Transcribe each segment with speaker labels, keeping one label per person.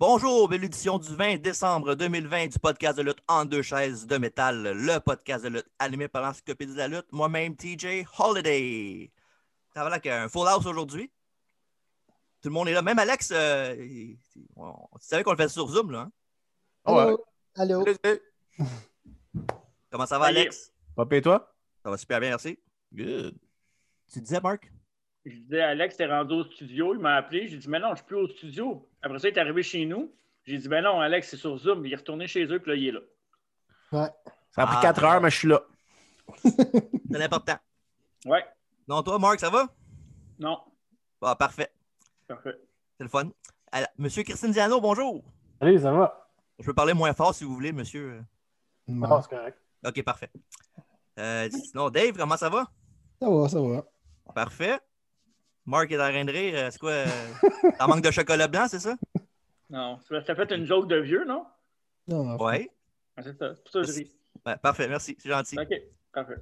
Speaker 1: Bonjour, belle édition du 20 décembre 2020 du podcast de lutte en deux chaises de métal, le podcast de lutte animé par l'encyclopédie de la lutte, moi-même TJ Holiday. Ça va là qu'un full house aujourd'hui. Tout le monde est là, même Alex, euh, il- il- on- tu savais qu'on le fait sur Zoom, là. hein?
Speaker 2: Ah Ouais.
Speaker 3: Allô? Allô?
Speaker 1: Comment ça va,
Speaker 4: Salut.
Speaker 1: Alex?
Speaker 2: Papa et toi?
Speaker 1: Ça va super bien, merci.
Speaker 2: Good.
Speaker 1: Tu disais, Marc?
Speaker 4: Je disais, Alex est rendu au studio. Il m'a appelé. J'ai dit, mais non, je suis plus au studio. Après ça, il est arrivé chez nous. J'ai dit, ben non, Alex, c'est sur Zoom. Il est retourné chez eux, puis là, il est là.
Speaker 2: Ça a pris
Speaker 1: Ah.
Speaker 2: 4 heures, mais je suis là.
Speaker 1: C'est l'important.
Speaker 4: Ouais,
Speaker 1: Non, toi, Marc, ça va?
Speaker 4: non,
Speaker 1: Ah, parfait.
Speaker 4: parfait.
Speaker 1: C'est le fun. Alors, monsieur Christine Diano, bonjour.
Speaker 5: Salut, ça va?
Speaker 1: Je peux parler moins fort si vous voulez, monsieur. euh,
Speaker 5: Ça
Speaker 3: Bon,
Speaker 5: passe correct.
Speaker 1: OK, parfait. Euh, sinon, Dave, comment ça va?
Speaker 3: Ça va, ça va.
Speaker 1: Parfait. Marc est en train de rire. euh, C'est quoi? euh, T'en manques de chocolat blanc, c'est ça?
Speaker 4: Non, ça ça fait une joke de vieux, non?
Speaker 3: Non, non,
Speaker 1: Oui.
Speaker 4: Ah, C'est ça, c'est pour ça que je ris.
Speaker 1: Ben, parfait, merci. C'est gentil.
Speaker 4: OK, parfait.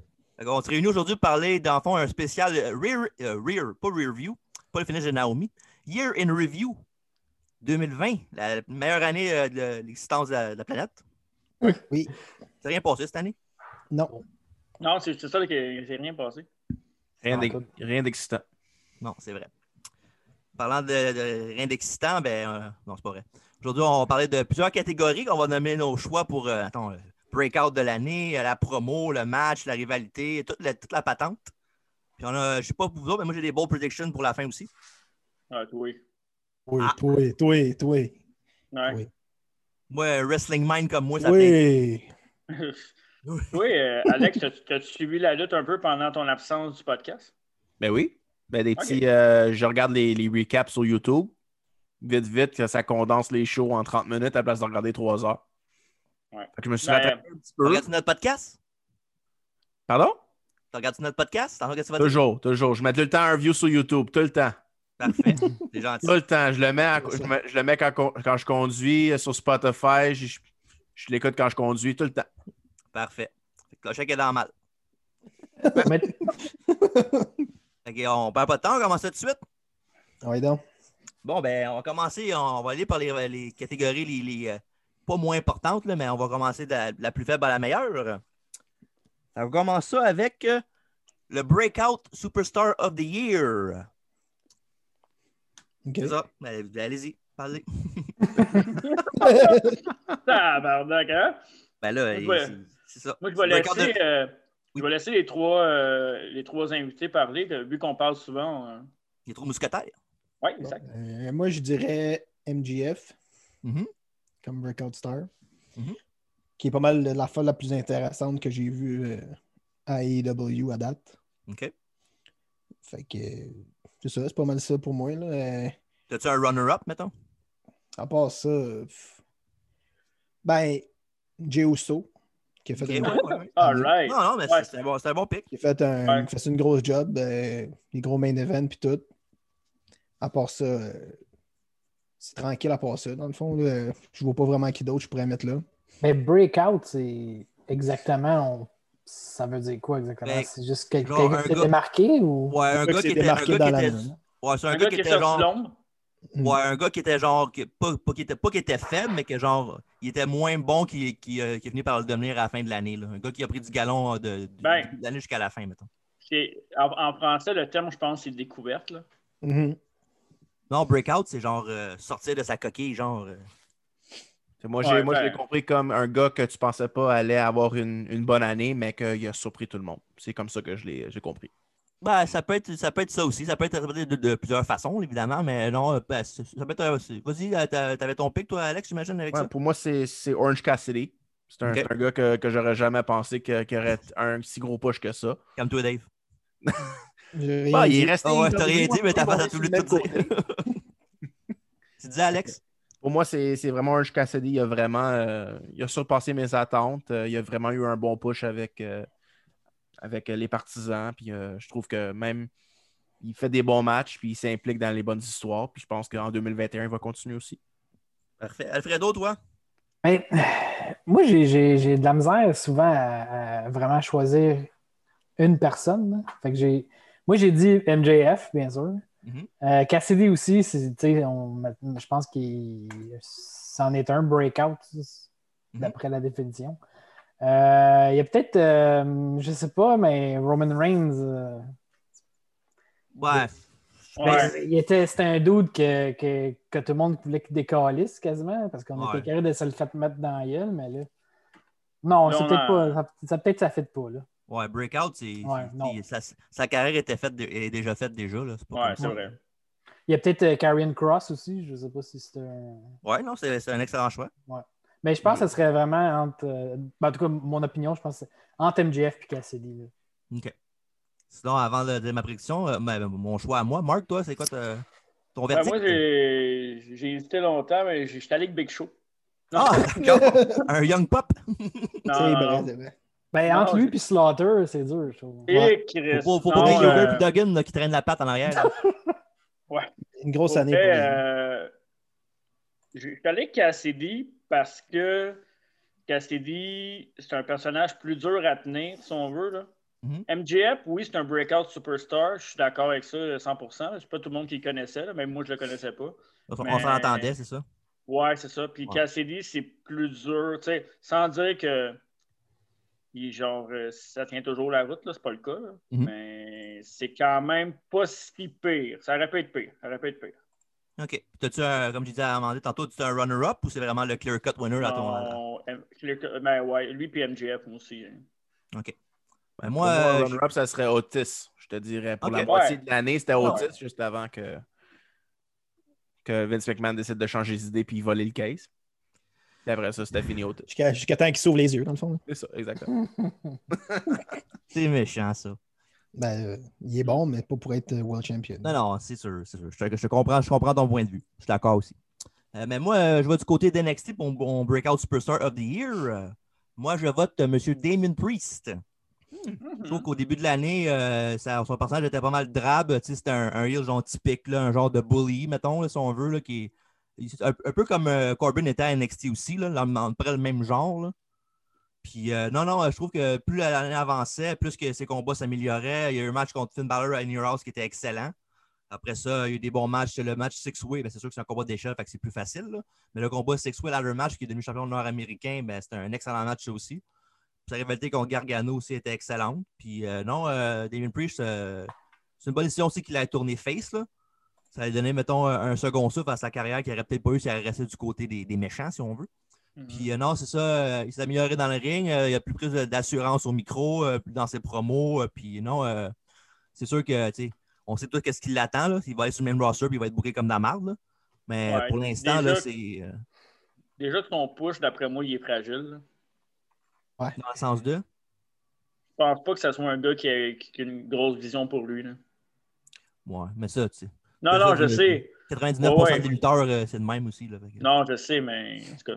Speaker 1: On se réunit aujourd'hui pour parler, dans le fond, un spécial euh, Rear, euh, rear pas Rear View, pas le finish de Naomi. Year in Review 2020, la meilleure année euh, de l'existence de la, de la planète.
Speaker 3: Oui.
Speaker 1: C'est rien passé cette année.
Speaker 3: non.
Speaker 4: Non, c'est c'est ça que c'est rien passé.
Speaker 2: Rien
Speaker 5: Ah,
Speaker 2: d'ex-
Speaker 5: good.
Speaker 2: rien d'excitant.
Speaker 1: Non, c'est vrai. Parlant de, de rien d'excitant, ben euh, non, c'est pas vrai. Aujourd'hui, on va parler de plusieurs catégories qu'on va nommer nos choix pour euh, attends, euh, breakout de l'année, euh, la promo, le match, la rivalité, toute la, toute la patente. Puis on a, je sais pas pour vous autres, mais moi j'ai des bold predictions pour la fin aussi.
Speaker 4: Ah, oui.
Speaker 3: Oui,
Speaker 1: Ah.
Speaker 3: toi, toi, toi.
Speaker 4: Ouais.
Speaker 3: Oui.
Speaker 1: Moi, euh, Wrestling Mind comme moi, ça fait.
Speaker 3: Oui.
Speaker 4: oui, euh, Alex, t'as- t'as-tu suivi la lutte un peu pendant ton absence du podcast?
Speaker 2: Ben oui. Ben des
Speaker 4: Ok.
Speaker 2: petits. euh, je regarde les, les recaps sur YouTube. Vite, vite, que ça condense les shows en 30 minutes à la place de regarder 3 heures.
Speaker 4: Ouais.
Speaker 2: Fait que je me suis
Speaker 4: Ben,
Speaker 2: rattrapé un petit peu.
Speaker 1: Regardes-tu notre podcast?
Speaker 2: Pardon?
Speaker 1: T'as regardé notre podcast? T'en regardes-tu votre
Speaker 2: Toujours, toujours. Je mets tout le temps un view sur YouTube. Tout le temps.
Speaker 1: Parfait. C'est gentil.
Speaker 2: Tout le temps. Je le mets, à- je me- je le mets quand, con- quand je conduis euh, sur Spotify. Je, je- je l'écoute quand je conduis. Tout le temps.
Speaker 1: Parfait. Fait que le chèque est dans le mal.
Speaker 5: Mais-
Speaker 1: Fait que on perd pas de temps, on commence ça tout de suite.
Speaker 3: Oui, donc.
Speaker 1: Bon, ben, on va commencer, on va aller par les, euh, les catégories les, les, euh, pas moins importantes, là, mais on va commencer de la, de la plus faible à la meilleure. Ça commence ça avec euh, le Breakout Superstar of the Year.
Speaker 3: OK.
Speaker 1: C'est ça. Ben, Allez-y, parlez.
Speaker 3: Euh,
Speaker 4: Ben, Tabarnak, hein?
Speaker 1: Ben là, il-
Speaker 4: Ouais.
Speaker 1: c'est- c'est ça.
Speaker 4: Moi, je
Speaker 1: C'est
Speaker 4: vais
Speaker 1: le breakout
Speaker 4: laisser,
Speaker 1: de-
Speaker 4: euh,
Speaker 1: Oui.
Speaker 4: je vais laisser les, trois, euh, les trois invités parler, que- vu qu'on parle souvent. euh.
Speaker 1: Il est trop mousquetaire.
Speaker 4: Oui, exact.
Speaker 3: Euh, moi, je dirais MGF Mm-hmm.
Speaker 1: Mhm.
Speaker 3: comme Breakout Star, Mm-hmm.
Speaker 1: Mhm.
Speaker 3: qui est pas mal la folle la plus intéressante que j'ai vue euh, à AEW à date.
Speaker 1: OK.
Speaker 3: Fait que euh, c'est ça, c'est pas mal ça pour moi. Là. Euh,
Speaker 1: T'as-tu un runner-up, mettons?
Speaker 3: À part ça, euh, pff. ben, Jey Uso, qui a fait
Speaker 1: Ok,
Speaker 3: une-
Speaker 1: ouais, ouais, ouais.
Speaker 4: All right.
Speaker 1: Non, non, mais
Speaker 4: Ouais.
Speaker 1: c'est- c'est un, bon, c'est un bon pic.
Speaker 3: qui a fait, un,
Speaker 4: Ouais.
Speaker 3: qui fait une grosse job, euh, les gros main events puis tout. À part ça, euh, c'est tranquille à part ça. Dans le fond, là, je vois pas vraiment qui d'autre je pourrais mettre là.
Speaker 5: Mais breakout, c'est exactement. on- Ça veut dire quoi exactement?
Speaker 1: Ben,
Speaker 5: c'est juste quel-
Speaker 1: genre
Speaker 5: quelqu'un
Speaker 1: un
Speaker 5: qui s'est
Speaker 1: gars-
Speaker 5: démarqué ou.
Speaker 1: Ouais, un
Speaker 3: gars
Speaker 1: gars qui
Speaker 3: qui s'est
Speaker 1: était. un
Speaker 3: démarqué
Speaker 1: gars
Speaker 3: dans
Speaker 1: qui
Speaker 3: la
Speaker 1: était-
Speaker 3: main. hein.
Speaker 1: Ouais, c'est
Speaker 4: Un
Speaker 1: un
Speaker 4: gars
Speaker 1: gars
Speaker 4: qui
Speaker 1: qui
Speaker 4: est
Speaker 1: était
Speaker 4: sorti de
Speaker 1: genre.
Speaker 4: l'ombre.
Speaker 1: Ouais, un gars qui était genre, qui- pas, pas qui était, pas qui était faible, mais que genre, il était moins bon qu'il qu'il, euh, qu'il est venu par le devenir à la fin de l'année. là. Un gars qui a pris du galon euh, de, de-
Speaker 4: Ben.
Speaker 1: de l'année jusqu'à la fin, mettons.
Speaker 4: C'est- En, en français, le terme, je pense, c'est découverte. Là.
Speaker 3: Mhm.
Speaker 1: Non, breakout, c'est genre euh, sortir de sa coquille, genre. euh,
Speaker 2: Moi, j'ai
Speaker 4: Ouais,
Speaker 2: moi, je
Speaker 4: ben.
Speaker 2: l'ai compris comme un gars que tu pensais pas allait avoir une, une bonne année, mais qu'il a surpris tout le monde. C'est comme ça que je l'ai j'ai compris.
Speaker 1: Ben, ça peut être ça peut être ça aussi. Ça peut être interprété de, de plusieurs façons, évidemment, mais non, euh, ben, c'est- ça peut être. un- c'est- Vas-y, euh, t'a- t'avais ton pic, toi, Alex, j'imagine, avec
Speaker 2: Ouais,
Speaker 1: ça.
Speaker 2: pour moi, c'est c'est Orange Cassidy. C'est un,
Speaker 1: Ok.
Speaker 2: c'est un gars que, que j'aurais jamais pensé que- qu'il aurait un si gros push que ça.
Speaker 1: Comme toi, Dave.
Speaker 3: J'ai rien
Speaker 2: Bah, il
Speaker 3: dit.
Speaker 2: est resté.
Speaker 1: Ah ouais,
Speaker 2: il
Speaker 1: t'as
Speaker 2: a-
Speaker 1: rien dit, mais t'as
Speaker 2: il a-
Speaker 1: face à tout le tout
Speaker 2: il a-
Speaker 1: dire. Tu disais, Alex?
Speaker 2: Pour moi, c'est c'est vraiment Orange Cassidy. Il a vraiment euh, il a surpassé mes attentes. Euh, il a vraiment eu un bon push avec, euh, avec euh, les partisans. Puis euh, je trouve que même il fait des bons matchs, puis il s'implique dans les bonnes histoires. Puis je pense qu'en 2021, il va continuer aussi.
Speaker 1: Parfait. Alfredo, toi?
Speaker 5: Mais, Ben, moi, j'ai- j'ai j'ai de la misère souvent à, à vraiment choisir une personne. là. Fait que j'ai. Moi, j'ai dit MJF, bien sûr.
Speaker 1: Mhm.
Speaker 5: Euh, Cassidy aussi, c'est- tu sais, on- je pense qu'il c'en est un breakout,
Speaker 1: Mhm.
Speaker 5: d'après la définition. Euh, Il y a peut-être, euh, je sais pas, mais Roman Reigns, euh,
Speaker 1: Ouais.
Speaker 5: ben,
Speaker 4: Ouais.
Speaker 5: il était- c'était un doute que, que, que tout le monde voulait qu'il décalisse quasiment, parce qu'on
Speaker 1: Ouais.
Speaker 5: était carré de se le faire mettre dans la gueule, mais là. Non,
Speaker 4: Là,
Speaker 5: c'est
Speaker 4: on
Speaker 5: peut-être
Speaker 4: a-
Speaker 5: pas. Ça, ça peut-être ça fait pas, là.
Speaker 1: Ouais, Breakout, c'est,
Speaker 5: Ouais,
Speaker 1: c'est-
Speaker 5: non.
Speaker 1: sa, sa carrière était faite, de- est déjà faite déjà. Là. C'est pas
Speaker 4: Ouais,
Speaker 1: comme-
Speaker 4: c'est vrai.
Speaker 5: Il y a peut-être euh, Karrion Cross aussi, je sais pas si c'est un.
Speaker 1: Ouais, non, c'est, c'est un excellent choix.
Speaker 5: Mais je pense que ce serait vraiment entre. euh, ben, en tout cas, mon opinion, je pense que c'est entre MJF et Cassidy. là.
Speaker 1: Sinon, avant de dire ma prédiction, euh, ma- mon choix à moi, Marc, toi, c'est quoi ta- ton
Speaker 4: Ben,
Speaker 1: verdict?
Speaker 4: moi, j'ai j'ai hésité longtemps, mais j'ai- j'étais allé avec Big Show. Non,
Speaker 1: Ah,
Speaker 3: c'est
Speaker 1: un Young Pop?
Speaker 4: non,
Speaker 3: vrai,
Speaker 4: non, non.
Speaker 3: c'est vrai.
Speaker 5: Ben,
Speaker 4: Non,
Speaker 5: entre lui
Speaker 4: je-
Speaker 5: et Slaughter, c'est dur, je trouve.
Speaker 4: Et
Speaker 1: Ouais.
Speaker 4: qui
Speaker 1: Faut,
Speaker 4: reste.
Speaker 1: pas- faut pas
Speaker 4: non,
Speaker 1: qu'il y ait
Speaker 4: euh,
Speaker 1: Luger puis Duggan là, qui traîne la patte en arrière. là.
Speaker 3: Une grosse
Speaker 4: Pour
Speaker 3: année
Speaker 4: vrai,
Speaker 3: pour les
Speaker 4: euh, Je je suis allé avec Cassidy parce que Cassidy, c'est un personnage plus dur à tenir, si on veut. Là.
Speaker 1: Mhm.
Speaker 4: MJF, oui, c'est un breakout superstar. Je suis d'accord avec ça 100%. C'est pas tout le monde qui le connaissait, là, même moi, je le connaissais pas.
Speaker 1: On
Speaker 4: Mais-
Speaker 1: s'en entendait, c'est ça?
Speaker 4: Ouais, c'est ça. Puis
Speaker 1: Ouais.
Speaker 4: Cassidy, c'est plus dur, tu sais, sans dire que il est genre euh, ça tient toujours la route, là, c'est pas le cas. là.
Speaker 1: Mhm.
Speaker 4: Mais c'est quand même pas si pire. Ça aurait pu être pire. Ça aurait pu être pire.
Speaker 1: OK. T'as-tu un, comme je disais à Amandé tantôt, tu un runner-up ou c'est vraiment le clear-cut winner à ton.
Speaker 4: On- M- le- ben ouais, lui puis MJF aussi. hein.
Speaker 1: Ben, moi,
Speaker 2: Pour moi,
Speaker 1: euh,
Speaker 2: un runner-up, ça serait Otis, je te dirais. Pour
Speaker 1: Ok.
Speaker 2: la moitié
Speaker 4: Ouais.
Speaker 2: de l'année, c'était
Speaker 4: Ouais.
Speaker 2: Otis juste avant que, que Vince McMahon décide de changer d'idée puis voler le case. Puis après ça, c'était fini Otis.
Speaker 3: Jusqu'à jusqu'à temps qu'il s'ouvre les yeux, dans le fond. là.
Speaker 2: C'est ça, exactement.
Speaker 1: c'est méchant, ça.
Speaker 3: Ben, euh, il est bon, mais pas pour être euh, world champion.
Speaker 1: Non, non, c'est sûr, c'est sûr. Je, te- je te comprends, je comprends ton point de vue. Je suis d'accord aussi. Euh, mais moi, euh, je vais du côté d'NXT pour mon Breakout Superstar of the Year. Euh, moi, je vote euh, M. Damien Priest. Je trouve qu'au début de l'année, euh, ça- son personnage était pas mal drabe. Tu sais, C'était un, un heel genre typique, là, un genre de bully, mettons, là, si on veut, là, qui est- un, un peu comme euh, Corbin était à NXT aussi, là, là, à peu près le même genre. là. Puis euh, non, non, euh, je trouve que plus l'année avançait, plus que ses combats s'amélioraient. Il y a eu un match contre Finn Balor à New House qui était excellent. Après ça, il y a eu des bons matchs. Le match Six-Way, ben, c'est sûr que c'est un combat d'échelle, fait que c'est plus facile. là. Mais le combat Six-Way, là, le match qui est devenu champion nord-américain, ben, c'était un excellent match ça aussi. Sa rivalité contre Gargano aussi était excellente. Puis euh, non, euh, Damien Priest, euh, c'est une bonne décision aussi qu'il a tourné face. Là. Ça a donné, mettons, un, un second souffle à sa carrière qu'il n'aurait peut-être pas eu s'il avait resté du côté des, des méchants, si on veut.
Speaker 4: Mhm.
Speaker 1: Puis euh, non, c'est ça, euh, il s'est amélioré dans le ring, euh, il a plus prise d'assurance au micro, euh, dans ses promos. euh, puis non, euh, c'est sûr que, tu sais, on sait tous qu'est-ce qui l'attend. Là. Il va aller sur le même roster, puis il va être bouqué comme de la marde. là. Mais
Speaker 4: Ouais,
Speaker 1: pour l'instant, là,
Speaker 4: déjà-
Speaker 1: c'est euh,
Speaker 4: Déjà que son push, d'après moi, il est fragile. là.
Speaker 1: dans le sens de.
Speaker 4: Je pense pas que ce soit un gars qui a, qui a une grosse vision pour lui. là.
Speaker 1: Ouais, mais ça, tu sais.
Speaker 4: Non,
Speaker 1: C'est
Speaker 4: non,
Speaker 1: ça,
Speaker 4: je
Speaker 1: je-
Speaker 4: sais.
Speaker 1: 99%
Speaker 4: Ouais.
Speaker 1: des lutteurs, euh, c'est le même aussi. Là, Fait que-
Speaker 4: Non, je sais, mais en tout cas.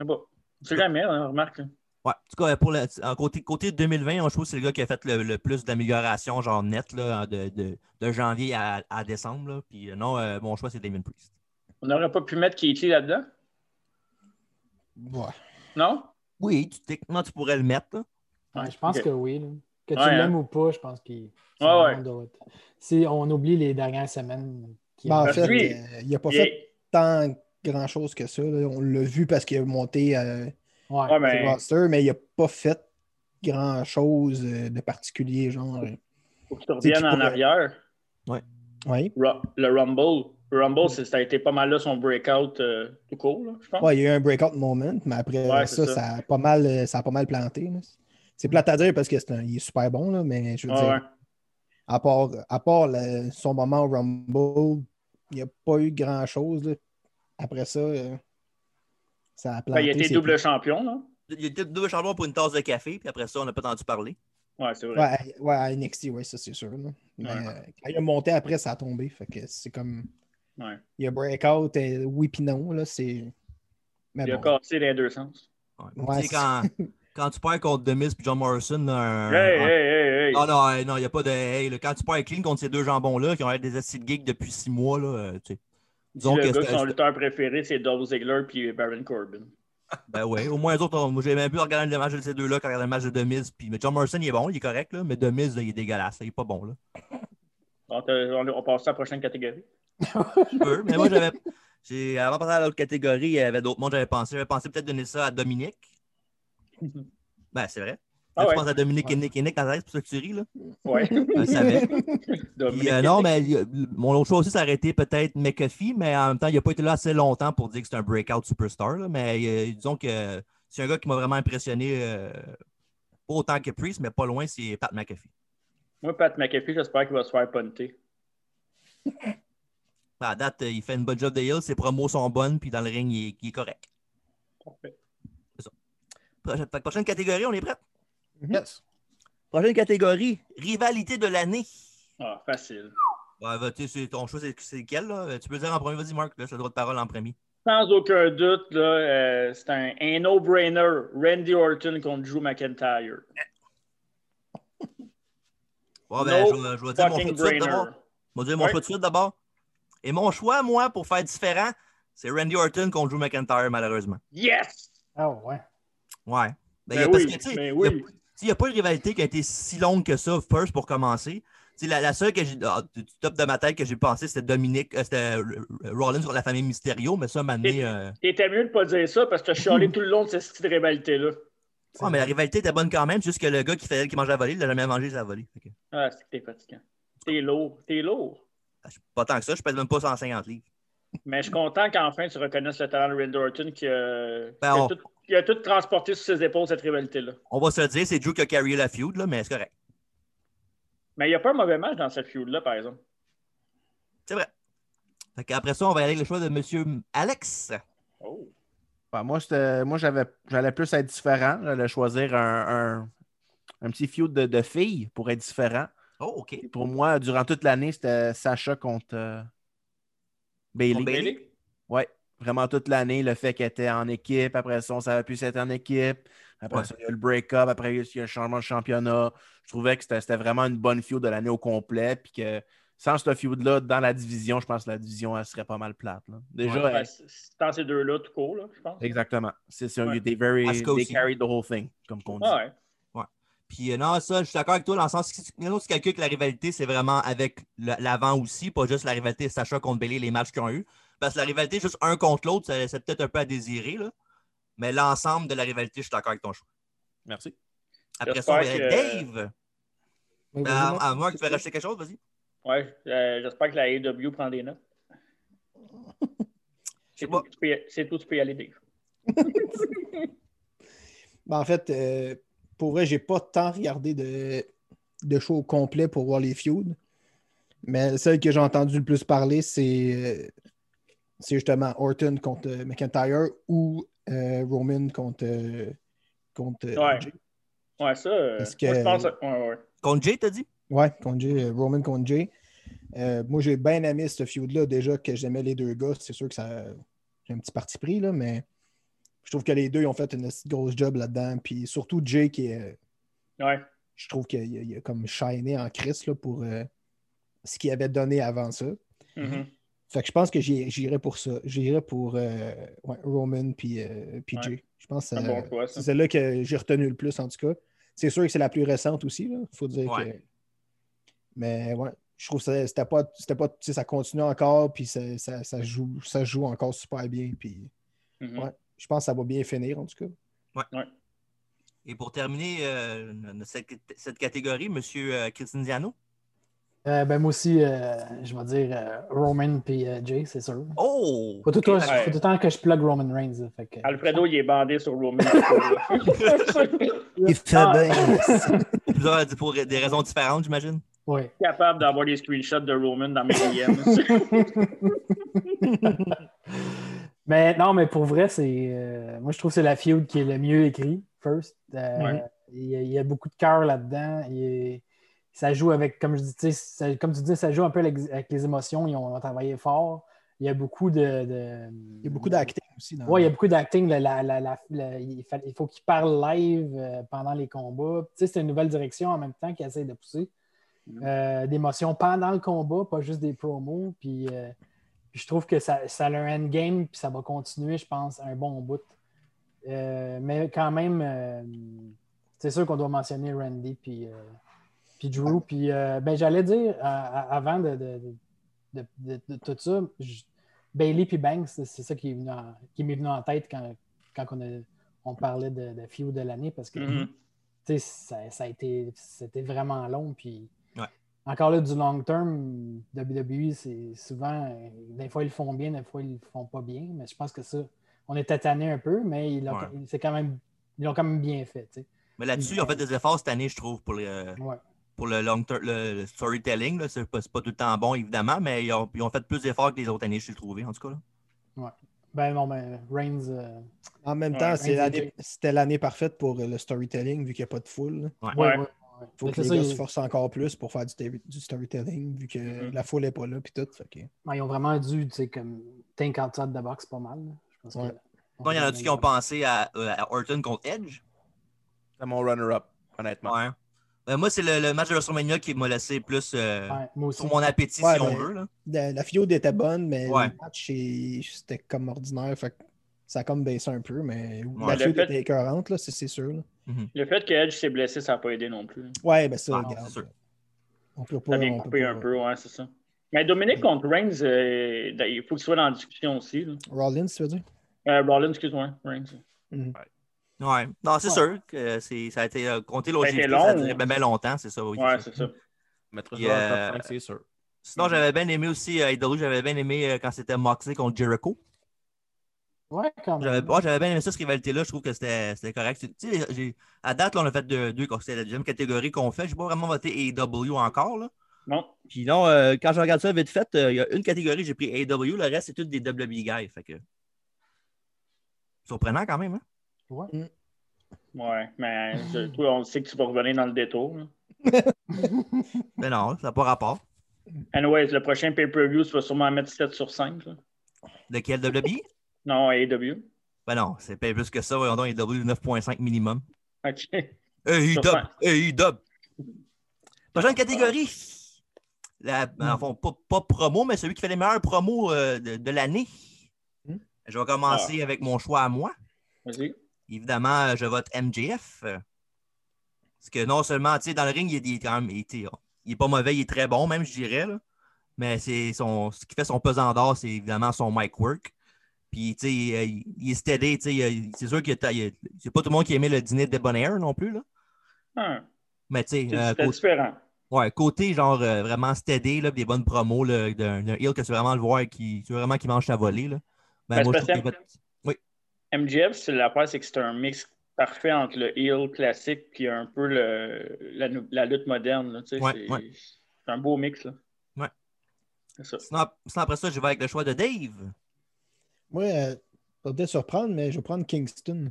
Speaker 4: Je sais pas. C'est jamais, hein, remarque. là.
Speaker 1: Ouais, en tout cas, pour le, en côté, côté 2020, on trouve que c'est le gars qui a fait le, le plus d'amélioration, genre net, là, de, de, de janvier à, à décembre. là. Puis euh, non, euh, mon choix, c'est Damien Priest.
Speaker 4: On n'aurait pas pu mettre Katie là-dedans?
Speaker 3: Ouais.
Speaker 4: Non?
Speaker 1: Oui, tu, techniquement, tu pourrais le mettre. là.
Speaker 5: Ouais, Ben, je pense
Speaker 4: Ok.
Speaker 5: que oui. là. Que tu
Speaker 4: Ouais, hein.
Speaker 5: l'aimes ou pas, je pense qu'il. c'est
Speaker 4: Ouais,
Speaker 5: un
Speaker 4: ouais.
Speaker 5: monde de route. Si on oublie les dernières semaines. qu'il-
Speaker 3: Ben, en
Speaker 4: Parce
Speaker 3: fait,
Speaker 4: que lui,
Speaker 3: euh, il n'a pas
Speaker 4: Il
Speaker 3: fait
Speaker 4: est-
Speaker 3: tant grand-chose que ça. là. On l'a vu parce qu'il a monté euh,
Speaker 5: Ouais.
Speaker 4: Ouais,
Speaker 3: sur
Speaker 4: mais
Speaker 3: le roster, mais il n'a pas fait grand-chose euh, de particulier, genre. euh,
Speaker 4: faut que
Speaker 3: C'est
Speaker 4: tu
Speaker 3: qui
Speaker 4: reviennes en
Speaker 3: pourrait-
Speaker 4: arrière.
Speaker 3: Oui.
Speaker 4: Ru- Le Rumble. Le Rumble, c'est- ça a été pas mal là son breakout euh, tout court, là, je pense.
Speaker 3: Ouais, il y a eu un breakout moment, mais après
Speaker 4: Ouais,
Speaker 3: ça,
Speaker 4: c'est ça.
Speaker 3: ça. a pas mal, euh, ça a pas mal planté. là. C'est plate à dire parce qu'il est super bon, là, mais je veux
Speaker 4: Ouais, Ben,
Speaker 3: dire,
Speaker 4: ouais.
Speaker 3: à part, à part le- son moment au Rumble, il n'y a pas eu grand-chose. là. Après ça, euh, ça a
Speaker 4: Ben,
Speaker 3: planté.
Speaker 4: il a été
Speaker 3: c'est
Speaker 4: double champion, là.
Speaker 1: Il y a peut-être deux charbons pour une tasse de café, puis après ça, on n'a pas entendu parler.
Speaker 4: Ouais, c'est vrai.
Speaker 3: Ouais, à- ouais, à NXT, ouais, ça c'est sûr. là. Mais
Speaker 4: Ouais.
Speaker 3: euh, quand il a monté après, ça a tombé. Fait que c'est comme.
Speaker 4: Ouais.
Speaker 3: Il y a breakout, et oui puis non, là, c'est. Mais
Speaker 4: Il a
Speaker 3: bon.
Speaker 4: cassé les deux sens.
Speaker 1: Ouais.
Speaker 3: Ouais,
Speaker 1: tu sais,
Speaker 3: c'est-
Speaker 1: quand, quand tu perds contre Demis puis John Morrison, là, un,
Speaker 4: Hey,
Speaker 1: un-
Speaker 4: hey, hey, hey.
Speaker 1: Ah, Non, non, hey, non, il n'y a pas de. Hey, là, quand tu perds clean contre ces deux jambons-là qui ont l'air des acides geeks depuis six mois, là, euh, tu sais.
Speaker 4: Dis le
Speaker 1: que
Speaker 4: gars que
Speaker 1: c'est-
Speaker 4: son lutteur préféré, c'est Dolph Ziggler puis Baron Corbin.
Speaker 1: Ben ouais, au moins les autres, on- moi, j'ai même plus regardé le match de ces deux-là qu'à regarder le match de Demise. Puis, mais John Morrison, il est bon, il est correct, là, mais Demise, là, il est dégueulasse, là, il est pas bon. Là.
Speaker 4: Ah on, te- on- on passe à la prochaine catégorie.
Speaker 1: Tu peux, mais moi, j'avais. j'ai- Avant de passer à l'autre catégorie, il y avait d'autres mondes, j'avais pensé. J'avais pensé peut-être donner ça à Dominique. Ben, c'est vrai.
Speaker 4: Ah
Speaker 1: Là,
Speaker 4: ouais.
Speaker 1: Tu penses à Dominique et Nick et Nick dans la reste, pour ça que tu ris, là.
Speaker 4: Ouais.
Speaker 1: Je le savais.
Speaker 4: Dominique
Speaker 1: Puis, euh, non, mais il y a- mon autre choix aussi, ça aurait été peut-être McAfee, mais en même temps, il n'a pas été là assez longtemps pour dire que c'est un breakout superstar. là. mais euh, disons que c'est un gars qui m'a vraiment impressionné, euh, pas autant que Priest, mais pas loin, c'est Pat McAfee.
Speaker 4: Moi, Pat McAfee, j'espère qu'il va se faire punter.
Speaker 1: À la date, euh, il fait une bonne job de heel, ses promos sont bonnes, puis dans le ring, il est, il est correct.
Speaker 4: Parfait.
Speaker 1: C'est ça. Prochaine, fait que prochaine catégorie, on est prêt?
Speaker 2: Yes.
Speaker 1: Prochaine catégorie, rivalité de l'année.
Speaker 4: Ah, facile.
Speaker 1: Ouais, va- tu sais, c'est- ton choix, c'est c'est lequel? là? Tu peux le dire en premier, vas-y, Marc, laisse le droit de parole en premier.
Speaker 4: Sans aucun doute, là, euh, c'est un, un no-brainer. Randy Orton contre Drew McIntyre.
Speaker 1: Bon, ben,
Speaker 4: No
Speaker 1: je vais- je vais dire mon choix
Speaker 4: Fucking
Speaker 1: tout de suite
Speaker 4: brainer.
Speaker 1: d'abord. Moi, je vais dire mon
Speaker 4: Ouais.
Speaker 1: choix tout de suite d'abord. Et mon choix, moi, pour faire différent, c'est Randy Orton contre Drew McIntyre, malheureusement.
Speaker 4: Yes!
Speaker 5: Ah ouais.
Speaker 1: Ouais. Ben,
Speaker 4: Ben
Speaker 1: y a- parce
Speaker 4: oui,
Speaker 1: que, tu sais,
Speaker 4: ben
Speaker 1: y a-
Speaker 4: oui.
Speaker 1: tu sais, Il n'y a pas une rivalité qui a été si longue que ça, first, pour commencer. Tu sais, La, la seule que j'ai, ah, du du top de ma tête que j'ai pensé, c'était Dominique, euh, c'était euh, Rollins sur la famille Mysterio, mais ça m'a amené. euh,
Speaker 4: T'étais mieux de pas dire ça parce que je suis allé tout le long de cette petite rivalité-là.
Speaker 5: C'est
Speaker 1: Ouais, mais la
Speaker 5: vrai.
Speaker 1: rivalité était bonne quand même, juste que le gars qui faisait qui mangeait la volée, il l'a jamais mangé sa volée. Fait que,
Speaker 4: Ah, c'est que t'es fatigant. T'es lourd, t'es lourd.
Speaker 1: ah, je suis pas tant que ça, je pèse même pas 150 livres.
Speaker 4: Mais je suis content qu'enfin tu reconnaisses le talent de Randy Orton qui, euh,
Speaker 1: Ben,
Speaker 4: qui
Speaker 1: on-
Speaker 4: a tout, qui a tout transporté sur ses épaules cette rivalité-là.
Speaker 1: On va se le dire, c'est Drew qui a carry la feud, là, mais c'est correct.
Speaker 4: Mais il n'y a pas un mauvais match dans cette feud-là, par exemple.
Speaker 1: C'est vrai. Fait Après ça, on va aller avec le choix de M. Alex.
Speaker 4: Oh.
Speaker 2: Ben, moi, c'était- moi, j'avais, j'allais plus être différent. J'allais choisir un, un- un petit feud de, de filles pour être différent.
Speaker 1: Oh, OK.
Speaker 2: Et pour moi, durant toute l'année, c'était Sacha contre euh, Bailey.
Speaker 1: Contre Bayley.
Speaker 4: Bailey?
Speaker 2: Ouais, vraiment toute l'année, le fait qu'elle était en équipe. Après ça, on savait plus si elle était en équipe. Après
Speaker 1: Ouais.
Speaker 2: ça, il y a le break-up. Après, il y a le changement de championnat. Je trouvais que c'était c'était vraiment une bonne feud de l'année au complet. Puis que sans ce feud-là, dans la division, je pense que la division, elle serait pas mal plate. là. Déjà, hein.
Speaker 4: Ouais, ben,
Speaker 2: elle-
Speaker 4: c'est c'est dans ces deux-là, tout court, là, je pense.
Speaker 2: exactement. C'est c'est un
Speaker 4: Ouais.
Speaker 2: they very-
Speaker 1: Asuka
Speaker 2: they
Speaker 1: aussi.
Speaker 2: carried the whole thing, comme on dit.
Speaker 4: Ah ouais.
Speaker 1: Puis euh, non, ça, je suis d'accord avec toi dans le sens que si tu, si tu calcules que la rivalité, c'est vraiment avec le- l'avant aussi, pas juste la rivalité Sacha contre Bailey, les matchs qu'ils ont eu. Parce que la rivalité, juste un contre l'autre, ça laissait peut-être un peu à désirer. Là. Mais l'ensemble de la rivalité, je suis d'accord avec ton choix.
Speaker 2: Merci.
Speaker 1: Après ça, on va aller
Speaker 4: J'espère
Speaker 1: avec
Speaker 4: que- euh,
Speaker 1: Dave.
Speaker 3: Oui, vas-y,
Speaker 1: À
Speaker 3: Marc.
Speaker 1: à moins que tu veux rajouter quelque chose, vas-y.
Speaker 4: Ouais, euh, j'espère que la AEW prend des notes. C'est
Speaker 1: pas.
Speaker 4: tout, tu peux y- c'est tout, tu peux y aller, Dave.
Speaker 3: Ben, en fait, euh, pour vrai, j'ai pas tant regardé de, de show au complet pour voir les feuds. Mais celle que j'ai entendu le plus parler, c'est euh, c'est justement Orton contre euh, McIntyre ou euh, Roman contre, euh, contre euh,
Speaker 4: Ouais.
Speaker 3: Jay.
Speaker 4: Ouais, ça. euh,
Speaker 3: Est-ce que-
Speaker 4: moi, je pense. ouais, ouais.
Speaker 1: Contre Jay, t'as dit?
Speaker 3: Ouais, contre Jay, euh, Roman contre Jay. Euh, moi, j'ai bien aimé ce feud-là. Déjà que j'aimais les deux gars, c'est sûr que ça. J'ai un petit parti pris, là, mais je trouve que les deux ils ont fait une grosse job là-dedans. Puis surtout Jay qui est.
Speaker 4: Ouais.
Speaker 3: je trouve qu'il a, il a comme shiné en Christ là, pour euh, ce qu'il avait donné avant ça.
Speaker 4: Mhm.
Speaker 3: Fait que je pense que j'y- j'irai pour ça. J'irai pour euh, ouais, Roman puis euh, puis
Speaker 4: Ouais.
Speaker 3: Jay. Je pense que
Speaker 4: Un
Speaker 3: ça-
Speaker 4: bon choix, ça.
Speaker 3: c'est celle-là que j'ai retenu le plus, en tout cas. C'est sûr que c'est la plus récente aussi. Il faut dire
Speaker 1: Ouais.
Speaker 3: que. Mais ouais, je trouve que ça- c'était pas. C'était pas. tu sais, ça continue encore, puis ça, ça- ça joue, ça joue encore super bien. Puis
Speaker 4: Mhm.
Speaker 3: ouais. je pense que ça va bien finir, en tout cas.
Speaker 1: Et pour terminer euh, notre- cette, cette catégorie, M. Euh, Cristiano.
Speaker 5: Euh, ben moi aussi, euh, je vais dire euh, Roman puis euh, Jay, c'est sûr.
Speaker 1: Oh!
Speaker 5: Faut tout, le temps-
Speaker 4: Ouais.
Speaker 5: faut tout le temps que je plug Roman Reigns. là, fait que-
Speaker 4: Alfredo, il est bandé sur Roman.
Speaker 3: Il fait
Speaker 5: Ah.
Speaker 1: Plusieurs- pour des raisons différentes, j'imagine.
Speaker 5: Ouais.
Speaker 4: capable d'avoir des screenshots de Roman dans mes DMs.
Speaker 5: mais non, mais pour vrai, c'est. euh, moi, je trouve que c'est la feud qui est le mieux écrit, first. Euh,
Speaker 4: Ouais.
Speaker 5: il, y a, il y a beaucoup de cœur là-dedans. Il est- ça joue avec, comme je dis, tu sais, ça- comme tu dis, ça joue un peu avec, avec les émotions. Ils ont, travaillé fort. Il y a beaucoup de. de-
Speaker 3: Il y a beaucoup d'acting aussi. Dans
Speaker 5: Oui, il y a beaucoup d'acting. la- la- la- la- la- il, fa- il faut qu'il parle live euh, pendant les combats. Tu sais, c'est une nouvelle direction en même temps qu'il essaie de pousser.
Speaker 4: Mhm.
Speaker 5: Euh, D'émotions pendant le combat, pas juste des promos. Puis, euh, puis je trouve que ça, ça a un endgame, puis ça va continuer, je pense, un bon bout. Euh, mais quand même, euh, c'est sûr qu'on doit mentionner Randy puis, euh, Puis Drew, puis euh, ben, j'allais dire, euh, avant de, de- de- de- de tout ça, je- Bailey puis Banks, c'est c'est ça qui est venu en- qui m'est venu en tête quand, quand on, a- on parlait de, de Feud de l'année, parce que
Speaker 1: Mm-hmm.
Speaker 4: Mhm.
Speaker 5: tu sais, ça, ça a été c'était vraiment long. Puis
Speaker 1: Ouais.
Speaker 5: encore là, du long term, WWE, E, c'est souvent, euh, des fois ils le font bien, des fois ils le font pas bien. Mais je pense que ça, on était tanné un peu, mais ils l'ont
Speaker 1: Ouais.
Speaker 5: c'est quand même, ils l'ont quand même bien fait. tu sais.
Speaker 1: Mais là-dessus, ils ont fait des efforts cette année, je trouve, pour le,
Speaker 5: Ouais.
Speaker 1: pour le long term, le le storytelling. là. C'est pas, c'est pas tout le temps bon, évidemment, mais ils ont, ils ont fait plus d'efforts que les autres années, je suis trouvé, en tout cas. là.
Speaker 5: Ben non, mais Reigns, euh,
Speaker 3: En même
Speaker 4: Ouais,
Speaker 3: temps,
Speaker 5: ouais,
Speaker 3: c'est l'année-
Speaker 5: ouais.
Speaker 3: c'était l'année parfaite pour le storytelling, vu qu'il n'y a pas de foule. là.
Speaker 1: Ouais.
Speaker 4: Ouais.
Speaker 5: ouais.
Speaker 3: faut
Speaker 5: Mais
Speaker 3: que
Speaker 5: c'est
Speaker 3: les
Speaker 5: ça,
Speaker 3: gars
Speaker 5: ils-
Speaker 3: se forcent encore plus pour faire du, sta- du storytelling, vu que
Speaker 4: Mhm.
Speaker 3: la foule n'est pas là, puis tout. fait que-
Speaker 5: ouais, ben, ils ont vraiment dû, tu sais, comme think outside the box pas mal. là. Je pense que-
Speaker 3: Ouais.
Speaker 1: Sinon, il y en a-tu qui ont pensé à, euh, à Orton contre Edge?
Speaker 2: C'est mon runner-up, honnêtement.
Speaker 1: Ouais. Ben, moi, c'est le, le match de WrestleMania qui m'a laissé plus euh,
Speaker 5: Ouais, moi aussi.
Speaker 1: sur mon appétit,
Speaker 3: Ouais,
Speaker 1: si on
Speaker 3: ben,
Speaker 1: veut. là.
Speaker 3: La, la fiode était bonne, mais
Speaker 1: Ouais.
Speaker 3: le match, c'est- c'était comme ordinaire. Fait que ça a comme baissé un peu, mais
Speaker 1: Ouais,
Speaker 3: la
Speaker 4: le
Speaker 3: fiode
Speaker 4: fait-
Speaker 3: était écœurante, là, c'est c'est sûr. là.
Speaker 4: Le fait que Edge s'est blessé, ça n'a pas aidé non plus.
Speaker 3: Ouais, ben ça,
Speaker 1: Ah, non,
Speaker 3: regarde.
Speaker 1: c'est sûr.
Speaker 3: On peut pas.
Speaker 4: Ça vient
Speaker 3: on peut
Speaker 4: couper
Speaker 3: pas-
Speaker 4: un peu, ouais, c'est ça. Mais Dominique contre Reigns, euh, il faut qu'il soit dans la discussion aussi. là.
Speaker 3: Rollins, tu veux dire?
Speaker 4: Euh, Rollins, excuse-moi, Reigns.
Speaker 1: Ouais. Non, c'est
Speaker 5: Ouais.
Speaker 1: sûr que c'est- ça a été euh, compté l'autre
Speaker 4: Ça a été
Speaker 1: ça
Speaker 4: long. hein?
Speaker 1: durait bien, bien ben longtemps, c'est ça. oui, c'est
Speaker 4: Ouais,
Speaker 1: ça.
Speaker 4: c'est ça.
Speaker 2: Je mettrais
Speaker 1: Puis,
Speaker 2: ça dans le
Speaker 1: euh,
Speaker 2: top 5, c'est sûr.
Speaker 1: Sinon, j'avais bien aimé aussi, euh, IW, j'avais bien aimé euh, quand c'était Moxley contre Jericho.
Speaker 5: Ouais, quand
Speaker 1: J'avais
Speaker 5: même.
Speaker 1: ouais, j'avais bien aimé ça, cette rivalité-là. Je trouve que c'était c'était correct. Tu sais, j'ai- à date, là, on a fait deux, deux c'est la deuxième catégorie qu'on fait. Je n'ai pas vraiment voté AEW encore. Là.
Speaker 4: Non,
Speaker 1: Puis non, euh, quand je regarde ça vite fait, euh, il y a une catégorie, j'ai pris AEW, le reste, c'est tout des WWE guys. Fait que... Surprenant quand même. Hein?
Speaker 3: Euh,
Speaker 4: ouais, mais je- toi, on sait que tu vas revenir dans le détour. là.
Speaker 1: Mais non, ça n'a pas rapport.
Speaker 4: Anyways, le prochain pay-per-view, tu vas sûrement mettre 7 sur 5. là.
Speaker 1: De quel WWE?
Speaker 4: Non, E AEW.
Speaker 1: Ben non, c'est pas plus que ça. Voyons donc, E AEW 9.5 minimum.
Speaker 4: OK.
Speaker 1: AEW!
Speaker 4: Surprenant.
Speaker 1: AEW! Prochaine catégorie. La, en fond, pas, pas promo, mais celui qui fait les meilleurs promos euh, de, de l'année.
Speaker 3: Hmm.
Speaker 1: Je vais commencer avec mon choix à moi.
Speaker 4: Vas-y.
Speaker 1: Évidemment, euh, je vote MJF. euh, Parce que non seulement, tu sais, dans le ring, il est, il est quand même. Il, est- il est pas mauvais, il est très bon, même, je dirais. là. Mais c'est son, ce qui fait son pesant d'or, c'est évidemment son mic work. Puis, tu sais, il, il- il est steady. tu sais, il- C'est sûr que t'as- il- c'est pas tout le monde qui aimait le dîner de Debonair non plus. Là.
Speaker 4: Ah,
Speaker 1: Mais, tu sais,
Speaker 4: c'est
Speaker 1: euh,
Speaker 4: c'était
Speaker 1: côté-
Speaker 4: différent.
Speaker 1: Ouais, côté genre euh, vraiment steady, là, pis des bonnes promos là, d'un d'un heel que tu veux vraiment le voir qui tu veux vraiment qu'il mange sa volée. Là. Ben,
Speaker 4: Ben,
Speaker 1: moi, je
Speaker 4: c'est
Speaker 1: trouve qu'il
Speaker 4: parce
Speaker 1: va-
Speaker 4: MJF, c'est l'affaire, c'est que c'est un mix parfait entre le heel classique et un peu le, la, nou- la lutte moderne. là, tu sais,
Speaker 1: Ouais,
Speaker 4: c'est
Speaker 1: ouais.
Speaker 4: c'est un beau mix. Là.
Speaker 1: Ouais.
Speaker 4: C'est ça.
Speaker 1: sinon, ap- sinon, après ça, je vais avec le choix de Dave.
Speaker 3: Moi, euh, ça va peut-être surprendre, mais je vais prendre Kingston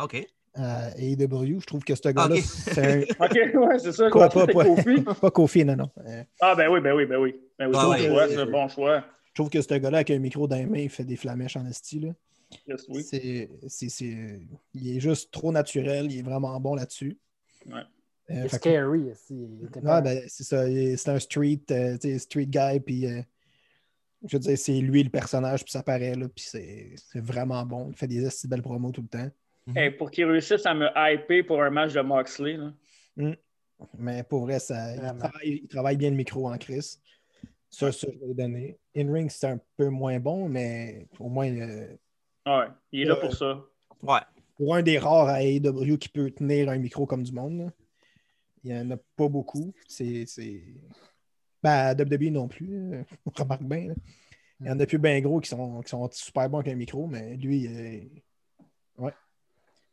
Speaker 3: euh,
Speaker 1: OK.
Speaker 3: à AEW. E Je trouve que ce gars-là,
Speaker 1: Ok.
Speaker 3: c'est un.
Speaker 4: OK, ouais, c'est ça.
Speaker 3: Quoi,
Speaker 4: Je
Speaker 3: pas,
Speaker 4: pensais que
Speaker 3: pas.
Speaker 4: c'était Kofi.
Speaker 3: Pas Kofi, non, non. Euh,
Speaker 4: Ah, ben oui, ben oui, ben oui. Ben oui,
Speaker 1: Ah,
Speaker 4: bon
Speaker 1: ouais.
Speaker 4: choix, c'est un bon choix.
Speaker 3: je trouve que ce gars-là, avec un micro dans les mains, il fait des flamèches en esti, là.
Speaker 4: Yes, oui.
Speaker 3: C'est, c'est, c'est- il est juste trop naturel, il est vraiment bon là-dessus.
Speaker 4: Ouais.
Speaker 3: Euh,
Speaker 5: Il est
Speaker 3: fait que-
Speaker 5: scary aussi. Il était
Speaker 3: Ouais,
Speaker 5: pas-
Speaker 3: ben, c'est ça, il est- c'est un street, euh, tu sais, street guy, puis euh, je veux dire, c'est lui le personnage, puis ça paraît, là, puis c'est, c'est vraiment bon. Il fait des esti de belles promos tout le temps.
Speaker 4: Hey, pour qu'ils réussissent à me hyper pour un match de Moxley, là.
Speaker 3: Mais pour vrai, ça, il,
Speaker 5: Vraiment.
Speaker 3: travaille, il travaille bien le micro en Chris. Ça, ça, je vais le donner. In-ring, c'est un peu moins bon, mais au moins, euh,
Speaker 4: Ouais, il est là
Speaker 3: Euh,
Speaker 4: pour ça.
Speaker 1: Ouais.
Speaker 3: pour un des rares à AEW qui peut tenir un micro comme du monde, là, il n'y en a pas beaucoup. C'est. c'est- Ben, à WWE non plus, là. on remarque bien. là. Il y en a plus bien gros qui sont, qui sont super bons avec un micro, mais lui, euh, ouais.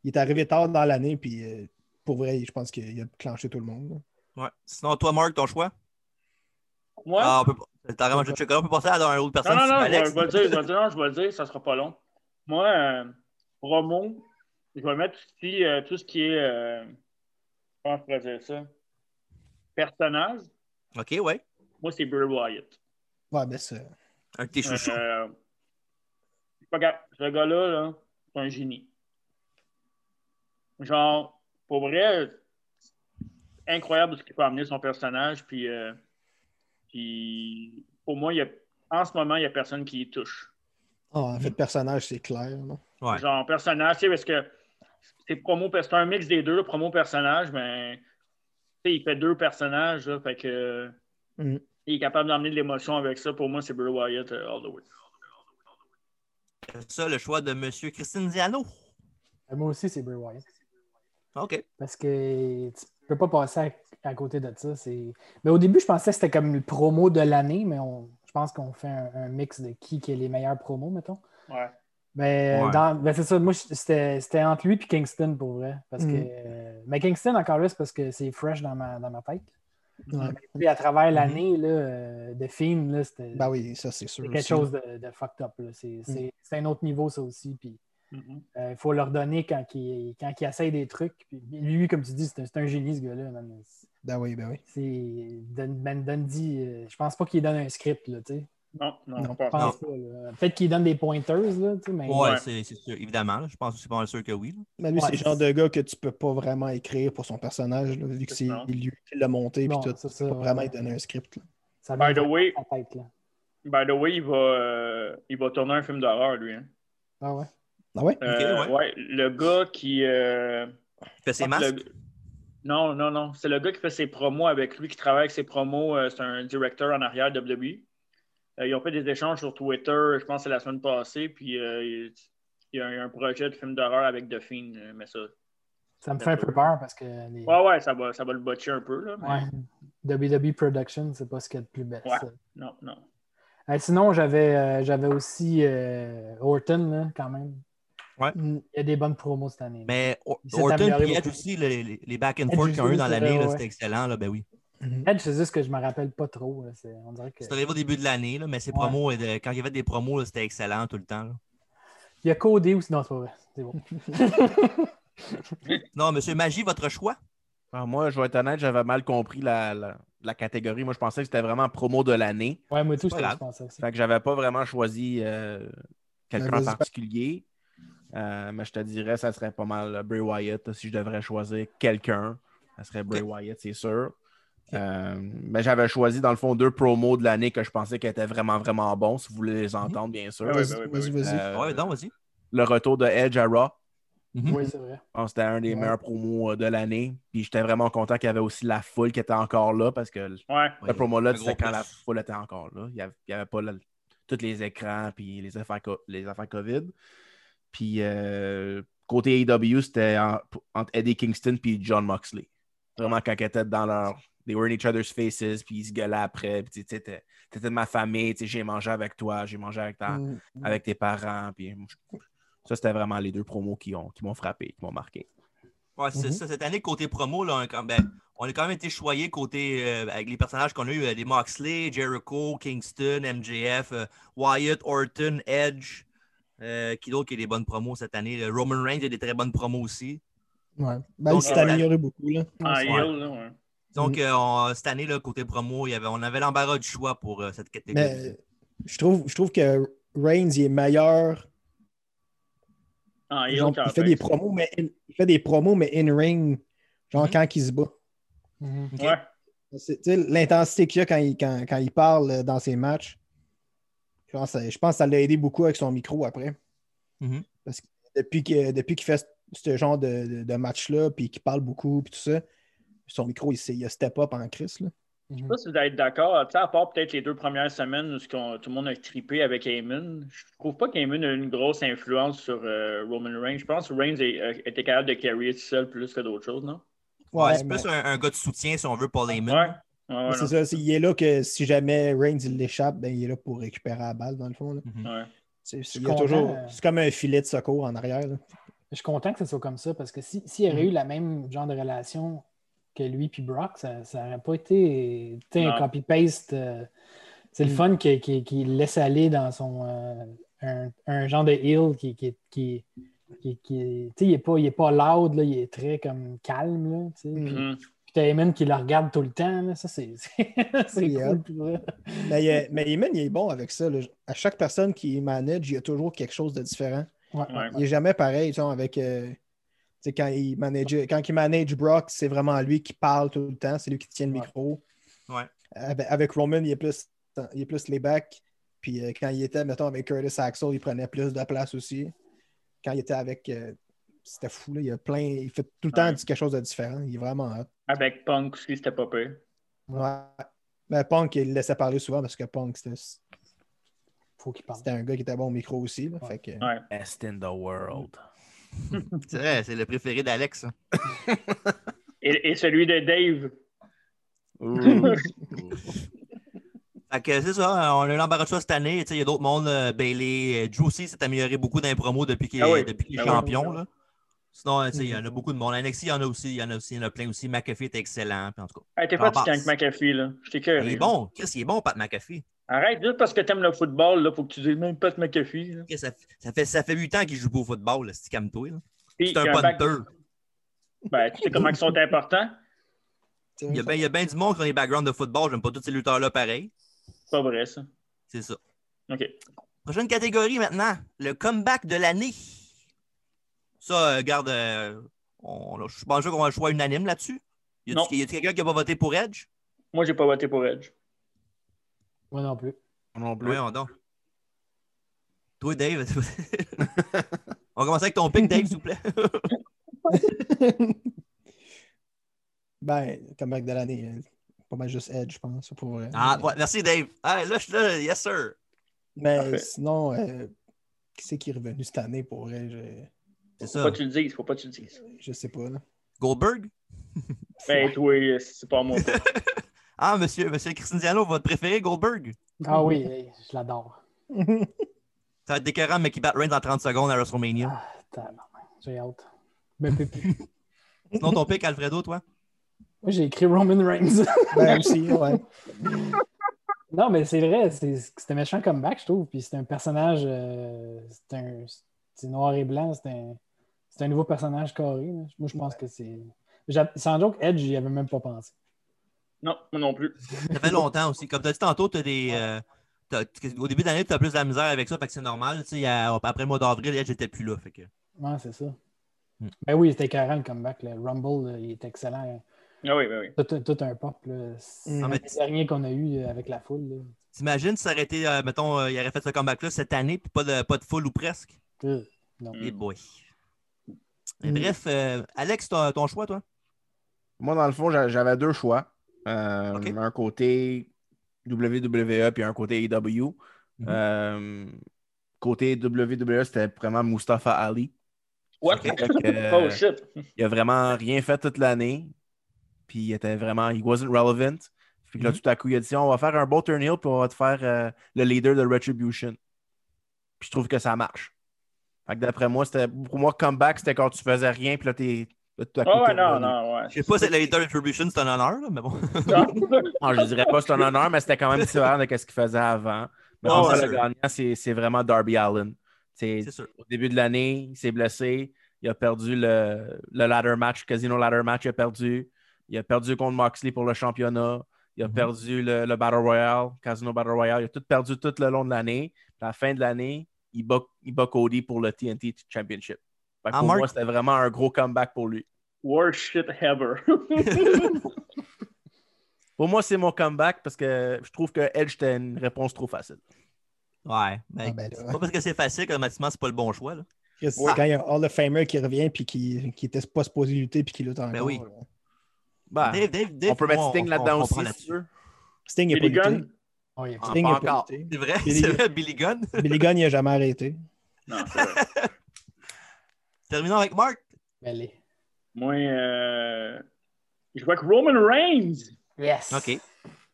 Speaker 3: Il est arrivé tard dans l'année, puis euh, pour vrai, je pense qu'il a clenché tout le monde. là.
Speaker 1: ouais. Sinon, toi, Marc, ton choix?
Speaker 4: Moi?
Speaker 1: Ah, on peut pas- T'as vraiment de chocolat, on peut passer à une autre
Speaker 4: non,
Speaker 1: personne.
Speaker 4: non,
Speaker 1: si
Speaker 4: non, je vais,
Speaker 1: Alex.
Speaker 4: je vais le dire, je vais le dire, non, je vais le dire, ça sera pas long. Moi, euh, promo, je vais mettre ici euh, tout ce qui est. euh, comment je pourrais dire ça? Personnage,
Speaker 1: OK, ouais.
Speaker 4: moi, c'est Bray Wyatt.
Speaker 3: Ouais, ben ça.
Speaker 1: Un de tes chouchous.
Speaker 4: Euh, c'est pas grave. ce gars-là, là, c'est un génie. Genre, pour vrai, c'est incroyable ce qu'il peut amener son personnage. Puis, euh, puis pour moi, il y a, en ce moment, il n'y a personne qui y touche.
Speaker 3: Ah, en fait, le personnage, c'est clair. non?
Speaker 1: Ouais.
Speaker 4: Genre, personnage, tu sais, parce que c'est promo, c'est un mix des deux, promo personnage, mais Tu sais, il fait deux personnages, là, fait que.
Speaker 3: Mhm.
Speaker 4: Il est capable d'emmener de l'émotion avec ça. Pour moi, c'est Bray Wyatt euh, all the way.
Speaker 1: Ça, le choix de M. Christine Ziano.
Speaker 5: Moi aussi, c'est Bray Wyatt.
Speaker 1: OK.
Speaker 5: Parce que tu peux pas passer à, à côté de ça. c'est- Mais au début, je pensais que c'était comme le promo de l'année, mais on, je pense qu'on fait un, un mix de qui, qui est les meilleurs promos, mettons.
Speaker 4: Ouais.
Speaker 5: Mais
Speaker 1: Ouais.
Speaker 5: dans- ben, c'est ça, moi je- c'était c'était entre lui et Kingston pour vrai. Parce que,
Speaker 3: Mm.
Speaker 5: euh, mais Kingston, encore là, c'est parce que c'est fresh dans ma, dans ma tête.
Speaker 3: Ouais.
Speaker 5: Puis à travers l'année là, euh, de film, là, c'était
Speaker 3: Mhm. Ben oui, ça, c'est sûr.
Speaker 5: c'était
Speaker 3: aussi.
Speaker 5: quelque
Speaker 3: Mhm.
Speaker 5: chose de, de fucked up. là. C'est c'est- c'est un autre niveau, ça aussi. Puis
Speaker 4: Mhm.
Speaker 5: il faut leur donner quand ils quand qu'ils essayent des trucs. Puis lui, comme tu dis, c'est un, c'est un génie, ce gars-là. man.
Speaker 3: Ben oui, ben oui.
Speaker 5: C'est Dun- Ben Dundee, euh, je pense pas qu'il donne un script, là, tu sais.
Speaker 4: Non, non,
Speaker 3: Non.
Speaker 4: pas.
Speaker 5: Je pense pas, là. Peut-être qu'il donne des pointers, là, tu sais, mais...
Speaker 1: Ouais,
Speaker 4: Ouais.
Speaker 1: c'est c'est sûr, évidemment. là. Je pense que c'est pas mal sûr que oui. là.
Speaker 3: Mais lui,
Speaker 5: Ouais.
Speaker 3: c'est le genre de gars que tu peux pas vraiment écrire pour son personnage, là, vu que c'est
Speaker 4: Non.
Speaker 3: lui qui l'a monté puis
Speaker 5: Non,
Speaker 3: tout.
Speaker 5: c'est
Speaker 3: Tu
Speaker 5: ça,
Speaker 3: peux pas
Speaker 5: ouais.
Speaker 3: vraiment lui donner un script. là.
Speaker 5: Ça
Speaker 4: By
Speaker 5: vient
Speaker 4: the way,
Speaker 5: dans la tête, là.
Speaker 4: by the way, il va, euh, il va tourner un film d'horreur, lui. hein.
Speaker 5: Ah ouais.
Speaker 3: Ah ouais?
Speaker 4: Euh,
Speaker 1: Ok, ouais.
Speaker 4: ouais. le gars qui. euh,
Speaker 1: Il fait ses masques.
Speaker 4: le- Non, non, non. C'est le gars qui fait ses promos avec lui, qui travaille avec ses promos. euh, c'est un directeur en arrière de WWE. Euh, ils ont fait des échanges sur Twitter, je pense que c'est la semaine passée. Puis euh, il il y a un, un projet de film d'horreur avec The Fiend, euh, mais ça.
Speaker 5: Ça me fait un peu peur parce que les
Speaker 4: Ouais, ouais, ça va, ça va le botcher un peu. Là, mais
Speaker 5: ouais. WWE Production, c'est pas ce qu'il y a de plus bête.
Speaker 4: Ouais.
Speaker 5: ça.
Speaker 4: Non, non.
Speaker 5: Euh, sinon, j'avais euh, j'avais aussi euh, Orton, là, quand même.
Speaker 3: Mm.
Speaker 5: Il y a des bonnes promos cette année. là.
Speaker 1: Mais Or-
Speaker 5: Il s'est
Speaker 1: Orton
Speaker 5: amélioré
Speaker 1: et Edge
Speaker 5: beaucoup.
Speaker 1: aussi, les, les- les back and
Speaker 5: Edge
Speaker 1: forth
Speaker 5: aussi,
Speaker 1: qu'ils ont eu dans
Speaker 5: c'est
Speaker 1: l'année,
Speaker 5: vrai,
Speaker 1: là,
Speaker 5: ouais.
Speaker 1: c'était excellent. Là, ben oui.
Speaker 5: Edge, c'est juste que je me rappelle pas trop. là. C'est- On dirait que...
Speaker 1: C'était arrivé au début de l'année, là, mais ses
Speaker 5: Ouais.
Speaker 1: promos, euh, de- quand il y avait des promos, là, c'était excellent tout le temps. là.
Speaker 5: Il y a Cody aussi. Non, c'est pas vrai. C'est bon.
Speaker 1: Non, Monsieur Magie, votre choix?
Speaker 2: Ah, moi, je vais être honnête, j'avais mal compris la, la- la catégorie. Moi, je pensais que c'était vraiment promo de l'année.
Speaker 5: Ouais, moi tout,
Speaker 1: pas
Speaker 5: c'est ce que
Speaker 1: grave.
Speaker 5: je pensais aussi.
Speaker 2: Fait que j'avais pas vraiment choisi euh, quelqu'un
Speaker 3: Ben,
Speaker 2: en
Speaker 3: vas-y.
Speaker 2: particulier. Euh, mais je te dirais, ça serait pas mal Bray Wyatt. là, Si je devrais choisir quelqu'un, ça serait Bray Wyatt, c'est sûr. Euh, mais j'avais choisi, dans le fond, deux promos de l'année que je pensais qui étaient vraiment, vraiment bons. Si vous voulez les entendre, bien sûr.
Speaker 4: Ah ouais,
Speaker 3: Vas-y,
Speaker 4: ben oui, ben
Speaker 3: vas-y,
Speaker 4: oui.
Speaker 3: vas-y.
Speaker 2: Euh,
Speaker 1: ouais, non, vas-y.
Speaker 2: le retour de Edge à Raw.
Speaker 1: Mhm.
Speaker 5: Oui, c'est vrai.
Speaker 2: Je pense que c'était un des
Speaker 3: Ouais.
Speaker 2: meilleurs promos euh, de l'année. Puis j'étais vraiment content qu'il y avait aussi la foule qui était encore là parce que le
Speaker 4: Ouais.
Speaker 1: Ouais.
Speaker 2: promo-là,
Speaker 1: Un
Speaker 2: c'était
Speaker 1: gros
Speaker 2: quand la
Speaker 1: plus.
Speaker 2: foule était encore là. Il n'y avait, il y avait pas le- tous les écrans puis les affaires, co- les affaires COVID. Puis euh, côté AEW, c'était en- entre Eddie Kingston puis John Moxley. Vraiment quand ils étaient dans leur. They were in each other's faces, puis ils se gueulaient après. Puis tu sais, t'étais t'étais de ma famille, tu sais, j'ai mangé avec toi, j'ai mangé avec, ta,
Speaker 3: Mm.
Speaker 2: avec tes parents. Puis ça, c'était vraiment les deux promos qui ont- qui m'ont frappé, qui m'ont marqué.
Speaker 1: Ouais, c'est
Speaker 3: Mhm.
Speaker 1: ça. Cette année, côté promo, là, on, quand- ben, on a quand même été choyé côté euh, avec les personnages qu'on a eu, euh, les Moxley, Jericho, Kingston, MJF, euh, Wyatt, Orton, Edge. Euh, qui d'autre qui a des bonnes promos cette année? Le Roman Reigns a des très bonnes promos aussi.
Speaker 3: Ouais. Ben,
Speaker 1: Donc,
Speaker 3: il s'est
Speaker 4: euh,
Speaker 3: amélioré beaucoup. Là.
Speaker 4: Ah,
Speaker 1: Ouais.
Speaker 4: Hill, là, ouais.
Speaker 3: Mhm.
Speaker 1: Donc, euh, on- cette année, là, côté promo, il y avait, on avait l'embarras du choix pour euh, cette catégorie.
Speaker 3: Mais euh, je trouve, je trouve que Reigns, il est meilleur.
Speaker 4: Ah, Hill,
Speaker 3: Genre,
Speaker 4: quand
Speaker 3: il, fait
Speaker 4: même.
Speaker 3: des promos, mais in, il fait des promos, mais in-ring, genre
Speaker 4: Mm-hmm.
Speaker 1: Mhm.
Speaker 3: quand il se bat.
Speaker 5: Mhm.
Speaker 1: Ok.
Speaker 4: Ouais.
Speaker 3: C'est- tu sais, L'intensité qu'il a quand il, quand, quand il parle euh, dans ses matchs, je pense, que ça- je pense que ça l'a aidé beaucoup avec son micro après.
Speaker 1: Mhm.
Speaker 3: Parce que depuis que- depuis qu'il fait ce- ce genre de, de- de match-là, puis qu'il parle beaucoup, puis tout ça, son micro, il, s'est- il a step up en crise. là.
Speaker 5: Mm-hmm.
Speaker 4: Je sais pas si vous êtes d'accord. Tu sais, à part peut-être les deux premières semaines où ce qu'on- tout le monde a trippé avec Heyman, je trouve pas qu'Heyman a eu une grosse influence sur euh, Roman Reigns. Je pense que Reigns est- euh, était capable de carrier tout seul plus que d'autres choses, non?
Speaker 1: Ouais,
Speaker 3: Ouais,
Speaker 1: c'est
Speaker 3: mais-
Speaker 1: plus un, un gars de soutien, si on veut, Paul Heyman.
Speaker 4: Ouais. Ouais, ouais,
Speaker 3: mais c'est
Speaker 4: non.
Speaker 3: ça, c'est- il est là que si jamais Reigns il l'échappe, ben, il est là pour récupérer la balle, dans le fond. là.
Speaker 1: Mhm.
Speaker 4: Ouais.
Speaker 3: C'est
Speaker 5: suis
Speaker 3: c'est- il y a
Speaker 5: content,
Speaker 3: toujours-
Speaker 5: euh.
Speaker 3: c'est comme un filet de secours en arrière. là.
Speaker 5: Je suis content que ce soit comme ça parce que s'il si, s'il y aurait eu la même genre de relation que lui puis Brock, ça n'aurait pas été tu sais, un
Speaker 4: Non.
Speaker 5: copy-paste. euh, c'est le
Speaker 3: Mm.
Speaker 5: fun qu'il qu'il- qu'il laisse aller dans son euh, un, un genre de heel qui, qui, qui, qui, qui- tu sais, il n'est pas, il est pas loud, là, il est très comme calme. Là, tu sais.
Speaker 3: Mm.
Speaker 5: Puis-
Speaker 4: Mhm.
Speaker 5: Puis t'as Eamon qui le regarde tout le temps. là, ça, c'est c'est- c'est
Speaker 3: Yeah.
Speaker 5: cool. pour vrai.
Speaker 3: Mais, euh, mais Heyman, il est bon avec ça. là. À chaque personne qui manage, il y a toujours quelque chose de différent.
Speaker 5: Ouais.
Speaker 4: Ouais.
Speaker 3: Il n'est jamais pareil, tu sais, avec. euh, tu sais, quand il, manage, quand il manage Brock, c'est vraiment lui qui parle tout le temps, c'est lui qui tient le
Speaker 5: Ouais.
Speaker 3: micro.
Speaker 1: Ouais.
Speaker 3: Avec, avec Roman, il est plus, il est plus les backs. Puis euh, quand il était, mettons, avec Curtis Axel, il prenait plus de place aussi. Quand il était avec. euh, c'était fou, là, il a plein. Il fait tout le temps
Speaker 4: Ouais.
Speaker 3: du- quelque chose de différent. Il est vraiment hot.
Speaker 4: Avec Punk aussi, c'était pas pire.
Speaker 3: Ouais. Mais Punk, il le laissait parler souvent parce que Punk, c'était
Speaker 5: Faut qu'il parle.
Speaker 3: c'était un gars qui était bon au micro aussi. là. Fait que,
Speaker 4: Ouais.
Speaker 2: Best in the world.
Speaker 1: C'est vrai, c'est le préféré d'Alex. ça.
Speaker 4: Et, et celui de Dave.
Speaker 1: Fait que c'est ça, on a eu l'embarras de choix cette année. Tu sais, Il y a d'autres mondes. euh, Bailey, euh, Drew aussi s'est amélioré beaucoup dans les promos depuis qu'il
Speaker 4: Ah oui.
Speaker 1: depuis qu'il est
Speaker 4: Ah oui. Mm-hmm.
Speaker 1: champion. là. Sinon, euh, tu sais, il y en a beaucoup de monde. NXT, il y en a aussi. Il y en a aussi, il y en a plein aussi. McAfee est excellent. puis en tout cas,
Speaker 4: Hey, Ah, T'es
Speaker 1: J'en
Speaker 4: fatigué
Speaker 1: passe.
Speaker 4: avec McAfee, là. Je t'ai cœur.
Speaker 1: il est bon. Chris, il est bon, Pat McAfee.
Speaker 4: Arrête, juste parce que t'aimes le football, là, faut que tu dises même pas de McAfee. là.
Speaker 1: Chris, ça, ça fait, ça fait 8 ans qu'il joue pas au football, là, c'est calme-toi. là.
Speaker 4: Puis,
Speaker 1: C'est un
Speaker 4: il y a back-
Speaker 1: punter.
Speaker 4: Ben, tu sais comment ils sont importants?
Speaker 3: tu sais,
Speaker 1: Il y a bien ben du monde qui ont des backgrounds de football. J'aime pas tous ces lutteurs-là pareil.
Speaker 4: C'est pas vrai, ça.
Speaker 1: C'est ça.
Speaker 4: OK.
Speaker 1: Prochaine catégorie maintenant, le comeback de l'année. Ça, euh, garde. euh, on- on- je pense pas qu'on a un choix unanime là-dessus. Y
Speaker 4: Non.
Speaker 1: a-t-il quelqu'un qui n'a pas voté pour Edge?
Speaker 4: Moi, j'ai pas voté pour Edge.
Speaker 5: Moi non plus.
Speaker 2: Non plus.
Speaker 1: Voyons donc. Toi, Dave. on commence avec ton pic, Dave, s'il vous plaît.
Speaker 3: Ben, comme back de l'année, euh, pas mal juste Edge, je pense, pour vrai.
Speaker 1: Ah, ouais, merci, Dave. Ah, là, je suis là. Yes, sir.
Speaker 3: Mais
Speaker 4: Parfait.
Speaker 3: sinon, euh, qui c'est qui est revenu cette année pour vrai? Je,
Speaker 1: C'est
Speaker 4: Faut
Speaker 1: ça.
Speaker 4: pas que tu le dises, faut pas que tu le dises.
Speaker 3: je sais pas. Là.
Speaker 1: Goldberg?
Speaker 4: Ben, toi, euh, c'est pas moi.
Speaker 1: Ah, monsieur, monsieur Cristiano, votre préféré, Goldberg?
Speaker 5: Ah oui, hey, je l'adore.
Speaker 1: Ça va être décœurant, mais qui bat Reigns en 30 secondes à WrestleMania.
Speaker 5: Ah, tabarnak, j'ai hâte. Mais puis- puis-
Speaker 1: Sinon, ton pic, Alfredo, toi?
Speaker 5: moi, j'ai écrit Roman Reigns.
Speaker 3: ben aussi, ouais.
Speaker 5: non, mais c'est vrai, c'est- c'était méchant comme back, je trouve. Puis c'est un personnage, euh, c'est un c'est noir et blanc, c'est un, c'est un nouveau personnage carré. là. Moi, je pense que c'est. j'a- Sans joke, Edge, j'y avais même pas pensé.
Speaker 4: non, moi non plus.
Speaker 1: Ça fait longtemps aussi. Comme tu as dit tantôt, t'as des. euh, t'as- t'as- au début d'année, tu as plus de la misère avec ça, fait que c'est normal. Tu sais, il y a- après le mois d'avril, Edge n'était plus là. Fait que...
Speaker 5: Ouais, c'est ça.
Speaker 1: Hmm.
Speaker 5: Ben oui, c'était carré le comeback. Le Rumble, là, il est excellent.
Speaker 4: Ah oui, ben oui.
Speaker 5: Tout, tout un pop. là. C'est
Speaker 4: Hmm.
Speaker 1: Non,
Speaker 5: un
Speaker 1: mais
Speaker 5: des derniers qu'on a eu euh, avec la foule. là.
Speaker 1: T'imagines si ça aurait été, euh, mettons, euh, il aurait fait ce comeback-là cette année, puis pas de, pas de full ou presque.
Speaker 5: Euh, Non.
Speaker 1: Et
Speaker 4: Mm.
Speaker 1: boy. Mais
Speaker 3: Mm.
Speaker 1: Bref, euh, Alex, ton, ton choix, toi?
Speaker 2: Moi, dans le fond, j'a- j'avais deux choix. Euh,
Speaker 1: Ok.
Speaker 2: Un côté WWE puis un côté AEW. Euh, côté WWE, c'était vraiment Mustafa Ali.
Speaker 4: What?
Speaker 1: Ok.
Speaker 2: Fait que, euh,
Speaker 4: Oh shit.
Speaker 2: il a vraiment rien fait toute l'année. Puis il était vraiment. Il wasn't relevant. Puis là,
Speaker 1: Mhm.
Speaker 2: tout à coup, il a dit on va faire un beau turnhill, puis on va te faire euh, le leader de Retribution. Puis je trouve que ça marche. Fait que d'après moi, c'était. Pour moi, comeback, c'était quand tu faisais rien, puis là, t'es. là, tout à coup,
Speaker 4: Ah ouais,
Speaker 2: t'es
Speaker 4: non,
Speaker 2: revenu.
Speaker 4: non, ouais.
Speaker 1: Je sais pas si la Leader Retribution, c'est un honneur, là, mais bon.
Speaker 2: Non, je dirais pas que c'est un honneur, mais c'était quand même similaire de ce qu'il faisait avant. Mais
Speaker 1: Ah,
Speaker 2: pour moi,
Speaker 1: ouais.
Speaker 2: le gagnant, c'est c'est vraiment Darby Allen. C'est-
Speaker 1: c'est sûr.
Speaker 2: au début de l'année, il s'est blessé. Il a perdu le, le ladder match, Casino ladder match, il a perdu. Il a perdu contre Moxley pour le championnat. Il a
Speaker 1: Mhm.
Speaker 2: perdu le, le Battle Royale, Casino Battle Royale. Il a tout perdu tout le long de l'année. Puis À la fin de l'année, il bat, il bat Cody pour le TNT Championship. Fait que
Speaker 1: Ah,
Speaker 2: pour
Speaker 1: Mark-
Speaker 2: moi, c'était vraiment un gros comeback pour lui.
Speaker 4: Worst shit ever.
Speaker 2: Pour moi, c'est mon comeback parce que je trouve que Edge était une réponse trop facile.
Speaker 1: Ouais. Mais
Speaker 3: Ah, ben là,
Speaker 1: c'est pas parce que c'est facile que automatiquement, c'est pas le bon choix. Là.
Speaker 3: Chris,
Speaker 1: Ouais.
Speaker 3: Quand il y a un Hall of Famer qui revient puis qui qui était pas supposé lutter puis qui lutte encore.
Speaker 1: Ben
Speaker 3: euh.
Speaker 1: oui.
Speaker 3: là.
Speaker 2: Bah,
Speaker 1: Dave, Dave, Dave,
Speaker 2: on peut
Speaker 1: moi,
Speaker 2: mettre Sting
Speaker 1: on-
Speaker 2: là-dedans
Speaker 1: on comprend
Speaker 2: aussi. si
Speaker 1: là-dessus.
Speaker 2: tu veux.
Speaker 3: Sting n'a pas
Speaker 4: Billy
Speaker 3: lutté.
Speaker 4: Gunn?
Speaker 5: Oh, il est-
Speaker 2: Ah,
Speaker 3: Sting
Speaker 2: pas
Speaker 3: n'a pas
Speaker 2: encore.
Speaker 3: lutté.
Speaker 1: C'est vrai,
Speaker 3: Billy
Speaker 1: c'est
Speaker 3: Gunn.
Speaker 1: vrai, Billy Gunn.
Speaker 3: Billy Gunn, il n'a jamais arrêté.
Speaker 4: Non, c'est vrai.
Speaker 1: Terminons avec Mark.
Speaker 4: Ah.
Speaker 5: elle est-
Speaker 4: Moi, euh, je vois que Roman Reigns.
Speaker 5: Yes.
Speaker 1: OK.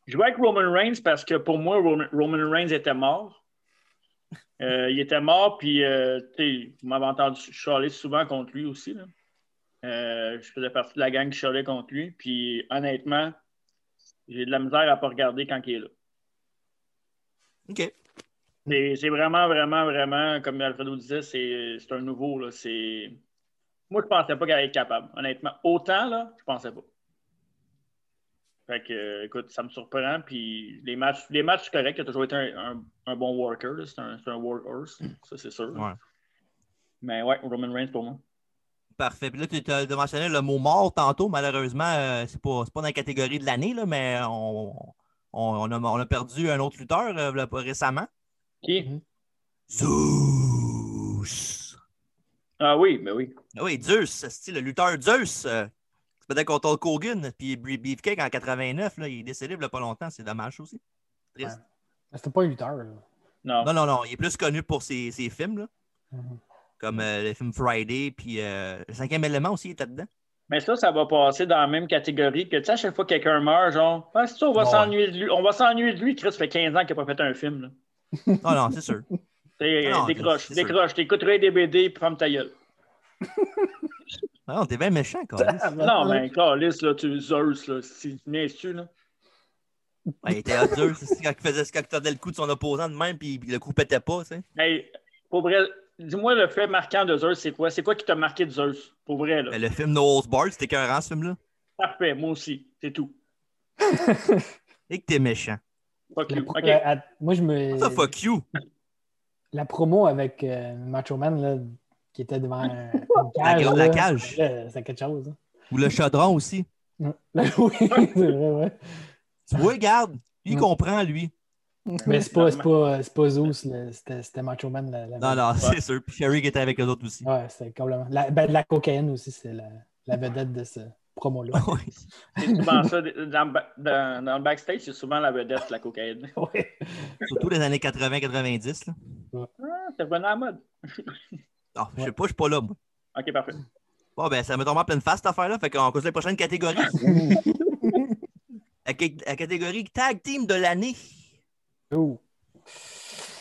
Speaker 4: Je vois avec Roman Reigns parce que pour moi, Roman, Roman Reigns était mort. Euh, il était mort, puis euh, tu sais, vous m'avez entendu chialer souvent contre lui aussi. là. Euh, je faisais partie de la gang qui chialait contre lui, puis honnêtement, j'ai de la misère à ne pas regarder quand il est là.
Speaker 1: OK.
Speaker 4: C'est- C'est vraiment, vraiment, vraiment, comme Alfredo disait, c'est c'est un nouveau. Là, c'est- Moi, je pensais pas qu'elle allait être capable. Honnêtement, autant, là, je pensais pas. Fait que, euh, écoute, ça me surprend. Puis les matchs, les matchs c'est correct, il a toujours été un, un- un bon worker. là. C'est un, c'est un workhorse, ça, c'est sûr.
Speaker 1: Ouais.
Speaker 4: Mais ouais, Roman Reigns pour moi.
Speaker 1: Parfait. Puis là, tu as mentionné le mot mort tantôt. Malheureusement, euh, c'est pas, c'est pas dans la catégorie de l'année, là, mais on, on, on a, on a perdu un autre lutteur euh, là, pas récemment.
Speaker 4: Qui?
Speaker 1: Zeus.
Speaker 4: Ah oui, mais oui. ben
Speaker 1: Ah oui, Zeus, c'est le lutteur Zeus. euh, Peut-être contre Hulk Hogan, puis Brie- Beefcake en 89, là, il est décédé il y a pas longtemps, c'est dommage ça aussi. Triste.
Speaker 5: C'était pas un lutteur. Là.
Speaker 4: Non.
Speaker 1: Non, non, non, il est plus connu pour ses, ses films, là,
Speaker 5: Mhm.
Speaker 1: comme euh, le film Friday, puis euh, le cinquième élément aussi il était dedans.
Speaker 4: Mais ça, ça va passer dans la même catégorie que, tu sais, à chaque fois que quelqu'un meurt, genre, ah, c'est ça, on va
Speaker 1: Ouais.
Speaker 4: s'ennuyer de lui. On va s'ennuyer de lui. Chris, ça fait 15 ans qu'il n'a pas fait un film. Là.
Speaker 1: Non, non, c'est sûr.
Speaker 4: Tu sais,
Speaker 1: Non,
Speaker 4: décroche,
Speaker 1: c'est sûr.
Speaker 4: décroche. T'écouterais des BD puis ferme ta gueule.
Speaker 1: Ah Non, t'es bien méchant, quand
Speaker 4: non, mais Carlis, là, tu Zeus, là, si tu venais dessus, là.
Speaker 1: il était hot dur, c'est c'est quand il faisait quand il tordait le coup de son opposant de même, puis le coup pétait pas, tu sais.
Speaker 4: Hey, pour vrai, dis-moi le fait marquant de Zeus, c'est quoi? C'est quoi qui t'a marqué de Zeus? Pour vrai, là.
Speaker 1: Mais le film No Holds Barred, c'était écœurant, ce film-là.
Speaker 4: Parfait, moi aussi. C'est tout.
Speaker 1: Et que t'es méchant.
Speaker 4: Fuck
Speaker 5: Le
Speaker 4: you.
Speaker 5: pro-
Speaker 4: OK.
Speaker 5: euh, à- moi, je me.
Speaker 1: Ça, fuck you.
Speaker 5: La promo avec euh, Macho Man là, qui était devant un- une
Speaker 1: La,
Speaker 5: cage.
Speaker 1: gra- la
Speaker 5: là,
Speaker 1: cage.
Speaker 5: là, C'est quelque chose. hein.
Speaker 1: Ou le chaudron aussi.
Speaker 5: Mm. Là, oui, c'est vrai, ouais.
Speaker 1: Tu vois, regarde, lui, il
Speaker 5: Mm.
Speaker 1: comprend, lui.
Speaker 5: Mais c'est pas, c'est pas, c'est pas Zeus, là, c'était c'était Macho Man. La, la-
Speaker 1: Non, non,
Speaker 4: Ouais.
Speaker 1: c'est sûr. Puis Sherry qui était avec eux autres aussi.
Speaker 5: Ouais, c'est complètement. La, ben, de la cocaïne aussi, c'est la, la vedette de ce promo-là.
Speaker 1: Ouais.
Speaker 4: C'est souvent ça. Dans, le ba- dans- dans le backstage, c'est souvent la vedette, la cocaïne.
Speaker 5: Ouais.
Speaker 1: Surtout les années 80-90. là.
Speaker 4: Ah, c'est revenu à la mode.
Speaker 1: Ah, je sais
Speaker 5: Ouais.
Speaker 1: pas, je suis pas là, moi.
Speaker 4: OK, parfait.
Speaker 1: Bon, ben, ça me tombe en pleine face, cette affaire-là. Fait qu'on cause la prochaine catégorie. la, ca- la catégorie Tag Team de l'année.
Speaker 5: Oh,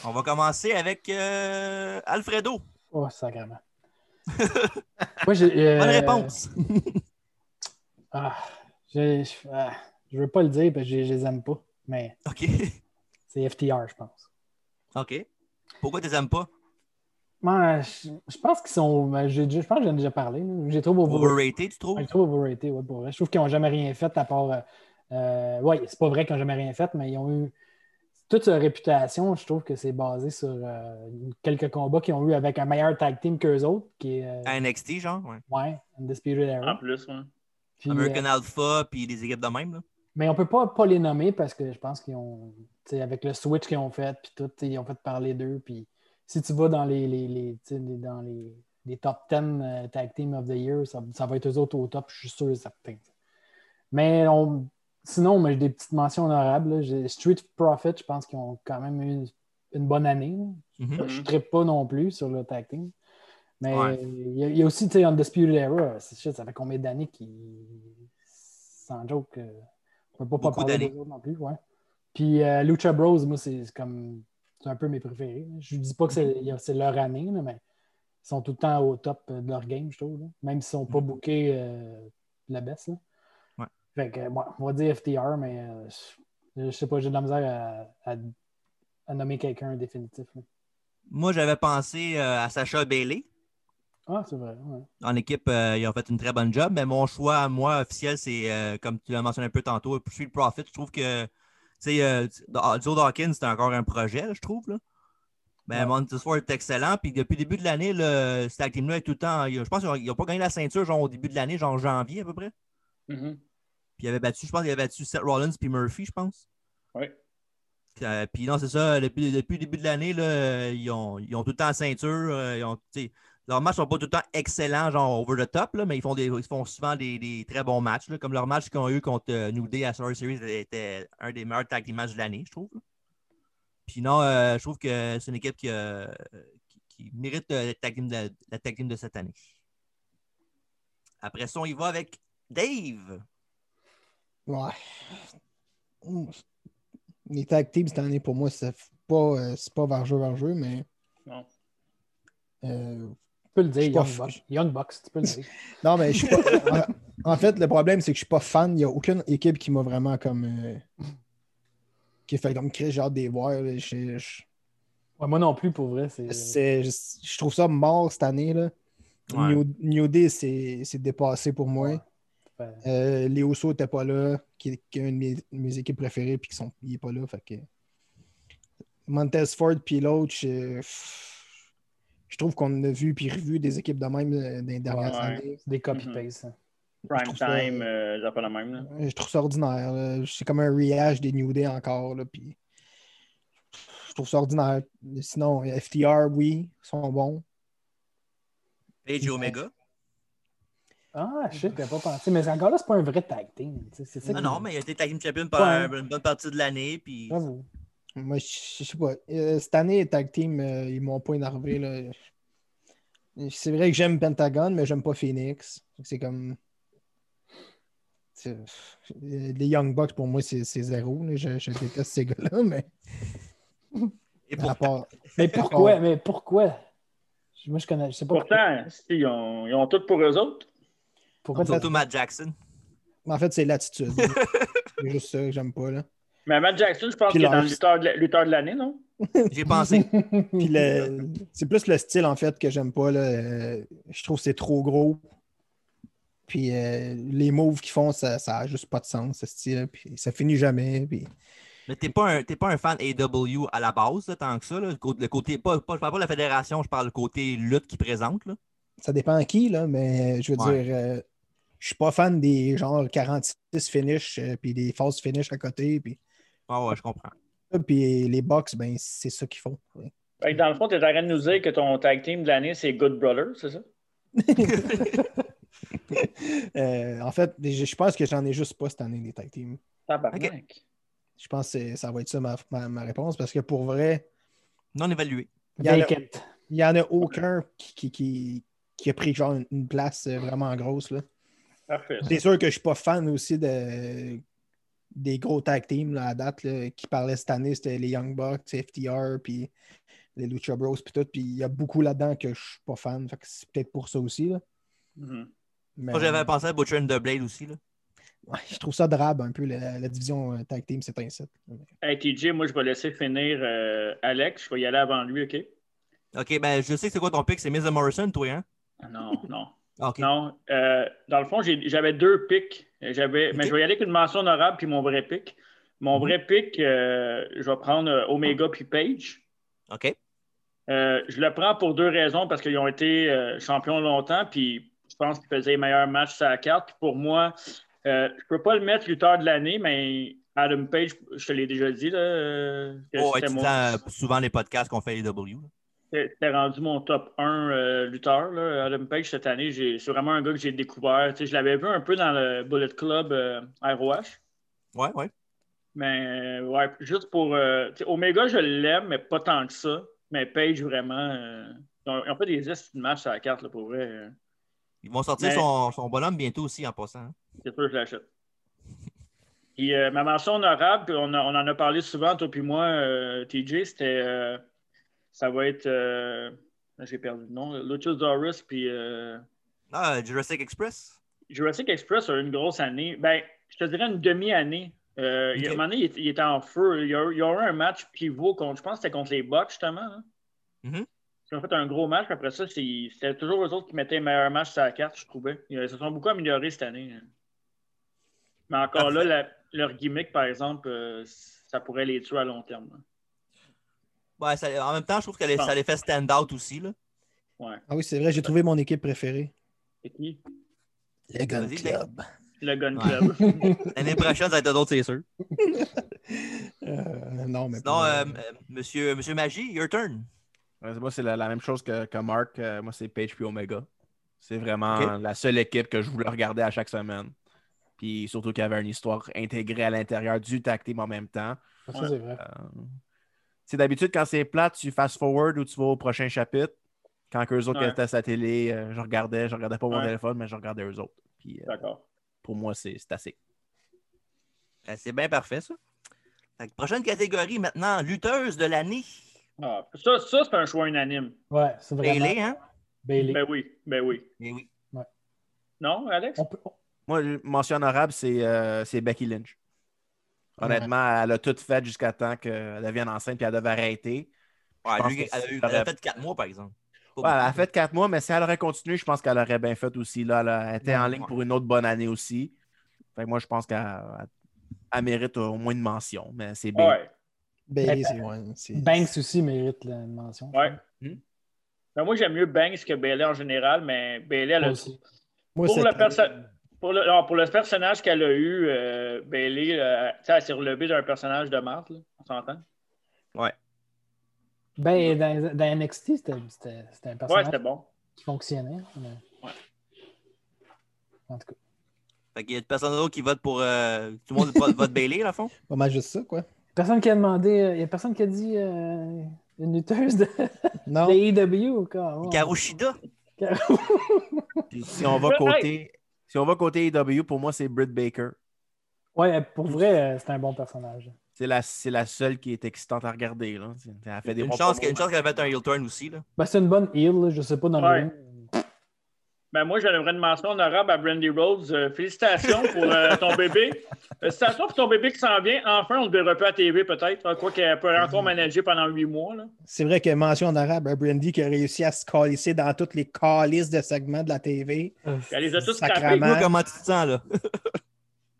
Speaker 1: On va commencer avec euh, Alfredo.
Speaker 5: oh sacrément. Moi, j'ai. euh,
Speaker 1: Bonne réponse.
Speaker 5: Ah, j'ai- je, ah, je veux pas le dire parce que je je les aime pas, mais
Speaker 1: OK.
Speaker 5: c'est FTR, je pense.
Speaker 1: OK. Pourquoi tu les aimes pas?
Speaker 5: Moi, je, je pense qu'ils sont. ben, j'ai déjà- Je pense que j'en ai déjà parlé. là. J'ai trop overrated.
Speaker 1: Overrated, tu trouves?
Speaker 5: Ouais, trop overrated, ouais, pour vrai. Je trouve qu'ils n'ont jamais rien fait à part. euh, euh, ouais, c'est pas vrai qu'ils n'ont jamais rien fait, mais ils ont eu. Toute leur réputation, je trouve que c'est basé sur euh, quelques combats qu'ils ont eu avec un meilleur tag team qu'eux autres, qui est. euh,
Speaker 1: À NXT, genre, ouais. Ah,
Speaker 5: ouais, Undisputed
Speaker 4: En
Speaker 5: Era.
Speaker 4: plus, ouais.
Speaker 5: Puis,
Speaker 1: American
Speaker 5: euh,
Speaker 1: Alpha, puis des équipes de même, là.
Speaker 5: mais on peut pas, pas les nommer parce que je pense qu'ils ont. tu sais, Avec le switch qu'ils ont fait, puis tout, tu sais, ils ont fait parler d'eux. Puis si tu vas dans les, les, les, tu sais, les- dans les, les top 10 euh, Tag Team of the Year, ça, ça va être eux autres au top, je suis sûr et certain. Mais on- sinon, mais j'ai des petites mentions honorables. là. J'ai- Street Profit, je pense qu'ils ont quand même eu une, une bonne année. là.
Speaker 1: Mhm.
Speaker 5: Je ne trippe pas non plus sur le tag team. Mais
Speaker 1: Ouais.
Speaker 5: il y a- il y, a aussi, tu sais, Undisputed Era. C'est shit, ça fait combien d'années qu'ils. Sans joke, euh, on ne peut pas,
Speaker 1: Beaucoup
Speaker 5: pas parler
Speaker 1: d'années.
Speaker 5: d'eux autres non plus. Ouais. Puis euh, Lucha Bros, moi, c'est c'est comme. C'est un peu mes préférés. là. Je ne dis pas que
Speaker 1: Mhm.
Speaker 5: c'est il y a- c'est leur année, là, mais ils sont tout le temps au top euh, de leur game, je trouve. là. Même s'ils ne sont pas
Speaker 1: Mhm.
Speaker 5: bookés euh, la baisse. Là.
Speaker 1: Ouais.
Speaker 5: Fait que, ouais, on va dire FTR, mais euh, je ne sais pas, j'ai de la misère à, à- à nommer quelqu'un définitif. là.
Speaker 1: Moi, j'avais pensé euh, à Sacha Bailey.
Speaker 5: Ah, c'est vrai. ouais.
Speaker 1: En équipe, euh, ils ont fait une très bonne job, mais mon choix, à moi, officiel, c'est, euh, comme tu l'as mentionné un peu tantôt, Street Profit. Je trouve que, tu sais, euh, Ah, Joe Dawkins, c'est encore un projet, là, je trouve, là. Mais
Speaker 5: Ouais.
Speaker 1: Montesford est excellent. Puis depuis le début de l'année, le tag team-là est tout le temps. il- Je pense qu'ils n'ont pas gagné la ceinture genre, au début de l'année, genre janvier à peu près.
Speaker 4: Mhm.
Speaker 1: Puis il avait battu, je pense, il avait battu Seth Rollins puis Murphy, je pense.
Speaker 4: Ouais.
Speaker 1: Euh, puis non, c'est ça, depuis, depuis le début de l'année, là, euh, ils, ont, ils ont tout le temps la ceinture. euh, ils ont, tu sais, leurs matchs sont pas tout le temps excellents, genre over the top, là, mais ils font, des, ils font souvent des, des très bons matchs. là, comme leur match qu'ils ont eu contre euh, New Day à Survivor Series était un des meilleurs tag team matchs de l'année, je trouve. là. Puis non, euh, je trouve que c'est une équipe qui, euh, qui- qui mérite euh, la tag, team de, la tag team de cette année. Après ça, on y va avec Dave.
Speaker 3: Ouais. Les tag teams cette année, pour moi, c'est pas, euh, c'est pas vers jeu vers jeu, mais.
Speaker 4: Non.
Speaker 3: Euh,
Speaker 5: Tu peux le dire,
Speaker 3: Je suis pas
Speaker 5: Young
Speaker 3: fou.
Speaker 5: Bucks. Young Bucks, tu peux le dire.
Speaker 3: non, mais je suis pas. en en fait, le problème, c'est que je suis pas fan. Il n'y a aucune équipe qui m'a vraiment comme. euh, qui fait comme créer genre des voir. là. Je- je-
Speaker 5: Ouais, moi non plus, pour vrai. C'est...
Speaker 3: c'est- Je je trouve ça mort cette année. Là.
Speaker 1: Ouais.
Speaker 3: New, New Day, c'est c'est dépassé pour moi.
Speaker 5: Ouais. Ouais.
Speaker 3: Euh, Léo So n'était pas là, qui est, qui est une de mes, mes équipes préférées, puis qui sont, il n'est pas là. Fait que... Montez Ford, puis l'autre, je, pff, je trouve qu'on a vu, puis revu des équipes de même euh, dans les dernières
Speaker 4: Ouais.
Speaker 3: années.
Speaker 5: C'est des copy-paste. hein.
Speaker 4: Prime
Speaker 3: trouve ça-
Speaker 4: time, euh, ils appellent la même, là.
Speaker 3: Je trouve ça ordinaire. là. C'est comme un rehash des New Day encore. Là, puis... Je trouve ça ordinaire. Sinon, FTR, oui, sont bons.
Speaker 1: Page et Omega.
Speaker 5: Ah, shit, j'avais pas pensé. Mais encore là, c'est pas un vrai tag team. tu sais, C'est ça
Speaker 1: Non,
Speaker 5: qui-
Speaker 1: Ah non, mais il a été tag team champion pendant
Speaker 5: Ouais.
Speaker 1: une bonne partie de l'année. Puis...
Speaker 5: Bravo.
Speaker 3: Moi, je je sais pas. Euh, cette année, les tag team, euh, ils m'ont pas énervé. là. C'est vrai que j'aime Pentagon, mais j'aime pas Phoenix. C'est comme. c'est- euh, Les Young Bucks, pour moi, c'est c'est zéro. là. Je, je déteste ces gars-là, mais
Speaker 1: Et
Speaker 3: à
Speaker 1: pour...
Speaker 3: part-
Speaker 5: Mais pourquoi?
Speaker 3: Oh.
Speaker 5: Mais pourquoi? Je- Moi, je connais. Je sais pas
Speaker 4: Pourtant, si, ils ont, ils ont tout pour eux autres.
Speaker 5: pourquoi. pourquoi t'as-
Speaker 1: Surtout Matt Jackson.
Speaker 3: en fait, c'est l'attitude. c'est juste ça que j'aime pas. Là.
Speaker 4: Mais Matt Jackson, je pense
Speaker 3: Puis
Speaker 4: qu'il est dans
Speaker 3: leur-
Speaker 4: le lutteur de la- lutteur de l'année, non?
Speaker 1: J'ai pensé.
Speaker 3: Puis le- c'est plus le style, en fait, que j'aime pas. là. Euh, Je trouve que c'est trop gros. Puis euh, les moves qu'ils font, ça n'a juste pas de sens, ce style. Puis ça finit jamais. Puis...
Speaker 1: Mais t'es pas, un- t'es pas un fan AW à la base, là, tant que ça. là. Le côté, le côté- pas, pas- je parle pas de la fédération, je parle du côté lutte qu'ils présentent. là.
Speaker 3: ça dépend à qui, là, mais je veux
Speaker 1: Ouais.
Speaker 3: dire, euh, je suis pas fan des genre 46 finish euh, puis des false finish à côté. Puis,
Speaker 1: Ah ouais, je comprends.
Speaker 3: puis les box, ben, c'est ça qu'ils font. ouais.
Speaker 4: Fait que dans le fond, tu es en train de nous dire que ton tag team de l'année, c'est Good Brother, c'est ça?
Speaker 3: Euh, en fait, je je pense que j'en ai juste pas cette année des tag teams.
Speaker 4: Tabarnak.
Speaker 3: Je pense que c'est- ça va être ça ma, ma- ma réponse parce que pour vrai,
Speaker 1: Non évalué.
Speaker 3: il y en a-
Speaker 5: Vacant.
Speaker 3: il n'y en a aucun qui, qui, qui- qui a pris genre une, une place euh, vraiment grosse. Là.
Speaker 4: Parfait. ça.
Speaker 3: C'est sûr que je suis pas fan aussi de, des gros tag teams là, à date là, qui parlaient cette année, c'était les Young Bucks, FTR, puis les Lucha Bros, puis tout. Puis il y a beaucoup là-dedans que je suis pas fan. Fait que c'est peut-être pour ça aussi. Là.
Speaker 4: Mhm.
Speaker 3: Mais
Speaker 1: Moi, j'avais pensé à Butcher and the Blade aussi. Là.
Speaker 3: ouais, je trouve ça drabe un peu, la, la division euh, tag team, c'est un set.
Speaker 4: Hey, TJ, moi, je vais laisser finir euh, Alex. Je vais y aller avant lui, OK?
Speaker 1: Ok, ben je sais que c'est quoi ton pick, c'est Miz and Morrison, toi, hein? Ah,
Speaker 4: Non, non.
Speaker 1: Ok.
Speaker 4: Non. euh, dans le fond, j'ai- j'avais deux pics. J'avais, mais je vais y aller avec une mention honorable puis mon vrai pic. Mon vrai pic, euh, je vais prendre euh, Omega puis Page.
Speaker 1: Ok.
Speaker 4: Euh, je le prends pour deux raisons, parce qu'ils ont été euh, champions longtemps, puis je pense qu'ils faisaient les meilleurs matchs sur la carte. Puis pour moi, euh, je ne peux pas le mettre lutteur de l'année, mais Adam Page, je te l'ai déjà dit, là, euh, que
Speaker 1: Oh, ouais,
Speaker 4: c'était
Speaker 1: tu
Speaker 4: mon-
Speaker 1: dis, euh, souvent les podcasts qu'on fait les W. là.
Speaker 4: c'était c'était rendu mon top 1 euh, lutteur. Là. Adam Page, cette année, j'ai- c'est vraiment un gars que j'ai découvert. Tu sais, je l'avais vu un peu dans le Bullet Club euh, ROH.
Speaker 1: Ouais, ouais.
Speaker 4: Mais euh, ouais, juste pour. euh, tu sais, Omega, je l'aime, mais pas tant que ça. Mais Page, vraiment. euh, ils, ont, ils ont fait des estis de match à la carte, là, pour vrai. euh,
Speaker 1: Ils vont sortir
Speaker 4: Mais-
Speaker 1: son, son bonhomme bientôt aussi en passant. hein.
Speaker 4: C'est sûr que je l'achète. Puis euh, ma mention honorable, puis on, a- on en a parlé souvent, toi puis moi, euh, TJ, c'était. euh, ça va être. euh, J'ai perdu le nom. Luchus Doris, puis. euh,
Speaker 1: Ah, Jurassic Express.
Speaker 4: Jurassic Express a eu une grosse année. Ben, je te dirais une demi-année. Euh, il y a-
Speaker 1: Ok.
Speaker 4: un moment donné, il, est- il était en feu. Il y a, il y a eu un match pivot contre, je pense que c'était contre les Bucks, justement. hein.
Speaker 1: Mhm.
Speaker 4: Ils ont fait un gros match, puis après ça, c'est- c'était toujours eux autres qui mettaient le meilleur match sur la carte, je trouvais. Ils euh, se sont beaucoup améliorés cette année. hein. Mais encore là, la- leur gimmick, par exemple, euh, ça pourrait les tuer à long terme. hein.
Speaker 1: Ouais, ça- en même temps, je trouve que les-
Speaker 4: Bon.
Speaker 1: ça les fait stand out aussi. Là.
Speaker 3: Ah oui, c'est vrai, j'ai trouvé mon équipe préférée.
Speaker 4: C'est qui?
Speaker 3: Le Gun
Speaker 1: Vas-y,
Speaker 3: Club.
Speaker 4: Le Gun
Speaker 1: Ouais.
Speaker 4: Club.
Speaker 1: L'année prochaine, ça va être d'autres, c'est sûr.
Speaker 3: Euh, non, mais.
Speaker 1: Sinon,
Speaker 3: pas-
Speaker 1: euh, euh, monsieur, monsieur Magie, your turn.
Speaker 2: Ouais, moi, c'est la, la même chose que, que Mark. Euh, moi, c'est Page puis Omega. C'est vraiment la seule équipe que je voulais regarder à chaque semaine. Puis surtout qu'il y avait une histoire intégrée à l'intérieur du tag team en même temps. Euh,
Speaker 5: Ça, c'est vrai.
Speaker 2: C'est d'habitude, quand c'est plat, tu fast forward ou tu vas au prochain chapitre. Quand eux autres
Speaker 4: Ouais.
Speaker 2: étaient à sa télé, euh, je regardais, je regardais pas mon
Speaker 4: Ouais.
Speaker 2: téléphone, mais je regardais eux autres. Puis euh,
Speaker 4: D'accord.
Speaker 2: pour moi, c'est c'est assez.
Speaker 1: Ben, c'est bien parfait, ça. Fait que prochaine catégorie maintenant, lutteuse de l'année.
Speaker 4: Ah, ça, ça c'est un choix unanime.
Speaker 5: Ouais, c'est vrai.
Speaker 1: Bailey, hein?
Speaker 5: Bailey.
Speaker 4: Ben oui, ben oui.
Speaker 1: Mais oui.
Speaker 4: Non, Alex?
Speaker 5: On peut-
Speaker 2: Moi, le- mention honorable, c'est euh, c'est Becky Lynch. Honnêtement, elle a tout fait jusqu'à temps qu'elle devienne enceinte puis elle devait arrêter.
Speaker 1: Ouais,
Speaker 2: pense
Speaker 1: lui,
Speaker 2: que
Speaker 1: elle, a
Speaker 2: ça
Speaker 1: eu-
Speaker 2: aurait-
Speaker 1: elle a fait 4 mois, par exemple. Pas
Speaker 2: Ouais, elle a
Speaker 1: beaucoup.
Speaker 2: fait quatre mois, mais si elle aurait continué, je pense qu'elle aurait bien fait aussi. Là. Elle a- elle était en
Speaker 1: Ouais.
Speaker 2: ligne pour une autre bonne année aussi. Fait que moi, je pense qu'elle elle- elle mérite au moins une mention, mais c'est bien.
Speaker 4: Ouais.
Speaker 3: Bailey, c'est. ouais, c'est-
Speaker 5: Banks aussi mérite la une mention. je
Speaker 4: Ouais.
Speaker 5: trouve.
Speaker 4: Ben, moi, j'aime mieux Banks que Bailey en général, mais Bailey, elle a-
Speaker 5: Moi aussi.
Speaker 3: Moi,
Speaker 4: pour,
Speaker 3: c'est-
Speaker 4: le perso- pour, le, non, pour le personnage qu'elle a eu, euh, Bailey, euh, tu sais, elle s'est relevée d'un personnage de Marthe, là, on s'entend?
Speaker 5: Ben, dans, dans NXT, c'était- c'était c'était un
Speaker 4: Ouais,
Speaker 5: personnage
Speaker 4: c'était bon.
Speaker 5: qui fonctionnait. mais- En tout cas.
Speaker 1: Fait qu'il y a personne d'autre qui vote pour. euh, tout le monde vote, vote Bailey, à fond.
Speaker 3: Pas mal juste ça, quoi.
Speaker 5: Personne qui a demandé. Il n'y a personne qui a dit euh, une lutteuse de,
Speaker 3: Non.
Speaker 5: de E AEW encore. Ouais.
Speaker 1: Karushida.
Speaker 5: Caro-
Speaker 2: Puis si on va côté, si on va côté AEW, pour moi, c'est Britt Baker.
Speaker 5: ouais, pour vrai, euh, c'est un bon personnage.
Speaker 2: C'est la, c'est la seule qui est excitante à regarder. Là. C'est- Elle fait Ben, des
Speaker 1: Une
Speaker 2: bons
Speaker 1: chance,
Speaker 2: promos.
Speaker 1: que- une chance qu'elle va être un heel turn aussi. Là.
Speaker 5: Ben, c'est une bonne heal, là, je sais pas dans
Speaker 4: Ouais.
Speaker 5: le
Speaker 4: Ben moi, j'aimerais une mention honorable à Brandy Rhodes. Euh, félicitations pour euh, ton bébé. Euh, Félicitations pour ton bébé qui s'en vient. Enfin, on le verra plus à TV peut-être. Euh, Quoi qu'elle peut
Speaker 5: Hmm.
Speaker 4: encore manager pendant huit mois. Là.
Speaker 3: C'est vrai que mention en arabe à Brandy qui a réussi à se calisser dans toutes les calices de segments de la TV.
Speaker 4: Elle les a tous tapés.
Speaker 3: Sacrament.
Speaker 1: Toi, comment tu te sens là?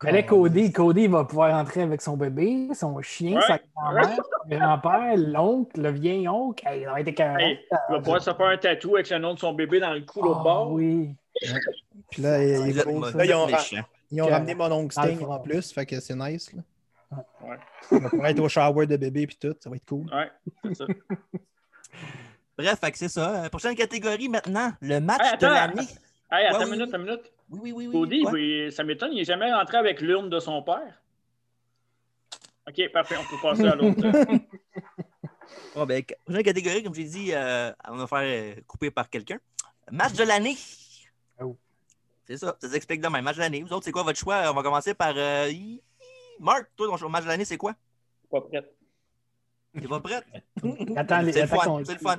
Speaker 5: Euh, Mais là, Cody, Cody va pouvoir entrer avec son bébé, son chien,
Speaker 4: Ouais.
Speaker 5: sa grand-mère, son grand-père, l'oncle, le vieil oncle. Hey, il aurait été carré.
Speaker 4: Hey, il va pouvoir se faire un tatou avec le nom de son bébé dans le cou l'autre bord.
Speaker 5: Ah Oui.
Speaker 3: Puis là, ils,
Speaker 1: Ah, Vous êtes,
Speaker 3: ils-
Speaker 1: vous êtes
Speaker 3: là, ils ont,
Speaker 1: méchants.
Speaker 3: ils ont
Speaker 5: Que-
Speaker 3: ramené mon oncle Sting
Speaker 5: Alpha.
Speaker 3: en plus, fait que c'est nice. Là.
Speaker 4: Ouais.
Speaker 3: On va pouvoir être au shower de bébé puis tout, ça va être cool.
Speaker 4: Ouais, c'est ça.
Speaker 1: Bref, fait que c'est ça. Euh, Prochaine catégorie maintenant, le match
Speaker 4: Hey,
Speaker 1: de
Speaker 4: attends,
Speaker 1: l'année.
Speaker 4: Hey, attends
Speaker 1: Ouais,
Speaker 4: une
Speaker 1: oui,
Speaker 4: minute,
Speaker 1: oui.
Speaker 4: une minute.
Speaker 1: Oui, oui, oui. oui.
Speaker 4: Cody,
Speaker 1: Quoi?
Speaker 4: oui, ça m'étonne, il n'est jamais rentré avec l'urne de son père. OK, parfait, on peut passer à l'autre. euh,
Speaker 1: Bon, ben, ca- prochaine catégorie, comme j'ai dit, euh, on va faire euh, couper par quelqu'un. Match de l'année.
Speaker 5: Oh.
Speaker 1: C'est ça, ça s'explique demain. Match de l'année. Vous autres, c'est quoi votre choix? On va commencer par euh, hi- hi- Marc, toi, ton choix- match de l'année, c'est quoi?
Speaker 4: Pas prête.
Speaker 1: T'es pas prête?
Speaker 5: Attends, les-
Speaker 1: c'est le
Speaker 5: attends
Speaker 1: fun.
Speaker 5: qu'on-
Speaker 1: C'est le fun.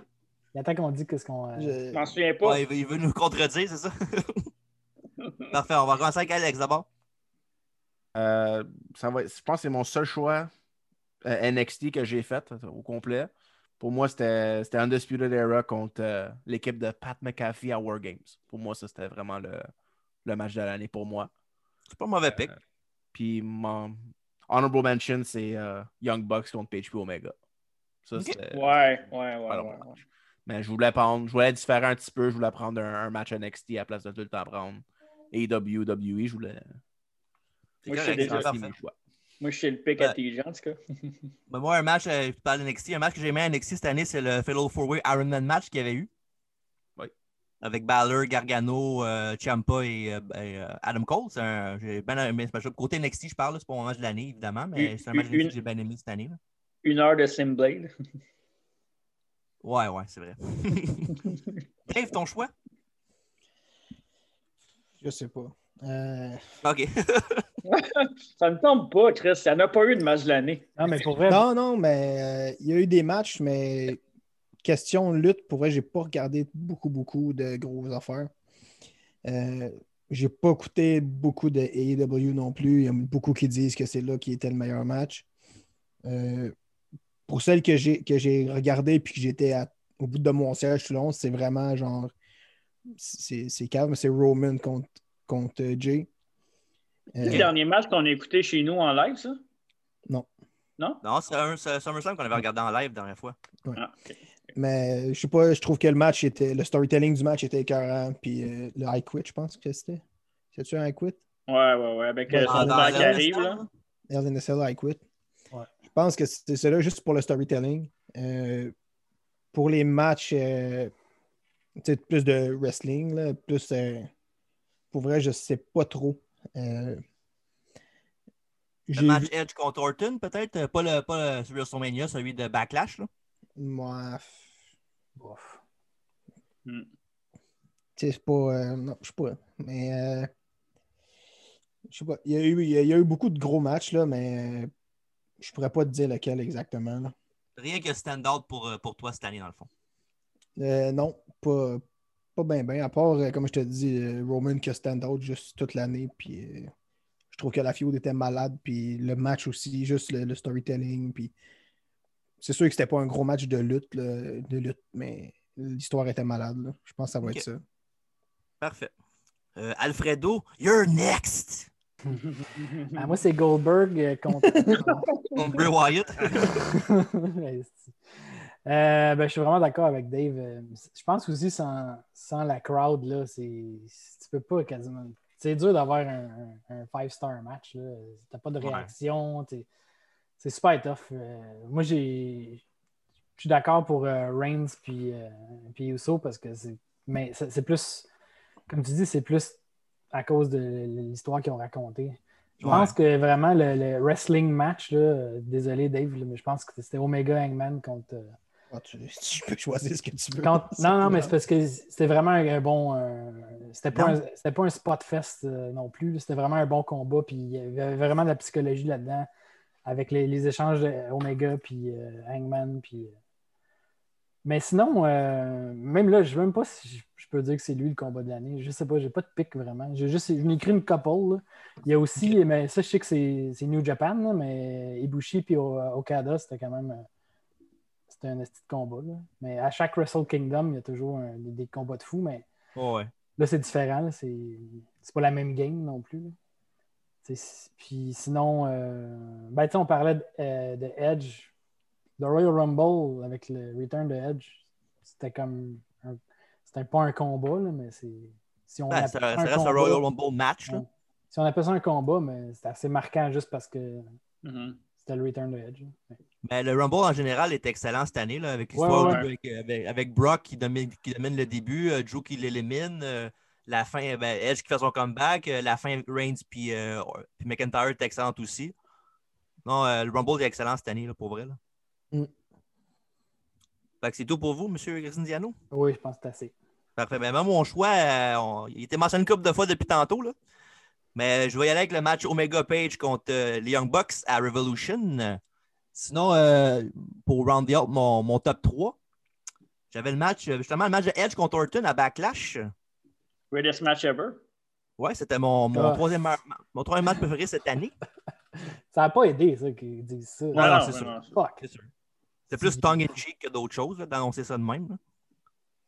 Speaker 5: Il attend qu'on dise qu'est-ce qu'on. euh,
Speaker 4: Je
Speaker 3: Je-
Speaker 4: m'en souviens pas.
Speaker 1: Ouais, il, veut, il veut nous contredire, c'est ça? Parfait, on va commencer avec Alex d'abord.
Speaker 2: Euh, ça va, je pense que c'est mon seul choix euh, NXT que j'ai fait euh, au complet. Pour moi, c'était c'était Undisputed Era contre euh, l'équipe de Pat McAfee à War Games. Pour moi, ça, c'était vraiment le, le match de l'année pour moi.
Speaker 1: C'est pas un mauvais
Speaker 4: Euh,
Speaker 1: pick.
Speaker 2: Puis mon honorable mention, c'est euh, Young Bucks contre PHP Omega. Ça,
Speaker 1: Ok.
Speaker 2: c'était-
Speaker 4: Ouais, ouais, ouais.
Speaker 2: pas
Speaker 4: ouais,
Speaker 2: long,
Speaker 4: ouais.
Speaker 2: Mais je voulais prendre, je voulais être différent un petit peu. Je voulais prendre un, un match NXT à la place de tout le temps prendre. Et WWE, E. je voulais.
Speaker 1: C'est
Speaker 4: Moi, je
Speaker 1: correct,
Speaker 4: sais
Speaker 1: c'est
Speaker 4: déjà.
Speaker 1: parfait.
Speaker 2: mes choix.
Speaker 4: Moi, je suis le pic
Speaker 1: Ouais.
Speaker 4: intelligent, en tout cas.
Speaker 1: Ben, moi, un match, euh, tu parles d'NXT, un match que j'ai aimé à NXT cette année, c'est le Fellow Four Way Iron Man match qu'il y avait eu.
Speaker 2: Oui.
Speaker 1: Avec Balor, Gargano, euh, Ciampa et, euh, et, euh, Adam Cole. C'est un- J'ai bien aimé ce match-là. Côté NXT, je parle, là, c'est pas mon match de l'année, évidemment, mais
Speaker 4: Une-
Speaker 1: c'est un match
Speaker 4: une-
Speaker 1: de NXT que j'ai bien aimé cette année. là.
Speaker 4: Une heure de Simblade.
Speaker 1: Ouais, ouais, c'est vrai. Dave, ton choix?
Speaker 3: Je sais pas. Euh,
Speaker 1: OK.
Speaker 4: Ça me tombe pas, Chris. Ça n'a pas eu de match de l'année.
Speaker 5: Non, mais pour vrai,
Speaker 3: Non, non, mais euh, il y a eu des matchs, mais question lutte, pour vrai, j'ai pas regardé beaucoup, beaucoup de grosses affaires. Euh, j'ai pas écouté beaucoup de AEW non plus. Il y a beaucoup qui disent que c'est là qui était le meilleur match. Euh, pour celles que j'ai que j'ai regardées puis que j'étais à- au bout de mon siège tout le long, c'est vraiment genre c'est c'est calme, c'est Roman contre, contre Jay. Euh,
Speaker 4: Le dernier match qu'on a écouté chez nous en live, ça?
Speaker 3: Non.
Speaker 4: Non?
Speaker 1: Non, c'est un c'est un SummerSlam qu'on avait regardé en live la dernière fois.
Speaker 4: Ah, ok.
Speaker 3: Mais euh, je sais pas, je trouve que le match était. Le storytelling du match était écœurant. Puis euh, le high quit, je pense que c'était. C'est-tu un high quit?
Speaker 4: Ouais, ouais, ouais. Avec
Speaker 3: Ouais,
Speaker 4: euh,
Speaker 3: dans-
Speaker 1: Ah,
Speaker 4: son
Speaker 3: dans
Speaker 4: père
Speaker 3: la-
Speaker 4: qui arrive, là.
Speaker 3: Hell in a Cell high quit.
Speaker 5: Ouais.
Speaker 3: Je pense que c'était cela juste pour le storytelling. Euh, pour les matchs, euh, tu sais, plus de wrestling, là, plus. euh, pour vrai, je sais pas trop. Euh,
Speaker 1: Le
Speaker 3: j'ai
Speaker 1: match
Speaker 3: vu-
Speaker 1: Edge contre Orton, peut-être. euh, Pas, le, pas le- celui de WrestleMania, celui de Backlash. Là.
Speaker 3: Moi,
Speaker 5: Ouf.
Speaker 3: Tu sais, c'est pas. euh, non, je sais pas. Mais. euh, je sais pas. Il y, a eu, il, y a, il y a eu beaucoup de gros matchs, là, mais euh, je pourrais pas te dire lequel exactement. là.
Speaker 1: Rien que stand-out pour, euh, pour toi cette année, dans le fond.
Speaker 3: Euh, non, pas, pas bien, bien. À part, euh, comme je te dis, euh, Roman qui a stand-out juste toute l'année. Puis euh, je trouve que la feud était malade. Puis le match aussi, juste le, le storytelling. Puis c'est sûr que c'était pas un gros match de lutte, là, de lutte mais l'histoire était malade. là. Je pense que ça va
Speaker 1: Ok.
Speaker 3: être ça.
Speaker 1: Parfait. Euh, Alfredo, you're next!
Speaker 5: Ah, moi, c'est Goldberg euh, contre.
Speaker 1: Contre Bray Wyatt.
Speaker 5: Esti. Euh, ben, je suis vraiment d'accord avec Dave. Euh, Je pense aussi sans, sans la crowd, là, c'est, tu peux pas quasiment. C'est dur d'avoir un, un- un five-star match. Là. T'as pas de
Speaker 1: Ouais.
Speaker 5: réaction. t'es- C'est super tough. Euh, moi, j'ai. Je suis d'accord pour euh, Reigns puis, euh, puis Uso parce que c'est. Mais c'est c'est plus. Comme tu dis, c'est plus à cause de l'histoire qu'ils ont racontée. Je pense que vraiment le, le wrestling match, là, euh, désolé Dave, là, mais je pense que c'était Omega Hangman contre. euh,
Speaker 3: Ah, tu, tu peux choisir ce que tu veux.
Speaker 5: contre- non, non, mais c'est
Speaker 3: c'est
Speaker 5: parce que c'était vraiment un, un bon. euh, c'était pas,
Speaker 1: Non.
Speaker 5: un- c'était pas un spot fest euh, non plus. C'était vraiment un bon combat. Puis il y avait vraiment de la psychologie là-dedans avec les, les échanges de Omega puis euh, Hangman. Puis, euh. Mais sinon, euh, même là, je ne sais même pas si je, je peux dire que c'est lui le combat de l'année. Je sais pas, j'ai pas de pic vraiment. J'ai juste je n'ai écrit une couple. là. Il y a aussi, mais ça, je sais que c'est c'est New Japan, là, mais Ibushi puis O- Okada, c'était quand même. euh, C'était un esti de combat. là. Mais à chaque Wrestle Kingdom, il y a toujours un- des, des combats de fous, mais
Speaker 1: Ouais.
Speaker 5: là, c'est différent. là. C'est c'est pas la même game non plus. là. Tu sais, si- Puis sinon, euh, ben, tu sais, on parlait de, euh, de Edge. Le Royal Rumble avec le Return de Edge, c'était comme. un- C'était pas un combat, là, mais c'est. Si on
Speaker 1: Ben,
Speaker 5: appelle
Speaker 1: ça,
Speaker 5: ça
Speaker 1: ça
Speaker 5: un
Speaker 1: reste un
Speaker 5: combat-
Speaker 1: Royal Rumble match. là.
Speaker 5: Ouais. si on appelle ça un combat, mais c'est assez marquant juste parce que
Speaker 4: Mhm.
Speaker 5: c'était le return de Edge. Ouais.
Speaker 1: Mais le Rumble en général est excellent cette année, là, avec l'histoire
Speaker 5: Ouais,
Speaker 1: du- Avec, avec- avec Brock qui domine, qui domine le début, euh, Drew qui l'élimine, euh, la fin, euh, ben, Edge qui fait son comeback, euh, la fin Reigns puis, euh, puis McIntyre est excellente aussi. Non, euh, le Rumble est excellent cette année, là, pour vrai. là.
Speaker 3: Mm.
Speaker 1: Fait que c'est tout pour vous, M. Grisindiano.
Speaker 5: Oui, je pense que c'est assez.
Speaker 1: Parfait. Ben, moi, mon choix, euh, on- il était mentionné une couple de fois depuis tantôt. Là. Mais je vais y aller avec le match Omega Page contre euh, les Young Bucks à Revolution. Sinon, euh, pour round the out mon, mon top 3, j'avais le match, euh, justement, le match de Edge contre Orton à Backlash.
Speaker 4: Greatest match ever.
Speaker 1: Ouais, c'était mon, mon
Speaker 5: Ah.
Speaker 1: troisième, ma- mon troisième match préféré cette année.
Speaker 5: Ça n'a pas aidé, ça, qu'ils disent ça. Ah,
Speaker 1: Ouais, non,
Speaker 4: Ah non,
Speaker 1: c'est
Speaker 4: mais
Speaker 1: sûr.
Speaker 4: non,
Speaker 5: Fuck.
Speaker 1: Ah, C'est sûr. C'est plus tongue in cheek que d'autres choses, là, d'annoncer ça de même. là.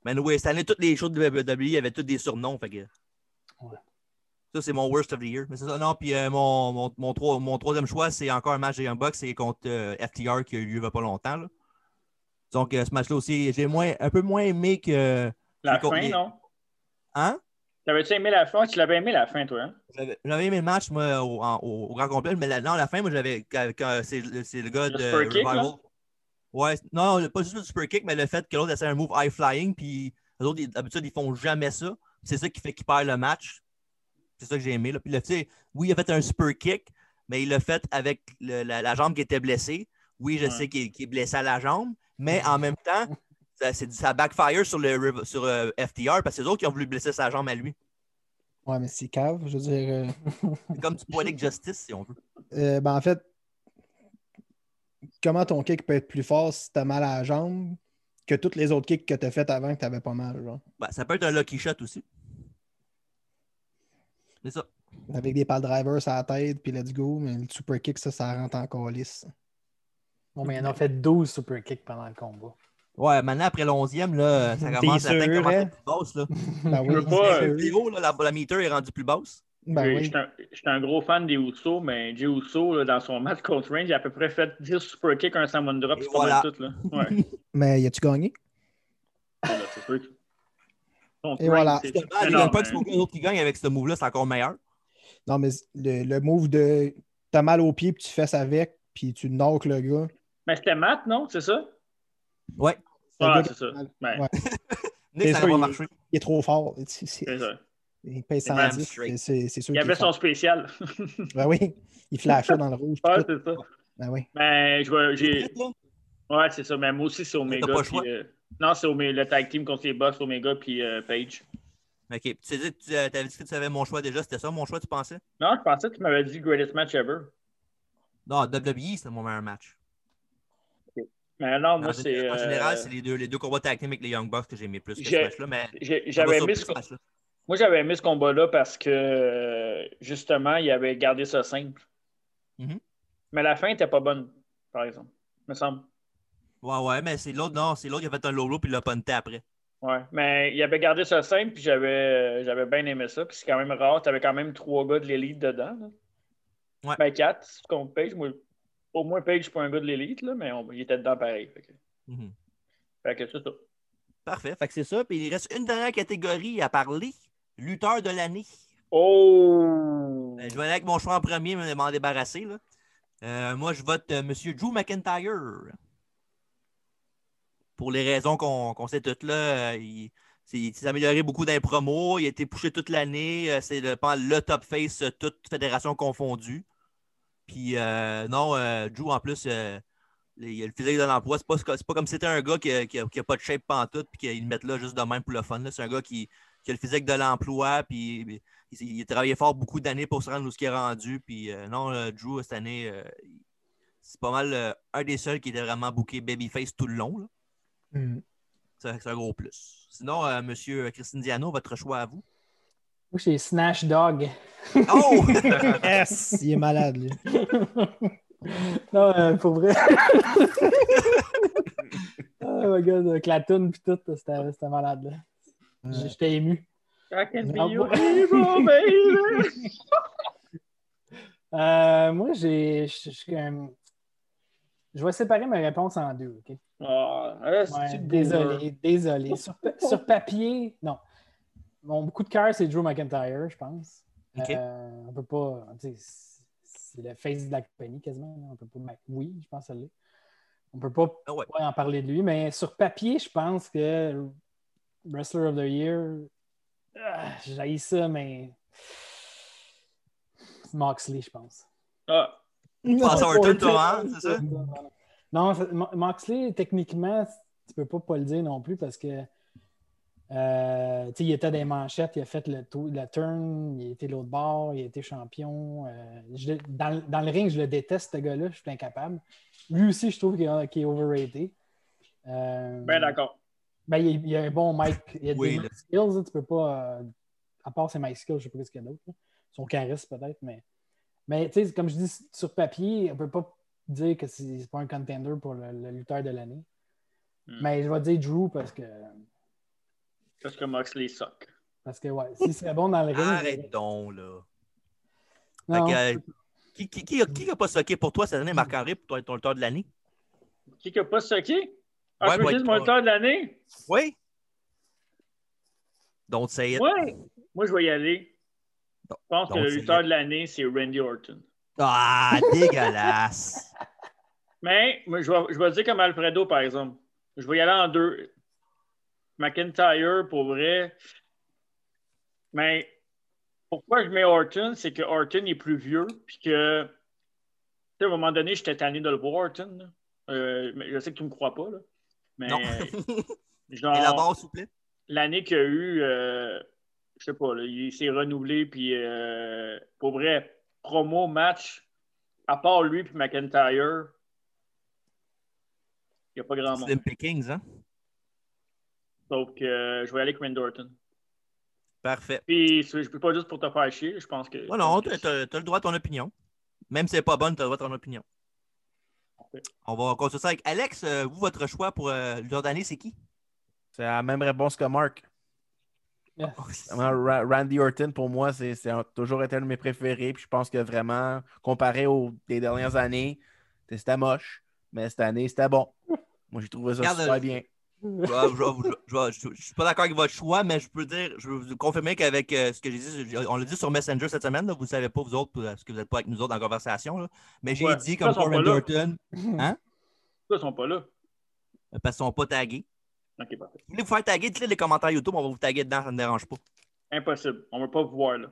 Speaker 1: Mais oui, cette année, toutes les choses de WWE avaient tous des surnoms. Fait que...
Speaker 5: Ouais.
Speaker 1: Ça, c'est mon worst of the year. Mais c'est ça, non. Puis euh, mon, mon, mon trois- mon troisième choix, c'est encore un match des Young Bucks, c'est contre euh, FTR qui a eu lieu il n'y a pas longtemps. là. Donc, euh, ce match-là aussi, j'ai moins, un peu moins aimé que.
Speaker 4: La
Speaker 1: J'ai
Speaker 4: fin,
Speaker 1: compris.
Speaker 4: non?
Speaker 1: Hein?
Speaker 4: T'avais-tu aimé la fin? Tu l'avais aimé la fin, toi, hein?
Speaker 1: J'avais j'avais aimé le match, moi, au, en- au- au grand complet. Mais là, non, à la fin, moi, j'avais. quand- quand C'est le c'est le gars
Speaker 4: Le
Speaker 1: de
Speaker 4: super kick,
Speaker 1: Revival.
Speaker 4: là?
Speaker 1: Ouais, non, non, pas juste le super kick, mais le fait que l'autre essaie un move high flying, puis les autres, ils- d'habitude, ils font jamais ça. C'est ça qui fait qu'ils perdent le match. C'est ça que j'ai aimé. Là. Puis là, tu sais, oui, il a fait un super kick, mais il l'a fait avec le- la, la jambe qui était blessée. Oui, je
Speaker 4: Ouais.
Speaker 1: sais qu'il qu'il est blessé à la jambe, mais en même temps, ça, c'est- ça backfire sur, le, Rev- sur euh, FTR parce que les autres qui ont voulu blesser sa jambe à lui.
Speaker 3: Ouais, mais c'est cave. Je veux dire. euh,
Speaker 1: C'est comme du poetic justice, si on veut.
Speaker 3: Euh, ben en fait, comment ton kick peut être plus fort si t'as mal à la jambe que tous les autres kicks que t'as fait avant que t'avais pas mal, genre.
Speaker 1: Ben, ça peut être un lucky shot aussi. C'est ça.
Speaker 3: Avec des pal drivers à la tête, puis let's go, mais le super kick, ça, ça rentre encore lisse.
Speaker 5: Bon, mais il en a fait 12 super kicks pendant le combat.
Speaker 1: Ouais, maintenant, après l'11e, là, ça
Speaker 3: T'es
Speaker 1: commence, la tête
Speaker 3: sûr,
Speaker 1: commence à
Speaker 3: hein?
Speaker 1: être plus basse. Là.
Speaker 3: Ben
Speaker 4: Je veux pas,
Speaker 1: Le
Speaker 3: c'est
Speaker 4: euh,
Speaker 3: sûr.
Speaker 1: vidéo, là, la, la meter est rendue plus basse.
Speaker 3: Ben
Speaker 4: J'ai-
Speaker 3: oui.
Speaker 4: J'étais un, j'étais un gros fan des Usos, mais Jey Uso, là, dans son match contre Reigns, il a à peu près fait 10 super kicks, un Samoan drop,
Speaker 1: Et
Speaker 4: c'est pas mal
Speaker 1: voilà.
Speaker 4: tout, là. Ouais,
Speaker 3: Mais y a-tu gagné?
Speaker 4: c'est là, c'est sûr. que- Contre
Speaker 3: Et voilà.
Speaker 4: Reigns, c'est- hein.
Speaker 1: Finalement, les
Speaker 4: non,
Speaker 1: Young Bucks,
Speaker 4: mais-
Speaker 1: faut qu'un autre qui gagne avec ce move-là, c'est encore meilleur.
Speaker 3: Non, mais le, le move de t'as mal au pied, puis tu fesses avec, puis tu knock le gars.
Speaker 4: Mais c'était Matt, non? C'est ça?
Speaker 1: Ouais.
Speaker 3: Le
Speaker 4: Ah,
Speaker 3: gars,
Speaker 4: c'est ça.
Speaker 3: mal.
Speaker 4: Ouais,
Speaker 3: Ouais.
Speaker 1: Nick, ça n'a
Speaker 3: sûr,
Speaker 1: pas
Speaker 3: il-
Speaker 1: marché.
Speaker 3: Il est trop fort. C'est- c'est-
Speaker 4: c'est ça.
Speaker 3: Il pèse
Speaker 1: même
Speaker 3: 110,
Speaker 1: straight.
Speaker 3: c'est c'est sûr
Speaker 4: Il
Speaker 3: qu'il
Speaker 4: avait
Speaker 3: est
Speaker 4: son
Speaker 3: fort.
Speaker 4: spécial.
Speaker 3: Ben oui, il flashait dans le rouge. puis
Speaker 4: Ah,
Speaker 3: tout.
Speaker 4: c'est ça.
Speaker 3: Ben oui.
Speaker 4: Ben, je vais. j'ai-
Speaker 1: Là,
Speaker 4: Ouais, c'est ça. Mais moi aussi, c'est Omega.
Speaker 1: T'as pas le
Speaker 4: puis,
Speaker 1: choix.
Speaker 4: euh, Non, c'est Omega- le tag team contre les Bucks, Omega puis euh, Page.
Speaker 1: Ok, tu t'es dit que tu euh, t'avais dit que tu savais mon choix déjà, c'était ça mon choix, tu pensais?
Speaker 4: Non, je pensais que tu m'avais dit greatest match ever.
Speaker 1: Non, WWE, c'était mon meilleur match.
Speaker 4: Mais non,
Speaker 1: en,
Speaker 4: Ah, moi, c'est.
Speaker 1: général- E, en général,
Speaker 4: euh,
Speaker 1: c'est les deux, les deux combats tag team avec les Young Bucks que j'ai aimé plus que ce
Speaker 4: J'ai-
Speaker 1: match-là, mais
Speaker 4: j'ai-
Speaker 1: ça m'a
Speaker 4: J'avais
Speaker 1: surpris,
Speaker 4: aimé ce
Speaker 1: ce match-là.
Speaker 4: Moi, j'avais aimé ce combat-là parce que, euh, justement, il avait gardé ça simple.
Speaker 1: Mhm.
Speaker 4: Mais la fin n'était pas bonne, par exemple, me semble.
Speaker 1: Ouais, ouais, mais c'est l'autre, non, c'est l'autre qui a fait un low-low puis il l'a punté après.
Speaker 4: Ouais. Mais il avait gardé ça simple, puis j'avais euh, j'avais bien aimé ça. Puis c'est quand même rare, tu avais quand même trois gars de l'élite dedans. Là.
Speaker 1: Ouais.
Speaker 4: Ben, quatre, si tu comptes Page. Moi, au moins, Page, c'est pas un gars de l'élite, là, mais on- il était dedans pareil. Fait que,
Speaker 1: Mhm.
Speaker 4: fait que c'est ça.
Speaker 1: Parfait, fait que c'est ça. Puis il reste une dernière catégorie à parler, lutteur de l'année.
Speaker 4: Oh!
Speaker 1: Euh, Je vais aller avec mon choix en premier, mais m'en débarrasser. Là. Euh, moi, je vote euh, Monsieur Drew McIntyre. Pour les raisons qu'on qu'on sait toutes là, euh, il- C'est- Il s'est amélioré beaucoup dans les promos. Il a été poussé toute l'année. Euh, C'est le, pas mal le top face, euh, toute fédération confondue. Puis euh, non, euh, Drew, en plus, euh, il il a le physique de l'emploi. C'est pas, c'est pas comme si c'était un gars qui n'a pas de shape pantoute puis qu'ils le mettent là juste de même pour le fun. là. C'est un gars qui, qui a le physique de l'emploi. Puis il, il a travaillé fort beaucoup d'années pour se rendre où ce qu'il est rendu. Puis euh, non, euh, Drew, cette année, euh, c'est pas mal euh, un des seuls qui était vraiment booké babyface tout le long. là.
Speaker 3: Hmm.
Speaker 1: Ça, C'est un gros plus. Sinon, euh, Monsieur Christine Diano, votre choix à vous.
Speaker 5: Moi, j'ai Snash Dog.
Speaker 1: Oh!
Speaker 3: Yes! Il est malade, lui.
Speaker 5: non, euh, pour vrai. oh my god, avec la toune pis tout, c'était c'était malade. là. J- J'étais ému.
Speaker 4: I can be
Speaker 5: Ah,
Speaker 4: your
Speaker 5: bon.
Speaker 4: hero, baby.
Speaker 5: Euh, moi, j'ai. je- je- euh, Je vais séparer ma réponse en deux, OK?
Speaker 4: Ah, ah,
Speaker 5: Ouais,
Speaker 4: c'est-tu boomer?
Speaker 5: désolé, désolé. Sur, pa- sur papier, non. Mon coup de cœur, c'est Drew McIntyre, je pense.
Speaker 1: OK.
Speaker 5: Euh, on peut pas. tu sais, C'est c'est le face de la compagnie quasiment. là. On peut pas. ben, oui, je pense que ça l'est. On peut pas
Speaker 1: Ah ouais.
Speaker 5: pas en parler de lui, mais sur papier, je pense que Wrestler of the Year, ah, j'haïs ça, mais. c'est Moxley, je pense.
Speaker 4: Ah,
Speaker 1: Passe à Orton,
Speaker 5: Orton,
Speaker 1: toi, hein, c'est ça?
Speaker 5: Non, c'est- Mo- Moxley, techniquement, tu peux pas pas le dire non plus parce que euh, tu sais, il était des manchettes, il a fait le, tou- le turn, il était l'autre bord, il était champion. euh, je le- dans, le- dans le ring, je le déteste, ce gars-là, je suis incapable. Lui aussi, je trouve qu'il est- qu'il est overrated. Euh,
Speaker 4: ben d'accord.
Speaker 5: ben, il, il a un bon mic. Il a
Speaker 1: Oui,
Speaker 5: des
Speaker 1: là.
Speaker 5: mic skills. là, Tu peux pas. euh, à part ses mic skills, je sais pas ce qu'il y a d'autre. là. Son charisme, peut-être. Mais, mais tu sais, comme je dis, sur papier, on peut pas dire que c'est c'est pas un contender pour le, le lutteur de l'année.
Speaker 4: Hmm.
Speaker 5: Mais je vais dire Drew parce que.
Speaker 4: Parce que Moxley suck.
Speaker 5: Parce que, ouais, s'il serait bon dans le ring.
Speaker 1: Arrête donc, là. Fait
Speaker 5: Non,
Speaker 1: que, euh, qui, qui, qui, a- qui a pas soqué pour toi cette année, Marc-Henri, pour ton, ton lutteur de l'année?
Speaker 4: Qui qui a pas sucké?
Speaker 1: Ouais,
Speaker 4: Ah, je
Speaker 1: ouais,
Speaker 4: peux dire mon
Speaker 1: ouais.
Speaker 4: temps de l'année?
Speaker 1: Oui? Don't say it.
Speaker 4: Ouais. Moi, je vais y aller. Je pense
Speaker 1: Donc,
Speaker 4: que le
Speaker 1: c'est
Speaker 4: lutteur
Speaker 1: bien.
Speaker 4: de l'année, c'est Randy Orton.
Speaker 1: Ah, dégueulasse!
Speaker 4: Mais moi, je, vais, je vais dire comme Alfredo, par exemple. Je vais y aller en deux. McIntyre, pour vrai. Mais pourquoi je mets Orton, c'est que Orton est plus vieux. Puis que, tu sais, à un moment donné, j'étais tanné de le voir, Orton. là. Euh, mais je sais que tu ne me crois pas. Là. Mais, euh, ah.
Speaker 1: Non.
Speaker 4: genre,
Speaker 1: Et la barre, s'il vous plaît?
Speaker 4: l'année qu'il y a eu, euh, je sais pas, là, il s'est renouvelé, puis euh, pour vrai, promo, match, à part lui puis McIntyre, il n'y a pas grand monde.
Speaker 1: Slim Pickings, hein?
Speaker 4: Donc, euh, je vais aller avec Randy Orton.
Speaker 1: Parfait.
Speaker 4: Puis, je ne peux pas juste pour te faire chier, je pense que.
Speaker 1: Oh non, t'as t'as- t'as le droit à ton opinion. Même si c'est pas bonne, t'as le droit à ton opinion. On va continuer ça avec Alex. Euh, vous, votre choix pour euh, lutteur de l'année, c'est qui?
Speaker 2: C'est la même réponse que Mark.
Speaker 5: yes.
Speaker 1: Oh,
Speaker 2: Vraiment, Ra- Randy Orton, pour moi, c'est c'est un- toujours été un de mes préférés. Puis je pense que vraiment, comparé aux des dernières années, c'était moche. Mais cette année, c'était bon. Moi, j'ai trouvé ça
Speaker 1: Regarde,
Speaker 2: super
Speaker 1: euh,
Speaker 2: bien.
Speaker 1: Je vais- je vais- je vais- je vais- je suis pas d'accord avec votre choix, mais je peux dire, je veux vous confirmer qu'avec euh, ce que j'ai dit, je- on l'a dit sur Messenger cette semaine, là, vous ne savez pas, vous autres, parce que vous n'êtes pas avec nous autres dans la conversation, là, mais j'ai
Speaker 4: Ouais,
Speaker 1: dit
Speaker 4: pourquoi
Speaker 1: comme
Speaker 4: ils
Speaker 1: Corbin
Speaker 4: sont pas là?
Speaker 1: Burton,
Speaker 4: Pourquoi ils sont pas là?
Speaker 1: euh, parce qu'ils ne sont pas tagués.
Speaker 4: Ok, parfait.
Speaker 1: Vous voulez vous faire taguer, dites-le dans les commentaires YouTube, on va vous taguer dedans, ça ne me dérange pas.
Speaker 4: Impossible. On ne va pas vous voir là.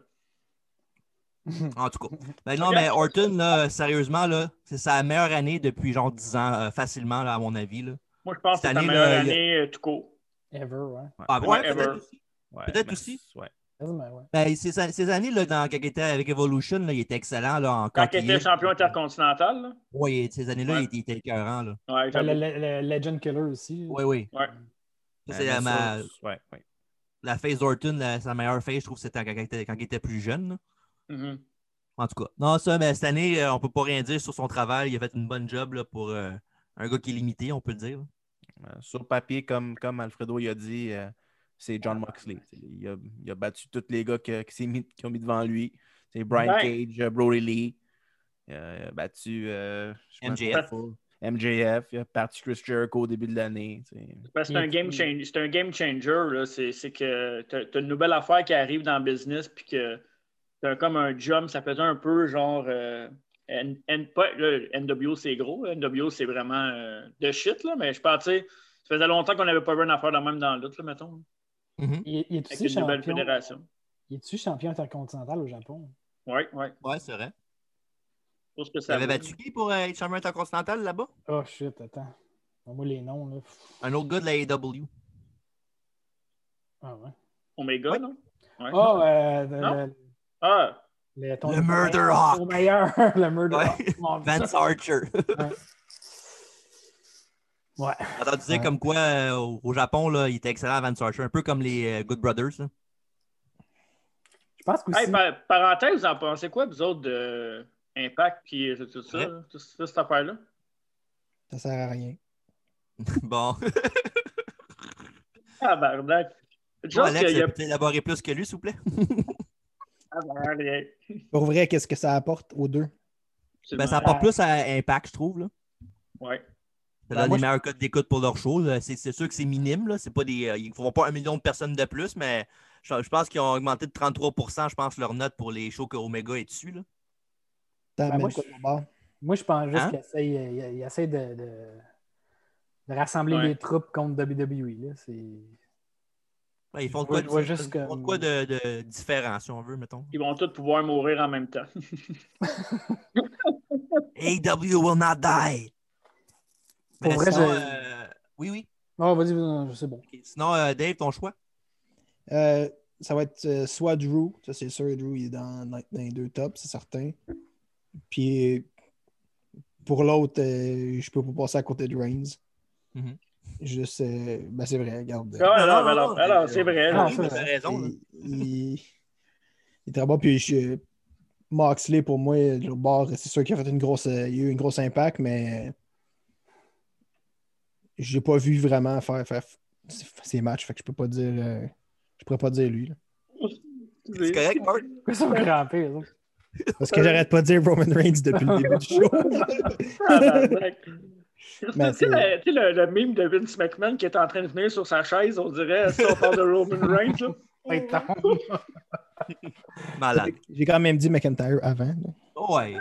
Speaker 1: En tout cas. Ben non, mais Orton, là, sérieusement, là, c'est sa meilleure année depuis genre 10 ans, euh, facilement, là, à mon avis. Là.
Speaker 4: Moi, je pense
Speaker 1: Cette
Speaker 4: que c'est la
Speaker 1: année,
Speaker 4: meilleure
Speaker 1: là, il y a-
Speaker 4: année euh, tout court.
Speaker 5: Ever, ouais.
Speaker 1: Ah,
Speaker 4: Ouais,
Speaker 1: ouais, peut-être
Speaker 4: ever.
Speaker 1: aussi.
Speaker 2: Ouais,
Speaker 1: peut-être
Speaker 2: mais-
Speaker 1: aussi.
Speaker 2: ouais.
Speaker 5: Quasiment, ouais.
Speaker 1: Ben, ces, ces années, là, dans, quand il était avec Evolution, là, il était excellent. Là, en
Speaker 4: Quand
Speaker 1: quand
Speaker 4: il était champion intercontinental,
Speaker 1: Oui, ces années-là,
Speaker 4: Ouais.
Speaker 1: il, était- il était écœurant. Là.
Speaker 4: là. Ouais,
Speaker 5: Le,
Speaker 4: j'avoue.
Speaker 5: le- le Legend Killer aussi.
Speaker 1: Oui, oui. Ben,
Speaker 4: Ouais.
Speaker 1: Ça,
Speaker 2: Ouais,
Speaker 1: C'est la,
Speaker 2: mais
Speaker 1: ma-
Speaker 2: ça, ouais, ouais.
Speaker 1: la face d'Orton, la- sa meilleure face, je trouve, c'était quand, il était- quand il était plus jeune. là.
Speaker 4: Mhm.
Speaker 1: En tout cas. Non, ça, mais cette année, euh, on ne peut pas rien dire sur son travail. Il a fait une bonne job là, pour euh, un gars qui est limité, on peut le dire.
Speaker 2: Euh, Sur papier, comme, comme Alfredo il a dit, euh, c'est John
Speaker 1: Ah,
Speaker 2: Moxley. Il a, il a battu tous les gars que- qui, s'est mis- qui ont mis devant lui. C'est Brian
Speaker 4: Ouais.
Speaker 2: Cage, euh, Brody Lee. Euh, il a battu euh, je me
Speaker 1: MJF.
Speaker 2: rappelle pas. MJF. Il a battu Chris Jericho au début de l'année. tu sais.
Speaker 4: Parce que c'est un game change- c'est un game changer. là. C'est c'est que tu as, une nouvelle affaire qui arrive dans le business, puis que t'as comme un jump, ça fait un peu genre. euh, N- N- pas- là, NWO, c'est gros. là. NWO, c'est vraiment euh, de shit, là, mais je pense, tu sais, ça faisait longtemps qu'on n'avait pas vu une affaire de même dans le lutte, là, mettons.
Speaker 1: Mhm.
Speaker 5: Il, il est
Speaker 4: Avec
Speaker 5: aussi
Speaker 4: une nouvelle
Speaker 5: champion.
Speaker 4: fédération.
Speaker 5: Il est aussi champion intercontinental au Japon.
Speaker 4: Oui, oui.
Speaker 1: Ouais, c'est vrai.
Speaker 4: Je pense que
Speaker 1: Tu
Speaker 4: ça
Speaker 1: avais
Speaker 4: vaut.
Speaker 1: battu qui pour euh, être champion intercontinental là-bas?
Speaker 5: Oh shit, attends. Moi les noms là. pff,
Speaker 1: Un autre gars de la AEW.
Speaker 5: Ah ouais.
Speaker 4: Omega,
Speaker 1: Ouais.
Speaker 4: Oh non? Ouais.
Speaker 5: Oh, euh,
Speaker 4: Non?
Speaker 5: le,
Speaker 4: Ah,
Speaker 5: le- ton-
Speaker 1: Le
Speaker 5: ton
Speaker 1: Murder
Speaker 5: meilleur-
Speaker 1: Hawk.
Speaker 5: Ton meilleur, le Murder
Speaker 1: Ouais.
Speaker 5: Hawk. Mon Dieu.
Speaker 1: Vance Archer.
Speaker 5: Ouais.
Speaker 1: Entendu dire
Speaker 5: Ouais.
Speaker 1: comme quoi euh, au au Japon, là, il était excellent Vance Archer, un peu comme les euh, Good Brothers. là.
Speaker 5: Je pense qu'aussi.
Speaker 4: Hey, ben, par- parenthèse, vous en pensez quoi, vous autres, de Impact puis euh, tout ça,
Speaker 1: Ouais.
Speaker 4: là, tout ça, cette affaire-là?
Speaker 3: Ça sert à rien.
Speaker 1: Bon.
Speaker 4: Ah, bardac.
Speaker 1: Toi,
Speaker 4: Genre
Speaker 1: Alex,
Speaker 4: qu'il y a
Speaker 1: peux-tu élaborer plus que lui, s'il vous plaît?
Speaker 4: Ah, ben, rien.
Speaker 3: Pour vrai, qu'est-ce que ça apporte aux deux?
Speaker 1: Ben, ça apporte plus à Impact, je trouve. Là.
Speaker 4: Ouais.
Speaker 1: Ça
Speaker 5: Ben,
Speaker 1: donne
Speaker 5: moi,
Speaker 1: les
Speaker 5: je-
Speaker 1: meilleurs codes d'écoute pour leur show. là. C'est c'est sûr que c'est minime. Là. C'est Pas des, euh, ils ne font pas un million de personnes de plus, mais je, je pense qu'ils ont augmenté de 33 je pense, leur note pour les shows que Omega est dessus. Là.
Speaker 3: T'as
Speaker 5: Ben,
Speaker 3: même
Speaker 5: moi,
Speaker 3: pas
Speaker 5: je-
Speaker 3: de bord.
Speaker 5: Moi, je pense juste
Speaker 1: Hein?
Speaker 5: qu'il essaye, il- il essaye de, de- de rassembler
Speaker 4: Ouais.
Speaker 5: les troupes contre WWE. Là. C'est...
Speaker 1: Ouais, ils font de
Speaker 5: Je
Speaker 1: quoi,
Speaker 5: vois- je vois
Speaker 1: de,
Speaker 5: juste
Speaker 1: ils font de
Speaker 5: que-
Speaker 1: quoi de- de différent, si on veut, mettons.
Speaker 4: Ils vont tous pouvoir mourir en même temps.
Speaker 1: AW E will not die.
Speaker 5: Pour
Speaker 1: Mais
Speaker 5: vrai,
Speaker 1: sinon,
Speaker 5: je-
Speaker 1: euh, Oui, oui.
Speaker 5: Oh, vas-y, vas-y, c'est bon.
Speaker 1: Ok. Sinon, euh, Dave, ton choix?
Speaker 3: Euh, ça va être euh, soit Drew, ça c'est sûr, Drew il est dans, dans les deux tops, c'est certain. Puis euh, pour l'autre, euh, je peux pas passer à côté de Reigns.
Speaker 1: Mhm.
Speaker 3: Juste, euh, ben c'est vrai, regarde.
Speaker 4: Ah,
Speaker 1: Non,
Speaker 4: alors,
Speaker 1: non,
Speaker 4: alors,
Speaker 1: non,
Speaker 4: alors,
Speaker 1: euh,
Speaker 4: c'est vrai.
Speaker 5: non,
Speaker 4: là.
Speaker 1: oui,
Speaker 5: c'est
Speaker 1: mais
Speaker 5: vrai.
Speaker 1: t'as raison. là.
Speaker 3: il, il- il est très bon. Puis je- Moxley, pour moi, le bord, c'est sûr qu'il a fait une grosse, il a eu une grosse impact, mais je l'ai pas vu vraiment faire, faire ses matchs. Fait que je peux pas dire. euh, je pourrais pas dire lui. là.
Speaker 1: C'est correct, Bart?
Speaker 5: Pourquoi ça me crampait, les autres?
Speaker 3: Parce que j'arrête pas de dire Roman Reigns depuis le début du show.
Speaker 4: Ah, bardac.
Speaker 3: Mais
Speaker 4: Tu sais, le, tu sais, le, le mime de Vince McMahon qui est en train de venir sur sa chaise, on dirait, si on parle de Roman Reigns, là.
Speaker 5: Hey, attends.
Speaker 1: Malade.
Speaker 3: J'ai quand même dit McIntyre avant. là.
Speaker 1: Oh, Ouais.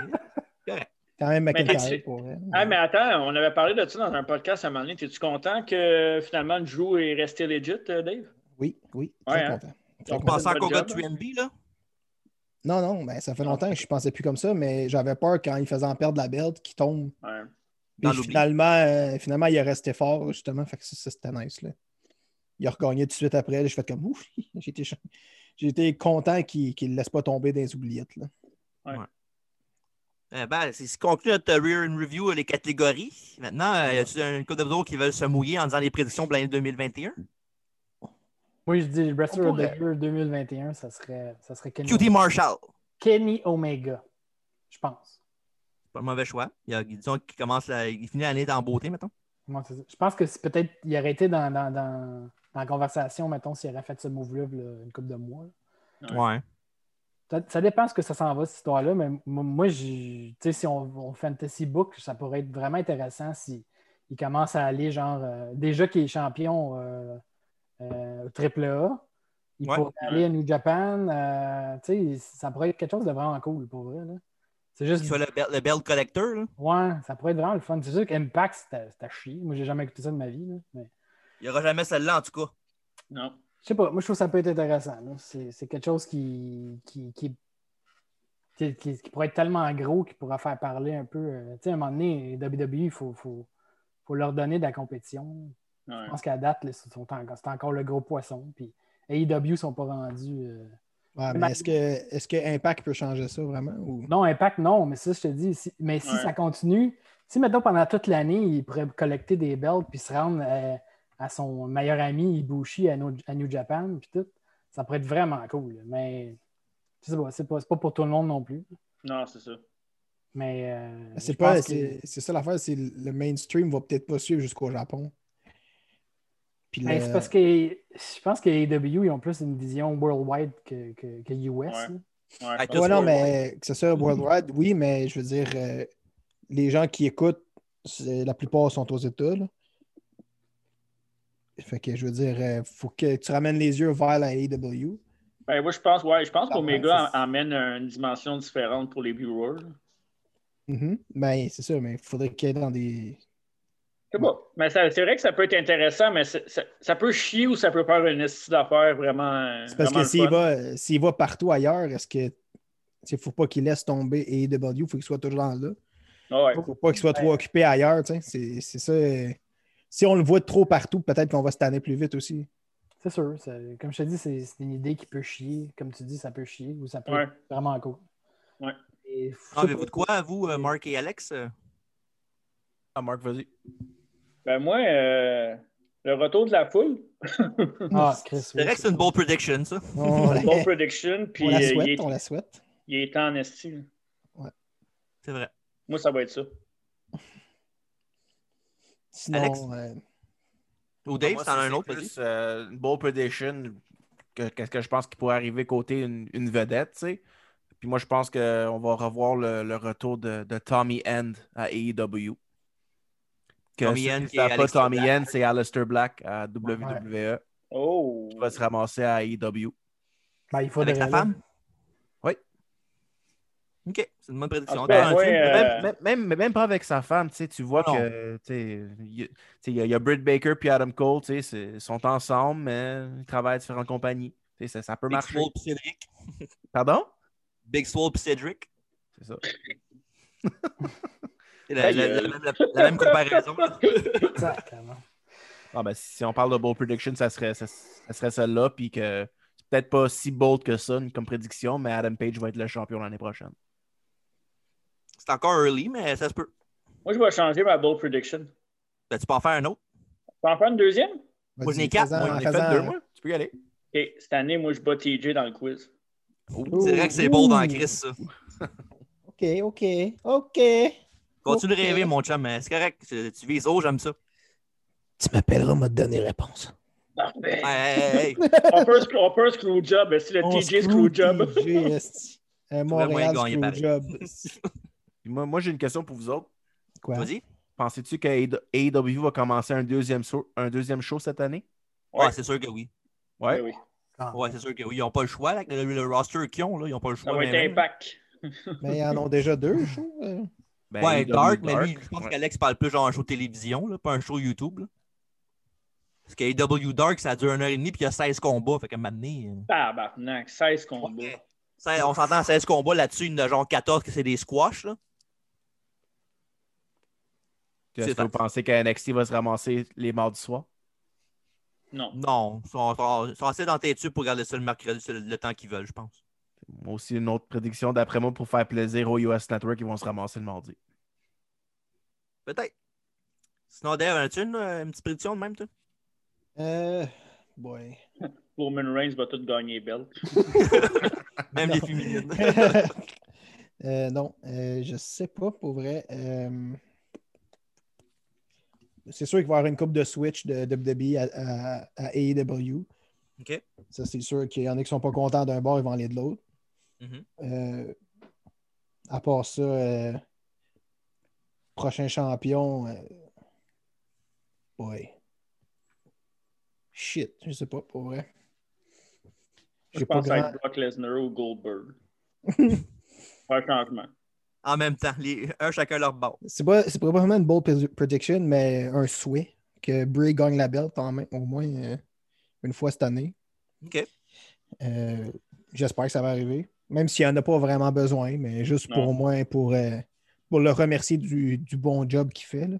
Speaker 3: Quand même
Speaker 4: Mais
Speaker 3: McIntyre
Speaker 4: t'es-
Speaker 3: pour vrai.
Speaker 4: Ah, mais attends, on avait parlé de ça dans un podcast à un moment donné. Es-tu content que finalement Drew est resté legit, euh, Dave?
Speaker 3: Oui, oui, très
Speaker 4: Ouais, hein.
Speaker 3: content. Très
Speaker 4: On
Speaker 1: On
Speaker 3: content.
Speaker 1: pense
Speaker 4: Bonne
Speaker 1: encore à
Speaker 4: job.
Speaker 1: 3MB, là?
Speaker 3: Non, non, mais ça fait longtemps que je pensais plus comme ça, mais j'avais peur quand il faisait en perdre la belt qu'il tombe.
Speaker 4: Ouais.
Speaker 3: Puis
Speaker 1: Dans l'oubli.
Speaker 3: finalement, euh, finalement, il est resté fort, justement. Fait que ça, ça, c'était nice. Là. Il a regagné tout de suite après. là, J'ai fait comme ouf. J'ai été, ch- j'ai été content qu'il ne le laisse pas tomber dans les oubliettes. Là.
Speaker 1: Eh ben, c'est ce qui conclut notre Rear and Review, euh, les catégories. Maintenant, euh, y a-t-il une couple de vous autres qui veulent se mouiller en disant les prédictions pour l'année 2021?
Speaker 5: Moi, je dis Wrestler
Speaker 3: On
Speaker 5: of
Speaker 3: pourrait.
Speaker 5: the Year 2021, ça serait, ça serait Kenny,
Speaker 1: QD Marshall.
Speaker 5: Kenny Omega, je pense.
Speaker 1: Pas un mauvais choix. Il y a, disons qu'il commence, la- il finit l'année en beauté, mettons.
Speaker 5: Comment ça se dit? Je pense que si peut-être il aurait été dans, dans, dans, dans la conversation, mettons, s'il aurait fait ce move-là là, une couple de mois. là.
Speaker 4: Ouais.
Speaker 5: Ça, ça dépend ce que ça s'en va, cette histoire-là, mais m- moi, j'ai- tu sais, si on, on fantasy book, ça pourrait être vraiment intéressant si il commence à aller, genre, euh, déjà qu'il est champion euh, euh, triple A, il
Speaker 1: Ouais.
Speaker 5: pourrait aller à New Japan, euh, tu sais, ça pourrait être quelque chose de vraiment cool pour vrai. là. C'est
Speaker 1: Qu'il
Speaker 5: juste,
Speaker 1: soit le, bel- le Bell Collector, là.
Speaker 5: ouais, ça pourrait être vraiment le fun. C'est sûr qu'Impact, c'était c'était à chier. Moi, j'ai jamais écouté ça de ma vie, là, mais
Speaker 1: Il n'y aura jamais celle-là, en tout cas.
Speaker 4: Non.
Speaker 5: je sais pas, moi, je trouve que ça peut être intéressant. là. C'est c'est quelque chose qui, qui, qui, qui- qui- qui pourrait être tellement gros qu'il pourra faire parler un peu. euh, tu sais, à un moment donné, WWE, il faut, faut, faut leur donner de la compétition.
Speaker 4: Ouais.
Speaker 5: Je pense qu'à date, là, c'est sont en- c'est encore le gros poisson. Puis AEW sont pas rendus. euh,
Speaker 3: Ouais, mais est-ce que, est-ce que Impact peut changer ça vraiment? Ou...
Speaker 5: Non, Impact, non, mais ça, je te dis. si- mais si
Speaker 4: Ouais.
Speaker 5: ça continue, si maintenant pendant toute l'année, il pourrait collecter des belts puis se rendre euh, à son meilleur ami Ibushi à, No- à New Japan, puis tout, ça pourrait être vraiment cool. là. Mais je sais pas, c'est pas, c'est pas pour tout le monde non plus.
Speaker 4: Non, c'est ça.
Speaker 5: Mais euh,
Speaker 3: Ah, C'est,
Speaker 5: je
Speaker 3: pas,
Speaker 5: pense que-
Speaker 3: c'est, c'est ça l'affaire, c'est le mainstream va peut-être pas suivre jusqu'au Japon. Puis
Speaker 5: Ben,
Speaker 3: le-
Speaker 5: c'est parce que je pense que AEW, ils ont plus une vision worldwide que, que, que US. là.
Speaker 4: Ouais,
Speaker 1: Ah,
Speaker 4: je
Speaker 1: Just
Speaker 3: Ouais,
Speaker 4: pense-
Speaker 3: non,
Speaker 1: Worldwide.
Speaker 3: mais que ce soit worldwide, oui, mais je veux dire, euh, les gens qui écoutent, c'est- la plupart sont aux États. là. Fait que je veux dire, il faut que tu ramènes les yeux vers la E AEW.
Speaker 4: Ben, moi, je pense, ouais, je pense
Speaker 3: Ah,
Speaker 4: qu'Omega
Speaker 3: ouais, c'est-
Speaker 4: amène une dimension différente pour les viewers. là.
Speaker 3: Mhm. Ben, c'est ça, mais il faudrait qu'il y ait dans des.
Speaker 4: C'est bon. Mais ça- c'est vrai que ça peut être intéressant, mais c'est- ça, ça peut chier ou ça peut faire une esti d'affaires vraiment.
Speaker 3: C'est parce
Speaker 4: vraiment
Speaker 3: que
Speaker 4: le
Speaker 3: s'il
Speaker 4: fun.
Speaker 3: va, s'il va partout ailleurs, est-ce que. Il ne faut pas qu'il laisse tomber AEW, il faut qu'il soit toujours là.
Speaker 4: Ah Ouais.
Speaker 3: Il ne faut pas qu'il soit trop occupé ailleurs. tu sais. C'est c'est ça. euh, Si on le voit trop partout, peut-être qu'on va se tanner plus vite aussi.
Speaker 5: C'est sûr. ça- comme je te dis, c'est c'est une idée qui peut chier. Comme tu dis, ça peut chier ou ça peut
Speaker 4: Ouais.
Speaker 5: être vraiment cool.
Speaker 4: Ouais.
Speaker 5: Et-
Speaker 1: Ah, avez-vous de quoi, vous, euh, Mark et Alex? euh?
Speaker 2: Ah, Marc, vas-y.
Speaker 4: Ben moi, euh, le retour de la foule,
Speaker 5: Ah, Chris,
Speaker 1: C'est vrai
Speaker 5: oui.
Speaker 1: que c'est une bold prediction, ça.
Speaker 3: On, la,
Speaker 4: bon prediction, puis
Speaker 3: on la
Speaker 4: euh, il,
Speaker 3: souhaite,
Speaker 4: est,
Speaker 3: on la souhaite.
Speaker 4: il est en esti. là.
Speaker 1: C'est vrai.
Speaker 4: Moi, ça va être ça.
Speaker 1: Alex?
Speaker 3: Sinon, euh,
Speaker 1: Ou Dave,
Speaker 2: Moi,
Speaker 1: t'en as
Speaker 2: c'est-
Speaker 1: un
Speaker 2: c'est
Speaker 1: autre, vas-y.
Speaker 2: plus, euh, une bold prediction, que- qu'est-ce que je pense qui pourrait arriver côté une, une vedette, tu sais. Puis moi, je pense qu'on va revoir le, le retour de, de Tommy End à AEW. Que
Speaker 1: Tommy
Speaker 2: celui
Speaker 1: End
Speaker 2: qui
Speaker 1: qui
Speaker 2: n'a
Speaker 1: est
Speaker 2: pas
Speaker 1: Aleister
Speaker 2: Tommy End, c'est Alistair Black à WWE.
Speaker 4: Oh!
Speaker 2: Qui va se ramasser à E AEW.
Speaker 5: Ben, il faut
Speaker 1: Avec
Speaker 5: des
Speaker 1: la
Speaker 5: relais.
Speaker 1: femme?
Speaker 2: Oui.
Speaker 1: OK, c'est une bonne prédiction.
Speaker 4: Ah, ben,
Speaker 1: Attends,
Speaker 4: ouais,
Speaker 1: tu-
Speaker 4: euh,
Speaker 2: Même, même- même, mais même pas avec sa femme, tu sais, tu vois
Speaker 1: Non.
Speaker 2: que tu sais, il y a- tu sais, il y, a- il y a Britt Baker puis Adam Cole, tu sais, c'est- ils sont ensemble, mais ils travaillent à différentes compagnies. Tu sais, ça, ça peut
Speaker 1: Big
Speaker 2: marcher.
Speaker 1: Swole pis Cédric.
Speaker 2: Pardon?
Speaker 1: Big Swole pis Cédric.
Speaker 2: C'est ça.
Speaker 1: C'est La, la-
Speaker 4: euh,
Speaker 1: la même, la- la même comparaison. là.
Speaker 5: Exactement.
Speaker 2: Ah, ben, si on parle de bold prediction, ça serait, ça, ça serait celle-là. Puis que c'est peut-être pas si bold que ça comme prédiction, mais Adam Page va être le champion l'année prochaine.
Speaker 1: C'est encore early, mais ça se peut.
Speaker 4: Moi, je vais changer ma bold prediction.
Speaker 1: Ben, tu peux en faire un autre.
Speaker 4: Tu en faire une deuxième?
Speaker 1: Moi, j'en ai
Speaker 3: vas-y,
Speaker 1: quatre,
Speaker 3: fais-en-
Speaker 1: moi, j'en
Speaker 2: On est
Speaker 1: ai fait
Speaker 3: fais-en-
Speaker 2: fait deux, moi. Tu peux y aller.
Speaker 4: OK, cette année, moi, je bats TJ dans le quiz.
Speaker 1: C'est vrai que c'est beau dans Chris, ça.
Speaker 3: OK, OK, OK.
Speaker 1: Continue de
Speaker 3: Ok.
Speaker 1: rêver, mon chum. mais C'est correct. Tu, tu vises haut, j'aime ça.
Speaker 3: Tu m'appelleras, m'a donné réponse.
Speaker 4: Parfait.
Speaker 1: Hey, hey, hey.
Speaker 4: on, peut, un sc- on peut un screw job, si le TJ screw job.
Speaker 3: TJ, esti. Euh, Montréal
Speaker 1: moyen de
Speaker 3: screw
Speaker 1: gagner
Speaker 3: job. esti.
Speaker 2: Puis moi, moi j'ai une question pour vous autres.
Speaker 3: Quoi?
Speaker 1: Vas-y.
Speaker 2: Pensez-tu que E AEW va commencer un deuxième, show, un deuxième show cette année?
Speaker 1: Ouais,
Speaker 4: Ouais.
Speaker 1: c'est sûr que oui.
Speaker 2: Ouais.
Speaker 4: Ben oui.
Speaker 5: Ah.
Speaker 1: Ouais, c'est sûr que oui. Ils n'ont pas le choix. là, avec le, le roster qu'ils ont, là, ils n'ont pas le
Speaker 4: Ça
Speaker 1: choix.
Speaker 4: va
Speaker 1: mais-
Speaker 4: être impact.
Speaker 3: Mais ils en ont déjà deux, je trouve. euh.
Speaker 2: Ben,
Speaker 1: Ouais,
Speaker 2: AEW
Speaker 1: Dark, mais lui, je pense
Speaker 2: ouais.
Speaker 1: qu'Alex parle plus genre un show télévision, là, pas un show YouTube. là. Parce que AW Dark, ça dure une heure et demie, puis il y a 16 combats. Fait que m'amener.
Speaker 4: Tabarnak, 16 combats.
Speaker 1: On s'entend 16 combats là-dessus, il y en a genre 14 que c'est des squash. Là.
Speaker 2: Est-ce
Speaker 1: c'est
Speaker 2: que vous
Speaker 1: facile.
Speaker 2: pensez que NXT va se ramasser les mardis soirs?
Speaker 4: Non.
Speaker 1: Non, ils sont, sont- sont assez dans tes tubes pour garder ça le mercredi, c'est le, le temps qu'ils veulent, je pense.
Speaker 2: Moi aussi, une autre prédiction d'après moi pour faire plaisir au US Network, ils vont se ramasser le mardi.
Speaker 1: Peut-être. Sinon, Dave, as-tu une, euh, une petite prédiction de même, toi?
Speaker 3: Euh, boy.
Speaker 4: Roman Reigns va tout gagner belle.
Speaker 1: Même
Speaker 3: Non.
Speaker 1: les féminines.
Speaker 3: Euh, non, euh, je sais pas pour vrai. Euh, c'est sûr qu'il va y avoir une coupe de Switch de WWE à, à- à AEW.
Speaker 1: OK.
Speaker 3: Ça, c'est sûr qu'il y en a qui sont pas contents d'un bord, ils vont aller de l'autre.
Speaker 1: Mhm.
Speaker 3: Euh, à part ça, euh, prochain champion. euh, boy. Shit, je sais pas pour vrai.
Speaker 4: Je
Speaker 3: J'ai pas
Speaker 4: pense à
Speaker 3: grand...
Speaker 4: être Brock Lesnar ou Goldberg. Faire changement.
Speaker 1: En même temps, les, un chacun leur bord.
Speaker 3: C'est pas- c'est probablement une bold pre- prediction, mais un souhait que Bray gagne la belt en main- au moins euh, une fois cette année.
Speaker 1: OK.
Speaker 3: Euh, J'espère que ça va arriver. Même s'il n'y en a pas vraiment besoin, mais juste pour
Speaker 4: Non.
Speaker 3: au moins pour, euh, pour le remercier du, du bon job qu'il fait. là.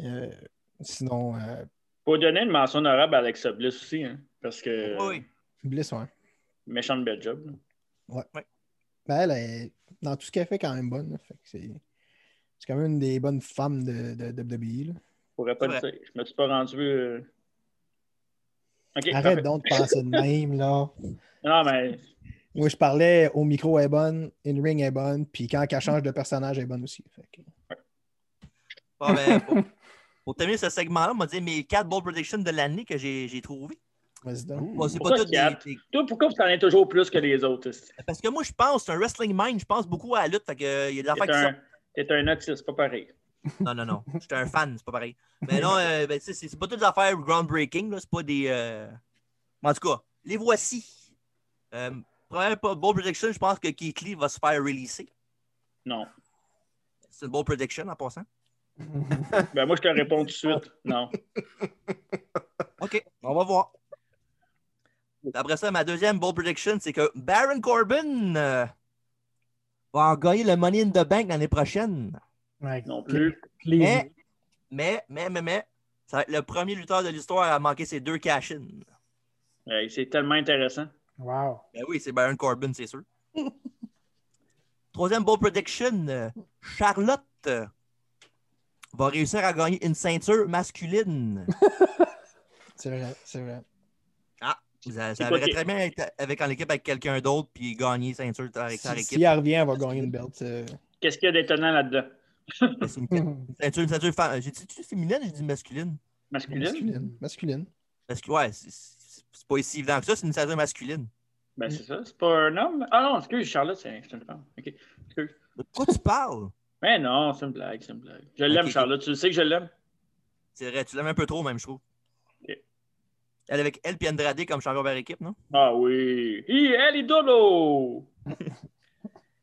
Speaker 3: Euh, sinon, euh,
Speaker 4: Faut donner une mention honorable à Alexa Bliss aussi, hein, parce que
Speaker 1: Oui.
Speaker 3: Bliss, ouais.
Speaker 4: méchante belle job. là.
Speaker 3: Ben, elle est dans tout ce qu'elle fait quand même bonne. là. Fait que C'est c'est quand même une des bonnes femmes de, de, de WWE. là.
Speaker 4: Pourrais pas
Speaker 1: C'est
Speaker 4: le dire. Je me suis pas rendu. euh, Ok, parfait.
Speaker 3: Arrête donc de penser de même, là.
Speaker 4: Non, mais
Speaker 3: Moi, je parlais au micro elle est bonne, in-ring elle est bonne, puis quand elle change de personnage, elle est bonne aussi. Fait que-
Speaker 1: Bon, ben, pour, pour terminer ce segment-là, on m'a dit mes 4 bold predictions de l'année que j'ai j'ai trouvées.
Speaker 3: Vas-y donc.
Speaker 1: Bon, c'est pas
Speaker 4: Pourquoi
Speaker 1: toutes des-
Speaker 4: quatre?
Speaker 1: des-
Speaker 4: toi, pourquoi tu en es toujours plus que les autres? esti?
Speaker 1: Parce que moi, je pense, c'est un wrestling mind, je pense beaucoup à la lutte. Fait que, euh, il y a des affaires
Speaker 4: T'es
Speaker 1: qui sortent.
Speaker 4: un, t'es un autiste, pas pareil.
Speaker 1: Non, non, non. J'étais un fan, c'est pas pareil. Mais non, euh, ben, tu sais, c'est c'est pas toutes des affaires groundbreaking, là. C'est pas des. euh, En tout cas, les voici. Euh, première po- bold prediction, je pense que Keith Lee va se faire releaser.
Speaker 4: Non.
Speaker 1: C'est une bold prediction en passant.
Speaker 4: Ben, moi, je te réponds tout de suite. Non.
Speaker 1: OK, on va voir. Après ça, ma deuxième bold prediction, c'est que Baron Corbin euh, va en gagner le Money in the Bank l'année prochaine.
Speaker 5: Ouais,
Speaker 4: Non plus.
Speaker 5: please.
Speaker 1: Mais, mais, mais, mais, mais, ça va être le premier lutteur de l'histoire à manquer ses deux cash-ins.
Speaker 4: Hey, Euh, c'est tellement intéressant.
Speaker 5: Wow.
Speaker 1: Ben oui, c'est Baron Corbin, c'est sûr. Troisième bold prediction, euh, Charlotte euh, va réussir à gagner une ceinture masculine.
Speaker 3: C'est vrai, c'est vrai.
Speaker 1: Ça,
Speaker 4: C'est
Speaker 1: ça
Speaker 4: quoi
Speaker 1: aurait
Speaker 4: qui-
Speaker 1: très bien être avec en équipe avec quelqu'un d'autre puis gagner ceinture avec sa
Speaker 3: Si,
Speaker 1: équipe.
Speaker 3: si elle revient, elle va gagner une belt. euh,
Speaker 4: Qu'est-ce qu'il y a d'étonnant là-dedans?
Speaker 1: Mais c'est une- une ceinture, une ceinture fa- J'ai dit féminine, j'ai dit masculine.
Speaker 4: Masculine?
Speaker 3: masculine. Masculine.
Speaker 1: Parce que ouais, c'est- c'est c'est pas si évident que ça, c'est une ceinture masculine.
Speaker 4: Ben, c'est ça. C'est pas un homme? Ah non, excuse, Charlotte, c'est c'est une femme. OK. Excuse.
Speaker 1: De quoi tu parles?
Speaker 4: Mais non, c'est une blague, c'est une blague. Je l'aime,
Speaker 1: Ok.
Speaker 4: Charlotte. Tu le sais que je l'aime?
Speaker 1: C'est vrai, tu l'aimes un peu trop, même, je trouve.
Speaker 4: Ok.
Speaker 1: Elle avec elle puis Andrade comme champion par équipe, non?
Speaker 4: Ah oui. Hi, elle est dodo!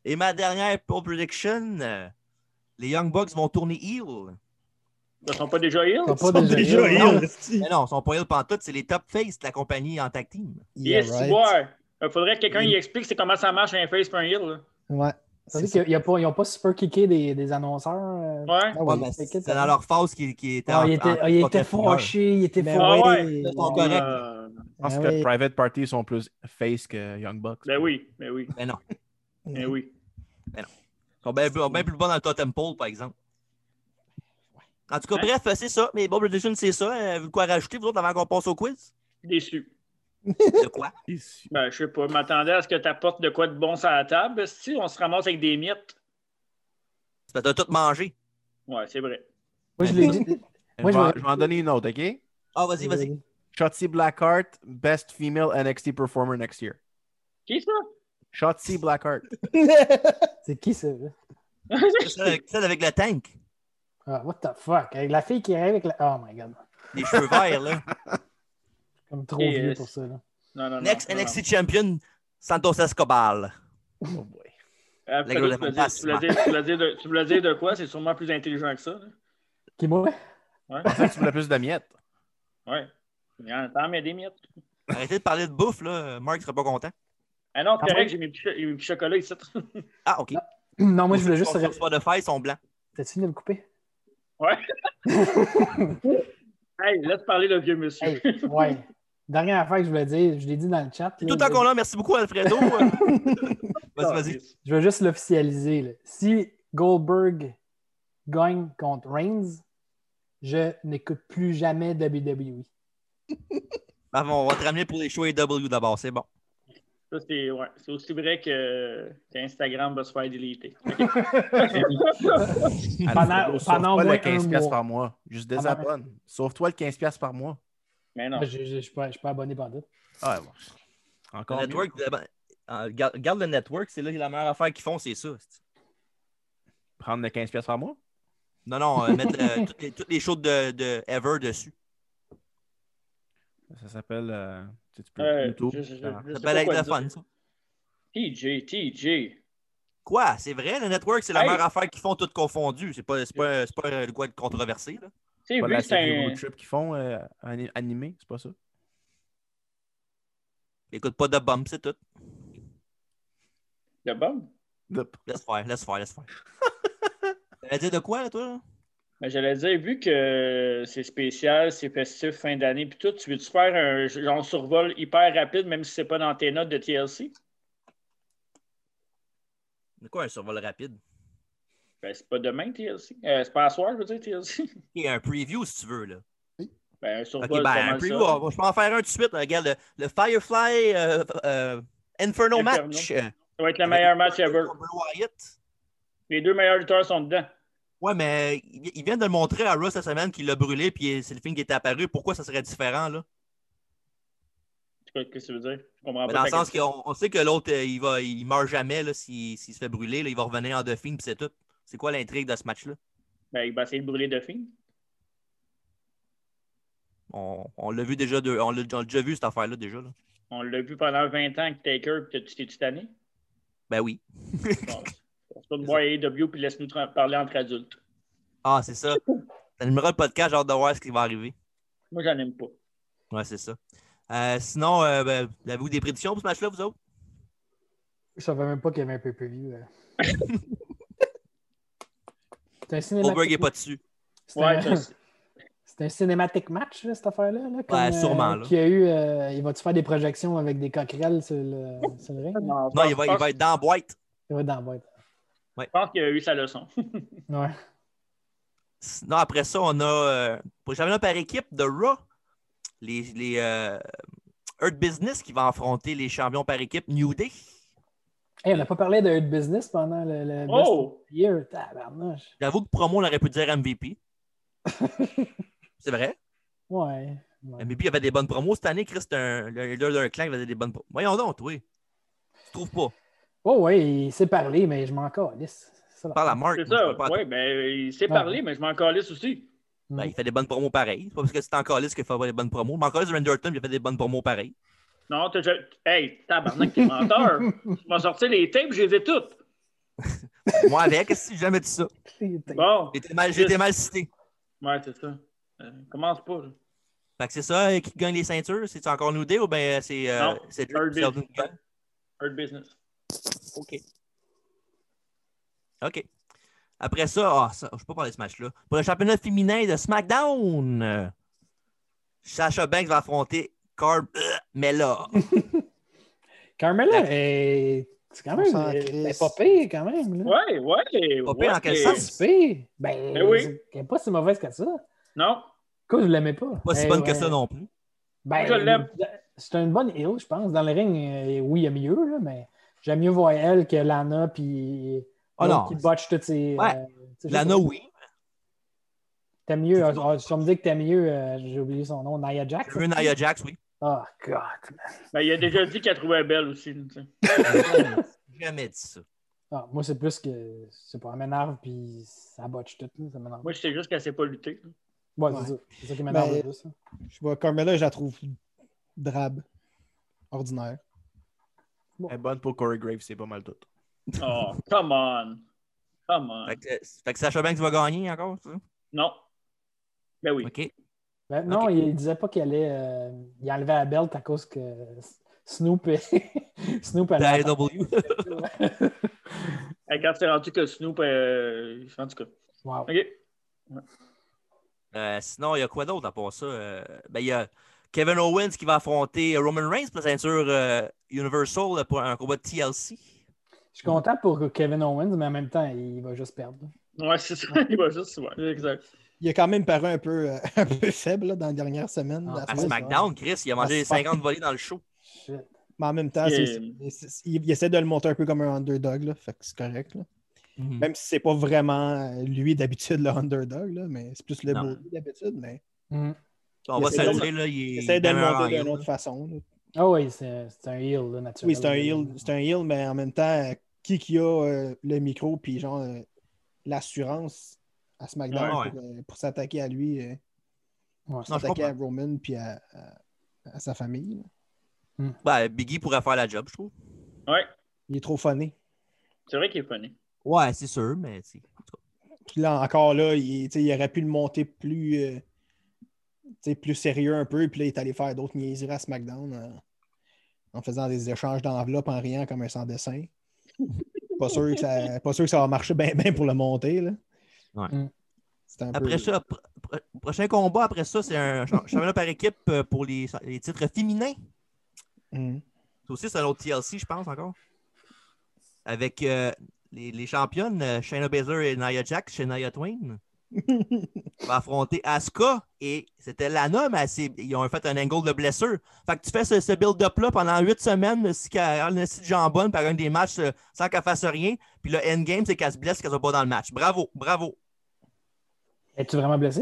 Speaker 1: Et ma dernière pole prediction, euh, les Young Bucks vont tourner heel.
Speaker 4: Ils sont pas déjà ill?
Speaker 5: T'as
Speaker 3: Ils sont
Speaker 5: pas déjà hein,
Speaker 3: déjà
Speaker 5: eu,
Speaker 3: ill,
Speaker 5: non?
Speaker 3: hostie.
Speaker 1: Mais non, ils sont pas heel pantoute, c'est les top face de la compagnie en tag team.
Speaker 3: Yeah,
Speaker 4: Yes,
Speaker 3: right.
Speaker 4: ouais. Il faudrait que quelqu'un y explique c'est comment ça marche un face pour un heel. là.
Speaker 3: Ouais.
Speaker 5: Ça
Speaker 3: C'est
Speaker 5: veut
Speaker 3: ça.
Speaker 5: dire qu'ils n'ont pas super kické des, des annonceurs. euh,
Speaker 4: Ouais.
Speaker 3: Ah
Speaker 1: Ouais,
Speaker 3: oui.
Speaker 1: ben,
Speaker 5: c'est-
Speaker 1: c'est dans leur phase qui, qui était
Speaker 5: Ah,
Speaker 1: en-
Speaker 5: il
Speaker 1: en-
Speaker 5: était, ah, il
Speaker 1: en-
Speaker 5: était fâché, il était
Speaker 3: Ben
Speaker 5: fâché.
Speaker 4: ouais,
Speaker 1: ils sont corrects.
Speaker 4: Euh,
Speaker 2: Je pense
Speaker 3: Ah
Speaker 2: que
Speaker 3: oui.
Speaker 2: Private Party sont plus face que Young Bucks.
Speaker 4: ben oui, ben oui,
Speaker 1: Mais non.
Speaker 4: ben oui.
Speaker 1: Ils sont bien, bien plus bons dans le totem pole, par exemple. En tout cas,
Speaker 4: Hein?
Speaker 1: bref, c'est ça. Mais Bob Prediction, c'est ça. Euh, vous de quoi rajouter, vous autres, avant qu'on passe au quiz?
Speaker 4: Déçu.
Speaker 1: De quoi?
Speaker 2: Ici.
Speaker 4: Ben, je sais pas. Je m'attendais à ce que tu apportes de quoi de bon sur la table. Si on se ramasse avec des miettes.
Speaker 1: C'est parce que t'as tout mangé.
Speaker 4: Ouais, c'est vrai.
Speaker 5: Moi, je l'ai dit. Moi,
Speaker 2: je,
Speaker 5: je
Speaker 2: vais,
Speaker 5: vais-
Speaker 2: je vais en donner une autre, OK?
Speaker 1: Ah, vas-y, vas-y.
Speaker 2: Shotzi Blackheart, Best Female NXT Performer next year.
Speaker 4: Qui ça?
Speaker 2: Shotzi Blackheart.
Speaker 5: C'est qui ça? là? Euh,
Speaker 1: C'est Celle avec, celle avec le tank.
Speaker 5: Ah, what the fuck? Avec la fille qui arrive avec la. Oh my god.
Speaker 1: Les cheveux verts, là.
Speaker 5: Je suis comme trop
Speaker 4: Et,
Speaker 5: vieux
Speaker 4: euh,
Speaker 5: pour ça. Là.
Speaker 4: non, non, non.
Speaker 1: Next
Speaker 4: non, non.
Speaker 1: NXT Champion, Santos Escobar.
Speaker 2: Oh boy.
Speaker 4: Euh,
Speaker 1: La
Speaker 4: Pedro,
Speaker 1: gueule de
Speaker 4: tu voulais dire-
Speaker 1: Fantas,
Speaker 4: tu voulais dire- tu voulais dire de- Tu voulais dire de quoi? C'est sûrement plus intelligent que ça. là.
Speaker 5: Qui moi?
Speaker 4: Ouais.
Speaker 2: Je pensais que tu voulais plus de miettes.
Speaker 4: Ouais. Il y en a tant, mais des miettes.
Speaker 1: Arrêtez de parler de bouffe, là. Marc serait pas content.
Speaker 4: Ah non, c'est
Speaker 5: Ah
Speaker 4: correct,
Speaker 5: bon?
Speaker 4: j'ai mes petits cho- j'ai mes petits chocolats ici.
Speaker 1: Ah, OK.
Speaker 5: Non, moi, je voulais juste.
Speaker 1: Sur Spotify, ils sont blancs.
Speaker 5: T'as-tu fini de me couper?
Speaker 4: Hey, laisse parler le vieux monsieur.
Speaker 5: Hey, ouais. Dernière affaire que je voulais dire, je l'ai dit dans le chat.
Speaker 1: Tout
Speaker 5: là,
Speaker 1: le temps
Speaker 5: je-
Speaker 1: qu'on l'a, merci beaucoup, Alfredo. vas-y, vas-y.
Speaker 5: Je veux juste l'officialiser. là. Si Goldberg gagne contre Reigns, je n'écoute plus jamais E. WWE.
Speaker 1: Ah, bon, on va te ramener pour les shows AW d'abord, c'est bon.
Speaker 4: Ça, c'est ouais, c'est aussi vrai que qu'Instagram va se faire déliter.
Speaker 5: Pendant- pendant au
Speaker 2: Sauve-toi
Speaker 5: moins
Speaker 2: le
Speaker 5: un
Speaker 2: 15$ piastres
Speaker 5: mois.
Speaker 2: par mois. Juste
Speaker 5: Pendant-
Speaker 2: désabonne. Sauve-toi le 15$ piastres par mois.
Speaker 4: mais non.
Speaker 5: Je ne suis pas je suis pas abonné par là.
Speaker 2: Ah, bon.
Speaker 1: Le
Speaker 2: Encore. mieux.
Speaker 1: network, euh, ben, euh, garde, garde le network, c'est là la meilleure affaire qu'ils font, c'est ça.
Speaker 2: Prendre le 15$ piastres par mois?
Speaker 1: Non, non, euh, mettre euh, toutes, les, toutes les shows de, de Ever dessus.
Speaker 2: Ça s'appelle. euh, tu sais, tu peux-
Speaker 4: Euh,
Speaker 2: YouTube.
Speaker 4: je- je- je-
Speaker 2: Ah.
Speaker 1: Ça
Speaker 4: je sais
Speaker 1: peut
Speaker 4: pas
Speaker 1: être
Speaker 4: quoi
Speaker 1: le
Speaker 4: dire.
Speaker 1: fun, ça.
Speaker 4: TJ, TJ.
Speaker 1: Quoi? C'est vrai, le network, c'est la
Speaker 4: Hey.
Speaker 1: meilleure affaire qu'ils font toutes confondues. C'est pas, c'est pas, c'est pas euh, de quoi de controversé. Là.
Speaker 4: Tu sais,
Speaker 2: Pas
Speaker 4: vu
Speaker 2: la
Speaker 4: que c'est
Speaker 2: série
Speaker 4: un.
Speaker 2: Road Trip qu'ils font euh, ani- animée, c'est pas ça?
Speaker 1: Écoute pas de bump, c'est tout.
Speaker 4: Le bombe?
Speaker 2: Nope.
Speaker 1: Laisse faire, laisse faire, laisse faire. T'allais dire de quoi, là, toi? là?
Speaker 4: Ben, J'allais dire, vu que c'est spécial, c'est festif, fin d'année, puis tout, tu veux-tu faire un genre survol hyper rapide, même si c'est pas dans tes notes de TLC?
Speaker 1: De quoi un survol rapide?
Speaker 4: Ben, c'est pas demain, TLC. Euh, c'est pas à soir, je veux dire, TLC.
Speaker 1: Et un preview, si tu veux, là.
Speaker 4: Ben, un survol,
Speaker 1: Ok, ben,
Speaker 4: c'est pas
Speaker 1: un
Speaker 4: mal
Speaker 1: preview,
Speaker 4: ça.
Speaker 1: on va- je peux en faire un tout de suite. Regarde, le, le Firefly euh, euh, Inferno
Speaker 4: Inferno.
Speaker 1: match. euh,
Speaker 4: Ça va être le meilleur match ever.
Speaker 1: contre Bray Wyatt.
Speaker 4: Les deux meilleurs lutteurs sont dedans.
Speaker 1: Ouais, mais il il vient de le montrer à Russ cette semaine qu'il l'a brûlé, puis c'est le film qui est apparu. Pourquoi ça serait différent, là?
Speaker 4: Qu'est-ce que ça veut dire? Je comprends
Speaker 1: Mais
Speaker 4: Ah, pas.
Speaker 1: dans le
Speaker 4: ta
Speaker 1: sens
Speaker 4: question.
Speaker 1: qu'on on sait que l'autre, euh, il, va, il meurt jamais, là, s'il s'il se fait brûler, là, il va revenir en deux films, puis c'est tout. C'est quoi l'intrigue de ce match-là?
Speaker 4: Ben, il va essayer de brûler Duffy.
Speaker 1: On, on l'a vu déjà, deux- on l'a on l'a déjà vu, cette affaire-là, déjà. Là.
Speaker 4: On l'a vu pendant 20 ans que Taker, puis t'es- t'es titané.
Speaker 1: Ben oui.
Speaker 4: E Bon, on se tourne voir AEW, puis laisse-nous tra- parler entre adultes.
Speaker 1: Ah, c'est ça. T'animeras le podcast, j'ai hâte de voir ce qui va arriver.
Speaker 4: Moi, j'en aime pas.
Speaker 1: Ouais, c'est ça. Euh, sinon, euh, ben, avez-vous des prédictions pour ce match-là, vous autres?
Speaker 5: Je savais même pas qu'il y avait un PPV. là. C'est un
Speaker 1: Holberg n'est
Speaker 5: cinématique.
Speaker 1: pas dessus.
Speaker 5: C'est
Speaker 4: Ouais, ça,
Speaker 5: un-
Speaker 4: c'est-
Speaker 5: C'est un cinématique match, là, cette affaire-là. Là, comme,
Speaker 1: Ouais, sûrement,
Speaker 5: euh,
Speaker 1: là.
Speaker 5: Qu'il y a eu, euh, il va-tu faire des projections avec des coquerelles sur le, sur le ring? là?
Speaker 1: Ah, Non, il va, il va être dans la boîte.
Speaker 5: Il va être dans la boîte.
Speaker 4: Je pense qu'il a eu sa leçon.
Speaker 5: Ouais.
Speaker 1: Sinon, après ça, on a, euh, pour le championnat par équipe de Raw, les, les euh, Earth Business qui va affronter les champions par équipe New Day.
Speaker 5: Hey, on n'a pas parlé de Hurt Business pendant le, le Best of
Speaker 4: Oh!
Speaker 5: the Year. Tabarnouche.
Speaker 1: J'avoue que promo, on aurait pu dire MVP. c'est vrai.
Speaker 5: Ouais. ouais.
Speaker 1: MVP avait des bonnes promos cette année. Chris, c'est un, le leader d'un clan, il faisait des bonnes promos. Voyons donc, oui. Tu trouves pas?
Speaker 5: Oh, ouais, il s'est parlé, mais je m'en calisse. C'est ça, la-
Speaker 1: Parle à Mark.
Speaker 4: C'est
Speaker 1: moi, je
Speaker 4: ça.
Speaker 1: parle pas Ah. à toi.
Speaker 4: Oui, ben, il s'est
Speaker 5: Ouais.
Speaker 4: parlé, mais je m'en calisse aussi.
Speaker 1: Ben, il fait des bonnes promos pareil. C'est pas parce que c'est encore lisse qu'il fait pas des bonnes promos. Mais encore lisse, Randerton, il a fait des bonnes promos pareil.
Speaker 4: Non, t'as déjà. Hey, tabarnak, t'es menteur. tu m'as sorti les tapes, je les ai toutes.
Speaker 1: Moi avec, si j'ai jamais dit ça.
Speaker 4: Bon.
Speaker 1: J'ai été mal, j'ai été mal cité.
Speaker 4: Ouais, c'est ça. Euh, commence pas. là.
Speaker 1: Fait que c'est ça, euh, qui gagne les ceintures? C'est encore New Day ou bien c'est euh,
Speaker 4: Non,
Speaker 1: c'est
Speaker 4: Earth
Speaker 1: Drake Sheldon qui
Speaker 4: Business.
Speaker 1: gagne?
Speaker 4: Hurt business.
Speaker 1: OK. OK. Après ça, ah, ça, je ne peux pas parler de ce match-là. Pour le championnat féminin de SmackDown, euh, Sasha Banks va affronter Carb Mella.
Speaker 5: Carmela, est- c'est quand même.
Speaker 3: On s'en
Speaker 5: elle- Elle est
Speaker 3: crisse.
Speaker 5: pas pire, quand même. là.
Speaker 4: Ouais, ouais.
Speaker 1: Pas pire,
Speaker 4: ouais.
Speaker 1: dans quel
Speaker 5: Elle est
Speaker 1: sens?
Speaker 5: pas si pire. Ben,
Speaker 4: Ben oui.
Speaker 5: c'est- Elle n'est pas si mauvaise que ça.
Speaker 4: Non.
Speaker 5: Quoi, je l'aimais pas.
Speaker 1: Pas si
Speaker 5: Eh,
Speaker 1: bonne
Speaker 5: ouais.
Speaker 1: que ça non plus.
Speaker 5: Ben,
Speaker 4: Je l'aime.
Speaker 5: C'est une bonne heel, je pense. Dans le ring, euh, oui, il y a mieux, là, mais j'aime mieux voir elle que Lana puis
Speaker 1: Ah
Speaker 5: l'autre
Speaker 1: non.
Speaker 5: qui botche toutes ses.
Speaker 1: Ouais.
Speaker 5: euh, tu sais, je
Speaker 1: Lana,
Speaker 5: sais
Speaker 1: oui.
Speaker 5: pas. T'aimes mieux. euh, ah, si on me dit que t'aimes mieux, euh, j'ai oublié son nom, Nia Jax.
Speaker 1: Je veux Nia Jax, oui.
Speaker 5: Oh, God.
Speaker 4: Ben, il a déjà dit qu'elle trouvait belle aussi. tu sais.
Speaker 1: J'ai jamais dit ça.
Speaker 5: Ah, moi, c'est plus que. C'est pas, elle m'énerve puis ça botche tout. là, Ça m'énerve.
Speaker 4: Moi, je sais juste qu'elle sait pas lutter.
Speaker 5: Ouais,
Speaker 3: Ouais.
Speaker 5: c'est ça. C'est ça qui m'énerve
Speaker 3: Ben,
Speaker 5: le plus. hein.
Speaker 3: Je sais pas, Carmela, je la trouve drabe, ordinaire.
Speaker 2: Elle est bonne pour Corey Graves, c'est pas mal tout.
Speaker 4: Oh, come on. Come on.
Speaker 1: Fait que, euh, fait que Sasha Banks va gagner encore, ça?
Speaker 4: Non. Ben oui.
Speaker 1: OK.
Speaker 5: Ben, non,
Speaker 1: ok.
Speaker 5: il disait pas qu'il allait. euh, il enlevait la belt à cause que Snoop. Snoop allait.
Speaker 1: La AEW.
Speaker 4: Hey, quand c'est rendu que Snoop, euh, en tout cas.
Speaker 5: Wow.
Speaker 4: OK.
Speaker 1: Euh, sinon, il y a quoi d'autre à part ça? Euh, ben, il y a Kevin Owens qui va affronter Roman Reigns pour la ceinture euh, Universal pour un combat de TLC.
Speaker 5: Je suis content pour Kevin Owens, mais en même temps, il va juste perdre.
Speaker 4: Ouais, c'est ça. Il va juste. Ouais, exact.
Speaker 3: Il a quand même paru un peu, euh, un peu faible là, dans les dernières semaines.
Speaker 5: Ah,
Speaker 3: la
Speaker 1: À
Speaker 3: semaine.
Speaker 1: SmackDown, Chris, il a mangé
Speaker 3: Ah, c'est
Speaker 1: 50 volées dans le show.
Speaker 5: Shit.
Speaker 3: Mais en même temps,
Speaker 4: Et-
Speaker 3: c'est- c'est- c'est- il, il essaie de le monter un peu comme un underdog, là, fait que c'est correct. là.
Speaker 1: Mhm.
Speaker 3: Même si c'est pas vraiment euh, lui d'habitude le underdog, là, mais c'est plus le
Speaker 1: Non.
Speaker 3: beau d'habitude, mais
Speaker 5: Mm.
Speaker 1: On
Speaker 3: il
Speaker 1: va
Speaker 3: essaie
Speaker 1: se le
Speaker 3: de-
Speaker 1: dire, là, il,
Speaker 3: il
Speaker 1: il
Speaker 3: essaie de le
Speaker 1: demeure
Speaker 3: monter
Speaker 1: en
Speaker 3: d'une
Speaker 1: heel,
Speaker 3: autre façon. là.
Speaker 5: Ah oui, c'est c'est un heel, là, naturel.
Speaker 3: Oui, c'est un heel, c'est un heel, mais en même temps, euh, qui qui a euh, le micro puis genre euh, l'assurance à SmackDown
Speaker 1: Ouais, ouais.
Speaker 3: pour, euh, pour s'attaquer à lui, euh,
Speaker 5: Ouais.
Speaker 1: Non, je
Speaker 3: s'attaquer à Roman puis à, à- à sa famille. là.
Speaker 1: Ben, Biggie pourrait faire la job, je trouve.
Speaker 4: Ouais.
Speaker 3: Il est trop funny.
Speaker 4: C'est vrai qu'il est funny.
Speaker 1: Ouais, c'est sûr, mais tu sais, en tout cas.
Speaker 3: Puis là encore là, il, tu sais, il aurait pu le monter plus, euh, tu sais, plus sérieux un peu, puis là, il est allé faire d'autres niaiseries à SmackDown euh, en, en faisant des échanges d'enveloppes en riant comme un sans dessin. pas, sûr que ça, pas sûr que ça va marcher bien bien pour le monter. Là.
Speaker 1: Ouais.
Speaker 5: Mm.
Speaker 3: C'est un peu-
Speaker 1: Après ça, pro- pro- prochain combat, après ça, c'est un cha- championnat par équipe euh, pour les, les titres féminins.
Speaker 3: Mm.
Speaker 1: Ça aussi, c'est un autre TLC, je pense, encore. Avec euh, les, les championnes, euh, Shayna Baszler et Nia Jax, chez Nia Twain, va affronter Asuka. Et c'était Lana, mais elle s'est- ils ont fait un angle de blessure. Fait que tu fais ce, ce build-up-là pendant huit semaines, si qu'elle a une petite jambonne par un des matchs euh, sans qu'elle fasse rien. Puis le endgame, c'est qu'elle se blesse, qu'elle soit pas dans le match. Bravo, bravo.
Speaker 5: Es-tu vraiment blessé?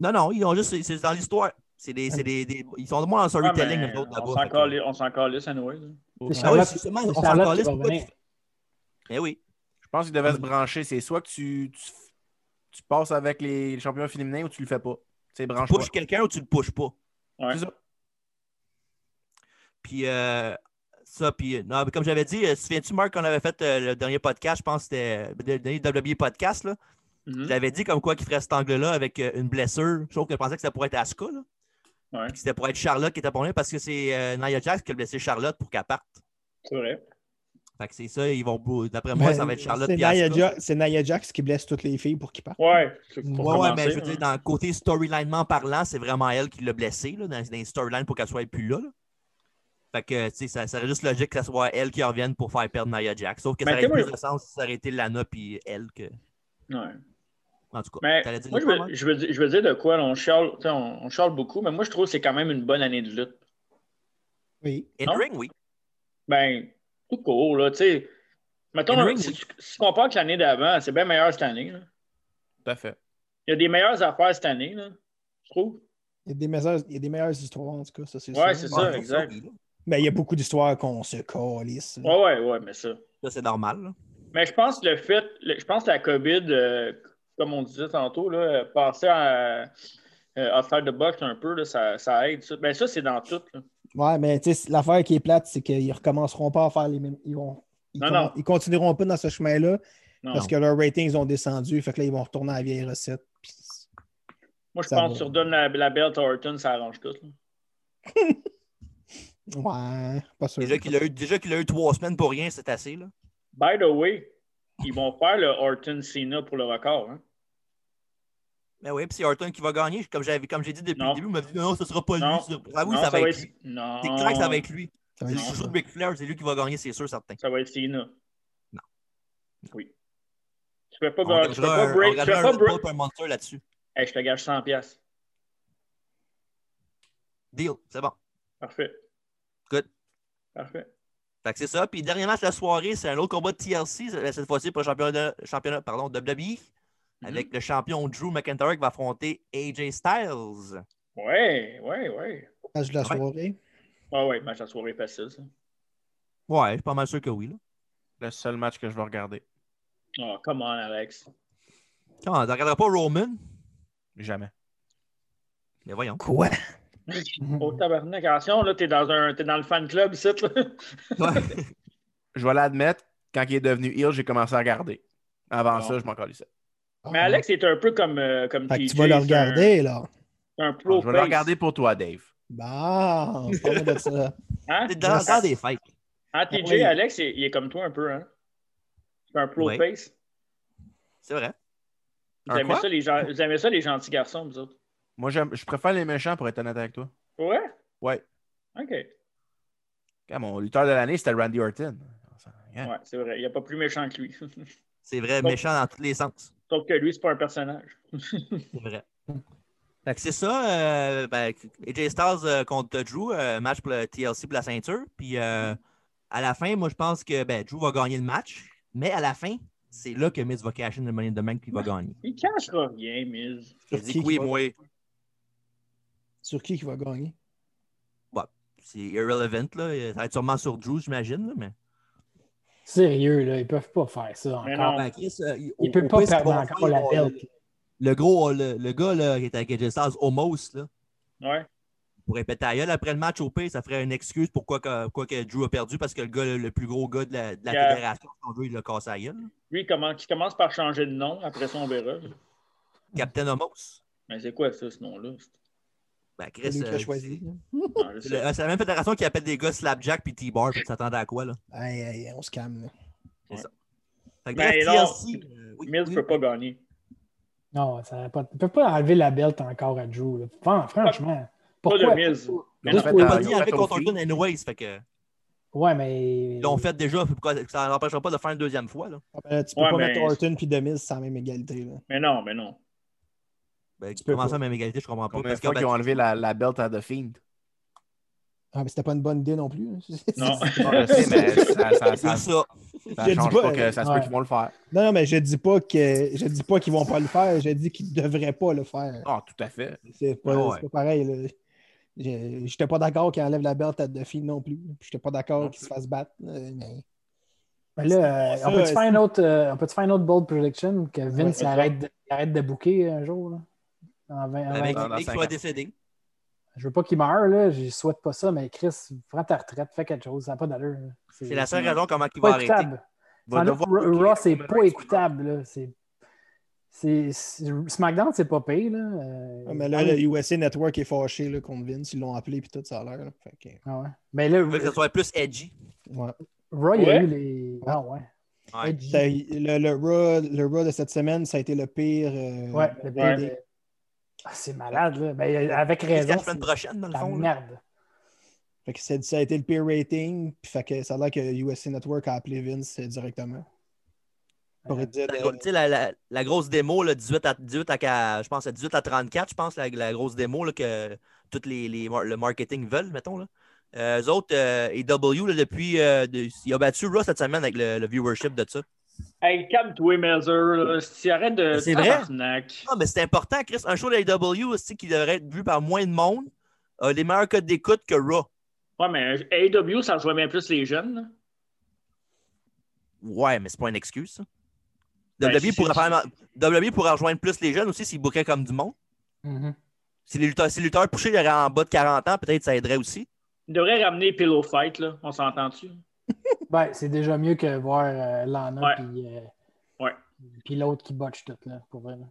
Speaker 1: Non, non, ils ont juste. c'est- C'est dans l'histoire. C'est des, c'est des- des- ils sont moins en
Speaker 4: Ouais,
Speaker 1: storytelling,
Speaker 4: mais
Speaker 1: eux autres,
Speaker 4: on
Speaker 1: là-bas.
Speaker 4: s'en
Speaker 1: Fait que-
Speaker 4: calisse- on s'en calisse, anyway. là.
Speaker 2: Oh.
Speaker 5: C'est
Speaker 1: Ah
Speaker 5: Charlotte-
Speaker 1: oui, justement,
Speaker 5: c'est
Speaker 1: on s'en
Speaker 5: Charlotte
Speaker 1: calisse,
Speaker 5: qui va
Speaker 1: pourquoi tu-
Speaker 5: revenir.
Speaker 1: Eh oui.
Speaker 2: Je pense qu'il devait
Speaker 4: Ah,
Speaker 2: se brancher. C'est soit que tu, tu, tu passes avec les champions féminins ou tu le fais pas. Tu sais, branche
Speaker 1: Tu pushes quelqu'un ou tu le pushes pas.
Speaker 4: Ouais.
Speaker 2: C'est ça.
Speaker 1: Puis euh, ça, puis euh, non, mais comme j'avais dit, euh, souviens-tu, Marc, qu'on avait fait euh, le dernier E podcast, je pense que c'était euh, le dernier WWE podcast, là,
Speaker 4: Mhm. Hmm?
Speaker 1: Il avait dit comme quoi qu'il ferait cet angle-là avec euh, une blessure. Sauf que je pensais que ça pourrait être Asuka. Là.
Speaker 4: Ouais.
Speaker 1: Puis que C'était pour être Charlotte qui était pour lui parce que c'est euh, Nia Jax qui a blessé Charlotte pour qu'elle parte.
Speaker 4: C'est vrai.
Speaker 1: Fait que c'est ça, ils vont. bou- D'après moi, ça va être Charlotte
Speaker 3: Ben, C'est
Speaker 1: puis
Speaker 3: Nia,
Speaker 1: Asuka.
Speaker 3: Ja- c'est Nia Jax qui blesse toutes les filles pour qu'ils partent.
Speaker 4: Ouais, c'est
Speaker 3: Ouais,
Speaker 4: pour
Speaker 1: Ouais, ouais,
Speaker 4: commencer,
Speaker 1: mais je veux
Speaker 4: hein.
Speaker 1: dire, dans le côté storylinement parlant, c'est vraiment elle qui l'a blessé là, dans, dans les storylines pour qu'elle soit plus là. là. Fait que, tu sais, ça, ça serait juste logique que ce soit elle qui revienne pour faire perdre Nia Jax. Sauf que
Speaker 4: Mais
Speaker 1: ça
Speaker 4: Ben, tu
Speaker 1: aurait
Speaker 4: sais,
Speaker 1: plus de
Speaker 4: moi,
Speaker 1: sens si ça aurait été Lana puis elle que.
Speaker 4: hein. Ouais.
Speaker 1: En tout cas,
Speaker 4: Mais
Speaker 1: t'allais dire
Speaker 4: Ben,
Speaker 1: hein?
Speaker 4: moi,
Speaker 1: quoi,
Speaker 4: je veux,
Speaker 1: Marc?
Speaker 4: je veux dire, je veux dire de quoi, là, on charle, tu sais, on, on chiale beaucoup, mais moi, je trouve que c'est quand même une bonne année de lutte.
Speaker 3: Oui.
Speaker 1: In
Speaker 4: non?
Speaker 1: ring, hein? oui.
Speaker 4: Ben, tout court, là, tu sais. Mettons,
Speaker 1: Henry,
Speaker 4: si, tu- si tu compares avec l'année d'avant, c'est bien meilleur cette année. là.
Speaker 2: Tout à fait.
Speaker 4: Il y a des meilleures affaires cette année, là, je trouve.
Speaker 3: Il y, a des meilleures, il y a des meilleures histoires, en tout cas, ça c'est
Speaker 4: Ouais,
Speaker 3: sûr.
Speaker 4: c'est
Speaker 1: Ouais,
Speaker 4: ça,
Speaker 1: Ah, ça,
Speaker 4: exact.
Speaker 1: oui, là.
Speaker 3: Mais il y a beaucoup d'histoires qu'on se calisse.
Speaker 1: Mm-hmm.
Speaker 3: là.
Speaker 4: Ouais, ouais, ouais, mais ça.
Speaker 1: Ça, c'est normal. là.
Speaker 4: Mais je pense que le fait, le- je pense que la COVID, euh, comme on disait tantôt, là, euh, passer à, euh, à faire de box un peu, là, ça, ça aide. Ça. Ben, ça, c'est dans tout. là.
Speaker 3: Ouais, mais tu sais, l'affaire qui est plate, c'est qu'ils recommenceront pas à faire les mêmes. Ils, vont, ils,
Speaker 4: Non,
Speaker 3: commen-
Speaker 4: non.
Speaker 3: ils continueront pas dans ce chemin-là
Speaker 4: Non.
Speaker 3: parce que leurs ratings ont descendu. Fait que là, ils vont retourner à la vieille recette. Puis-
Speaker 4: Moi, je
Speaker 3: ça
Speaker 4: pense
Speaker 3: va.
Speaker 4: que tu redonnes la, la belt à Orton, ça arrange tout. là.
Speaker 3: Ouais, pas sûr.
Speaker 1: Déjà qu'il a, eu- déjà qu'il a eu trois semaines pour rien, c'est assez. Là.
Speaker 4: By the way, ils vont faire le Orton Cena pour le record. hein.
Speaker 1: Mais Ben oui, puis c'est Orton qui va gagner. Comme j'avais- comme j'ai dit depuis
Speaker 4: Non.
Speaker 1: le début, il m'a dit non, ce sera pas
Speaker 4: Non.
Speaker 1: lui. ce- Ah oui,
Speaker 4: Non,
Speaker 1: ça, va être lui.
Speaker 4: Non.
Speaker 1: C'est clair que ça va être lui.
Speaker 3: Ça va
Speaker 1: C'est
Speaker 3: être
Speaker 1: le
Speaker 3: ça.
Speaker 1: show de Ric Flair, c'est lui qui va gagner, c'est sûr, certain.
Speaker 4: Ça va être Cena.
Speaker 1: Non.
Speaker 4: Oui. Tu peux pas,
Speaker 1: On
Speaker 4: gagner- tu peux
Speaker 1: gardera
Speaker 4: pas
Speaker 1: un- on
Speaker 4: break. Tu peux
Speaker 1: gardera un
Speaker 4: pas
Speaker 1: Red
Speaker 4: break.
Speaker 1: Bull pour un monster là-dessus.
Speaker 4: Hey, je te gage 100$. piastres.
Speaker 1: Deal, c'est bon.
Speaker 4: Parfait.
Speaker 1: Good.
Speaker 4: Parfait.
Speaker 1: Fait que c'est ça. Puis dernier match de la soirée, c'est un autre combat de TLC, cette fois-ci pour le championnat, championnat pardon, WWE,
Speaker 4: Mm-hmm.
Speaker 1: avec le champion Drew McIntyre qui va affronter AJ Styles.
Speaker 4: Ouais, ouais, ouais.
Speaker 3: Match de la
Speaker 1: Ouais.
Speaker 3: soirée.
Speaker 4: Ah ouais, match à soirée facile, ça.
Speaker 1: Ouais, je suis pas mal sûr que oui. Là.
Speaker 2: Le seul match que je vais regarder.
Speaker 4: Oh, come on, Alex.
Speaker 1: Attends, on ne regardera pas Roman,
Speaker 2: Jamais.
Speaker 1: mais voyons.
Speaker 3: Quoi?
Speaker 5: Mhm.
Speaker 4: Oh, tabarnak, attention, là, t'es dans, un, t'es dans le fan club, ici, là.
Speaker 1: Ouais.
Speaker 2: Je vais l'admettre, quand il est devenu heel, j'ai commencé à regarder. Avant
Speaker 4: Bon.
Speaker 2: ça, je m'en calissais.
Speaker 4: Mais Alex, c'est un peu comme, euh, comme
Speaker 3: Ah, Fait que
Speaker 4: TJ,
Speaker 3: tu vas le
Speaker 4: c'est un-
Speaker 3: regarder, là.
Speaker 4: c'est Un,
Speaker 2: Bon,
Speaker 4: pro
Speaker 2: Ah, je vais le
Speaker 4: face.
Speaker 2: regarder pour toi, Dave.
Speaker 3: Bah, parle de ça.
Speaker 4: Hein?
Speaker 1: C'est dans le temps des fêtes.
Speaker 4: Hein, TJ,
Speaker 3: Ah, Oui.
Speaker 4: Alex, il, il est comme toi un peu, hein? C'est un pro
Speaker 1: Oui.
Speaker 4: face.
Speaker 1: C'est vrai.
Speaker 4: Vous,
Speaker 2: Un
Speaker 4: aimez
Speaker 2: quoi?
Speaker 4: ça, les gens- vous aimez ça, les gentils garçons, vous autres?
Speaker 2: Moi, j'aime- je préfère les méchants pour être honnête avec toi.
Speaker 4: Ouais?
Speaker 2: Ouais.
Speaker 4: OK. Ouais,
Speaker 2: Quand mon lutteur de l'année, c'était Randy Orton. Yeah.
Speaker 4: c'est vrai. Il n'y a pas plus méchant que lui.
Speaker 1: C'est vrai,
Speaker 4: Bon.
Speaker 1: méchant dans tous les sens.
Speaker 4: Sauf que lui, c'est pas un personnage.
Speaker 1: C'est vrai. Fait que c'est ça. euh, ben, AJ Styles euh, contre Drew, euh, match pour le TLC pour la ceinture. Puis euh, à la fin, moi, je pense que ben, Drew va gagner le match. Mais à la fin, c'est là que Miz va cacher le money de bank puis il va gagner.
Speaker 4: Il cachera rien, Miz.
Speaker 1: Je
Speaker 3: Sur
Speaker 1: dis
Speaker 3: qui
Speaker 1: que oui,
Speaker 3: qui va-
Speaker 1: moi,
Speaker 3: Sur qui qui va gagner?
Speaker 1: c'est irrelevant. Là. Ça va être sûrement sur Drew, j'imagine. là, Mais...
Speaker 5: Sérieux, là, ils peuvent pas faire ça
Speaker 4: Mais
Speaker 5: encore.
Speaker 4: non.
Speaker 1: Ben, Chris, euh, il
Speaker 5: Ils
Speaker 1: au- euh,
Speaker 5: peuvent
Speaker 1: au
Speaker 5: pas
Speaker 1: pire, ce
Speaker 5: perdre
Speaker 1: qu'ils vont
Speaker 5: encore
Speaker 1: faire,
Speaker 5: la
Speaker 1: ils vont-
Speaker 5: belt.
Speaker 1: Le gros, le, le gars là, qui est avec AJ Styles, Omos, là,
Speaker 4: Ouais.
Speaker 1: pour répéter à gueule après le match au pire, ça ferait une excuse pourquoi que, quoi que Drew a perdu parce que le gars, le, le plus gros gars de la, de la
Speaker 4: Yeah.
Speaker 1: fédération, si on veut, il l'a cassé à gueule. là.
Speaker 4: Lui, il commence, il commence par changer de nom. Après ça, on verra.
Speaker 1: Captain Omos.
Speaker 4: Mais c'est quoi ça, ce nom-là?
Speaker 1: Ben,
Speaker 3: C'est
Speaker 1: Chris,
Speaker 3: lui qui
Speaker 1: euh,
Speaker 3: a choisi. là.
Speaker 4: Ah, je
Speaker 1: c'est- c'est
Speaker 4: sais.
Speaker 1: le- euh, c'est la même fédération qui appelle des gars Slapjack puis T-Bar, puis tu t'attendais à quoi, là?
Speaker 3: Hey, hey, on se calme. là.
Speaker 1: Fait que, bref,
Speaker 4: Mais non,
Speaker 1: TLC, euh, oui,
Speaker 4: Miz
Speaker 1: oui.
Speaker 4: peut pas gagner.
Speaker 5: Non, ça va pas. Ils peuvent pas enlever la belt encore à Drew. là. Fran- Franchement.
Speaker 4: Pas
Speaker 5: pourquoi-
Speaker 4: de Miz. Mais
Speaker 1: Ils
Speaker 4: non.
Speaker 2: En fait,
Speaker 1: pouvaient
Speaker 2: euh,
Speaker 1: pas
Speaker 2: ils
Speaker 1: dire
Speaker 2: ont
Speaker 1: avec
Speaker 2: fait
Speaker 1: contre
Speaker 2: au
Speaker 1: Orton anyways, fait que
Speaker 5: Ouais, mais.
Speaker 1: ils l'ont fait déjà, puis pourquoi- ça n'empêchera pas de le faire une deuxième fois, là.
Speaker 3: Ah, ben là, tu peux
Speaker 4: Ouais,
Speaker 3: pas
Speaker 4: mais-
Speaker 3: mettre Orton puis Demise sans même égalité. Là.
Speaker 4: Mais non, mais non.
Speaker 1: Ben,
Speaker 3: peux
Speaker 1: comment
Speaker 3: pas.
Speaker 1: ça, même égalité, je comprends pas.
Speaker 2: Combien de
Speaker 1: Parce que,
Speaker 2: fois qu'ils
Speaker 1: ben,
Speaker 2: ont enlevé la, la belt à The Fiend?
Speaker 3: Ah, mais c'était pas une bonne idée non plus. hein.
Speaker 4: Non.
Speaker 2: Non, je sais, mais ça, ça, ça,
Speaker 1: c'est ça.
Speaker 2: ça
Speaker 3: Je dis
Speaker 2: change
Speaker 3: pas,
Speaker 2: pas, que ça se peut
Speaker 5: ouais.
Speaker 2: qu'ils vont le faire.
Speaker 3: non, non, mais je dis pas que je dis pas qu'ils vont pas le faire, je dis qu'ils devraient pas le faire.
Speaker 2: Ah, tout à fait.
Speaker 3: C'est pas,
Speaker 1: Ah ouais.
Speaker 3: c'est pas pareil. là. Je- J'étais pas d'accord qu'il enlève la belt à Duffy non plus. Puis J'étais pas d'accord
Speaker 2: Non
Speaker 3: qu'il se fasse battre. euh, Mais...
Speaker 5: Mais là, euh,
Speaker 3: Ça,
Speaker 5: on peut-tu
Speaker 3: euh,
Speaker 5: faire une autre, euh, on peut faire une autre bold prediction que Vince
Speaker 4: c'est
Speaker 5: il arrête, de, il arrête de booker un jour? Là? En vingt- en
Speaker 1: Avec
Speaker 2: dans
Speaker 5: vingt-
Speaker 1: l'idée qu'il
Speaker 2: cinq
Speaker 1: soit
Speaker 2: ans.
Speaker 1: décédé.
Speaker 5: Je veux pas qu'il meure, là. je souhaite pas ça, mais Chris, prends ta retraite, fais quelque chose, ça n'a pas d'allure. là.
Speaker 1: C'est la seule raison comment il
Speaker 5: c'est
Speaker 1: va
Speaker 5: pas
Speaker 1: arrêter.
Speaker 5: écoutable. Sans doute, Ra- Raw, c'est pas écoutable. là. C'est- c'est- c'est- SmackDown, c'est pas payé. Là. Euh,
Speaker 3: Ah, mais là, le USA Network est fâché là, contre Vince. Ils l'ont appelé puis tout ça a l'air. là. Fait que,
Speaker 5: Ah ouais. Mais là,
Speaker 1: Je veux que ça soit plus edgy.
Speaker 3: ouais.
Speaker 5: Roy a
Speaker 4: Ouais.
Speaker 5: eu les. Ah ouais.
Speaker 1: Ouais.
Speaker 3: Ça- Le, le, Raw, le Raw de cette semaine, ça a été le pire. euh,
Speaker 5: Ouais, le pire
Speaker 4: ouais.
Speaker 5: des- Ah, c'est malade, là. Ben,
Speaker 1: Qu'est-ce
Speaker 5: avec
Speaker 1: qu'il y a
Speaker 5: raison.
Speaker 1: la semaine
Speaker 5: C'est
Speaker 1: prochaine, dans le
Speaker 5: la
Speaker 1: fond? là?
Speaker 5: merde.
Speaker 3: Fait que c'est- ça a été le pire rating. Puis fait que ça a l'air que USA Network a appelé Vince euh, directement. Pour lui dire,
Speaker 1: La,
Speaker 3: euh,
Speaker 1: gro- tu sais, la- la- la grosse démo, là, 18 à, 18 à qua- je pense à 18 à 34, je pense, la, la grosse démo là, que tout les, les mar- le marketing veulent, mettons. Là. Euh, eux autres, euh, AW, là, depuis, euh, de- il a battu Raw cette semaine avec le, le viewership de ça.
Speaker 4: Hey, calme-toi, Melzer. Si arrête de.
Speaker 1: C'est vrai?
Speaker 4: Tabarnak.
Speaker 1: Non, Ah, mais c'est important, Chris. Un show de AW aussi qui devrait être vu par moins de monde a des meilleurs codes d'écoute que Raw.
Speaker 4: Ouais, mais AEW, ça rejoint bien plus les jeunes. là.
Speaker 1: Ouais, mais c'est pas une excuse, ça.
Speaker 4: Ben,
Speaker 1: WWE,
Speaker 4: si-
Speaker 1: pourrait faire- WWE pourrait rejoindre plus les jeunes aussi s'ils bouquaient comme du monde.
Speaker 5: Mhm.
Speaker 1: Si les lutteurs, si les lutteurs poussés étaient en bas de 40 ans, peut-être ça aiderait aussi.
Speaker 4: Il devrait ramener Pillow Fight, là. On s'entend-tu?
Speaker 5: Ben, c'est déjà mieux que voir euh, Lana
Speaker 4: Ouais.
Speaker 5: puis euh,
Speaker 4: Ouais.
Speaker 5: puis l'autre qui botche tout, là, pour vrai. là.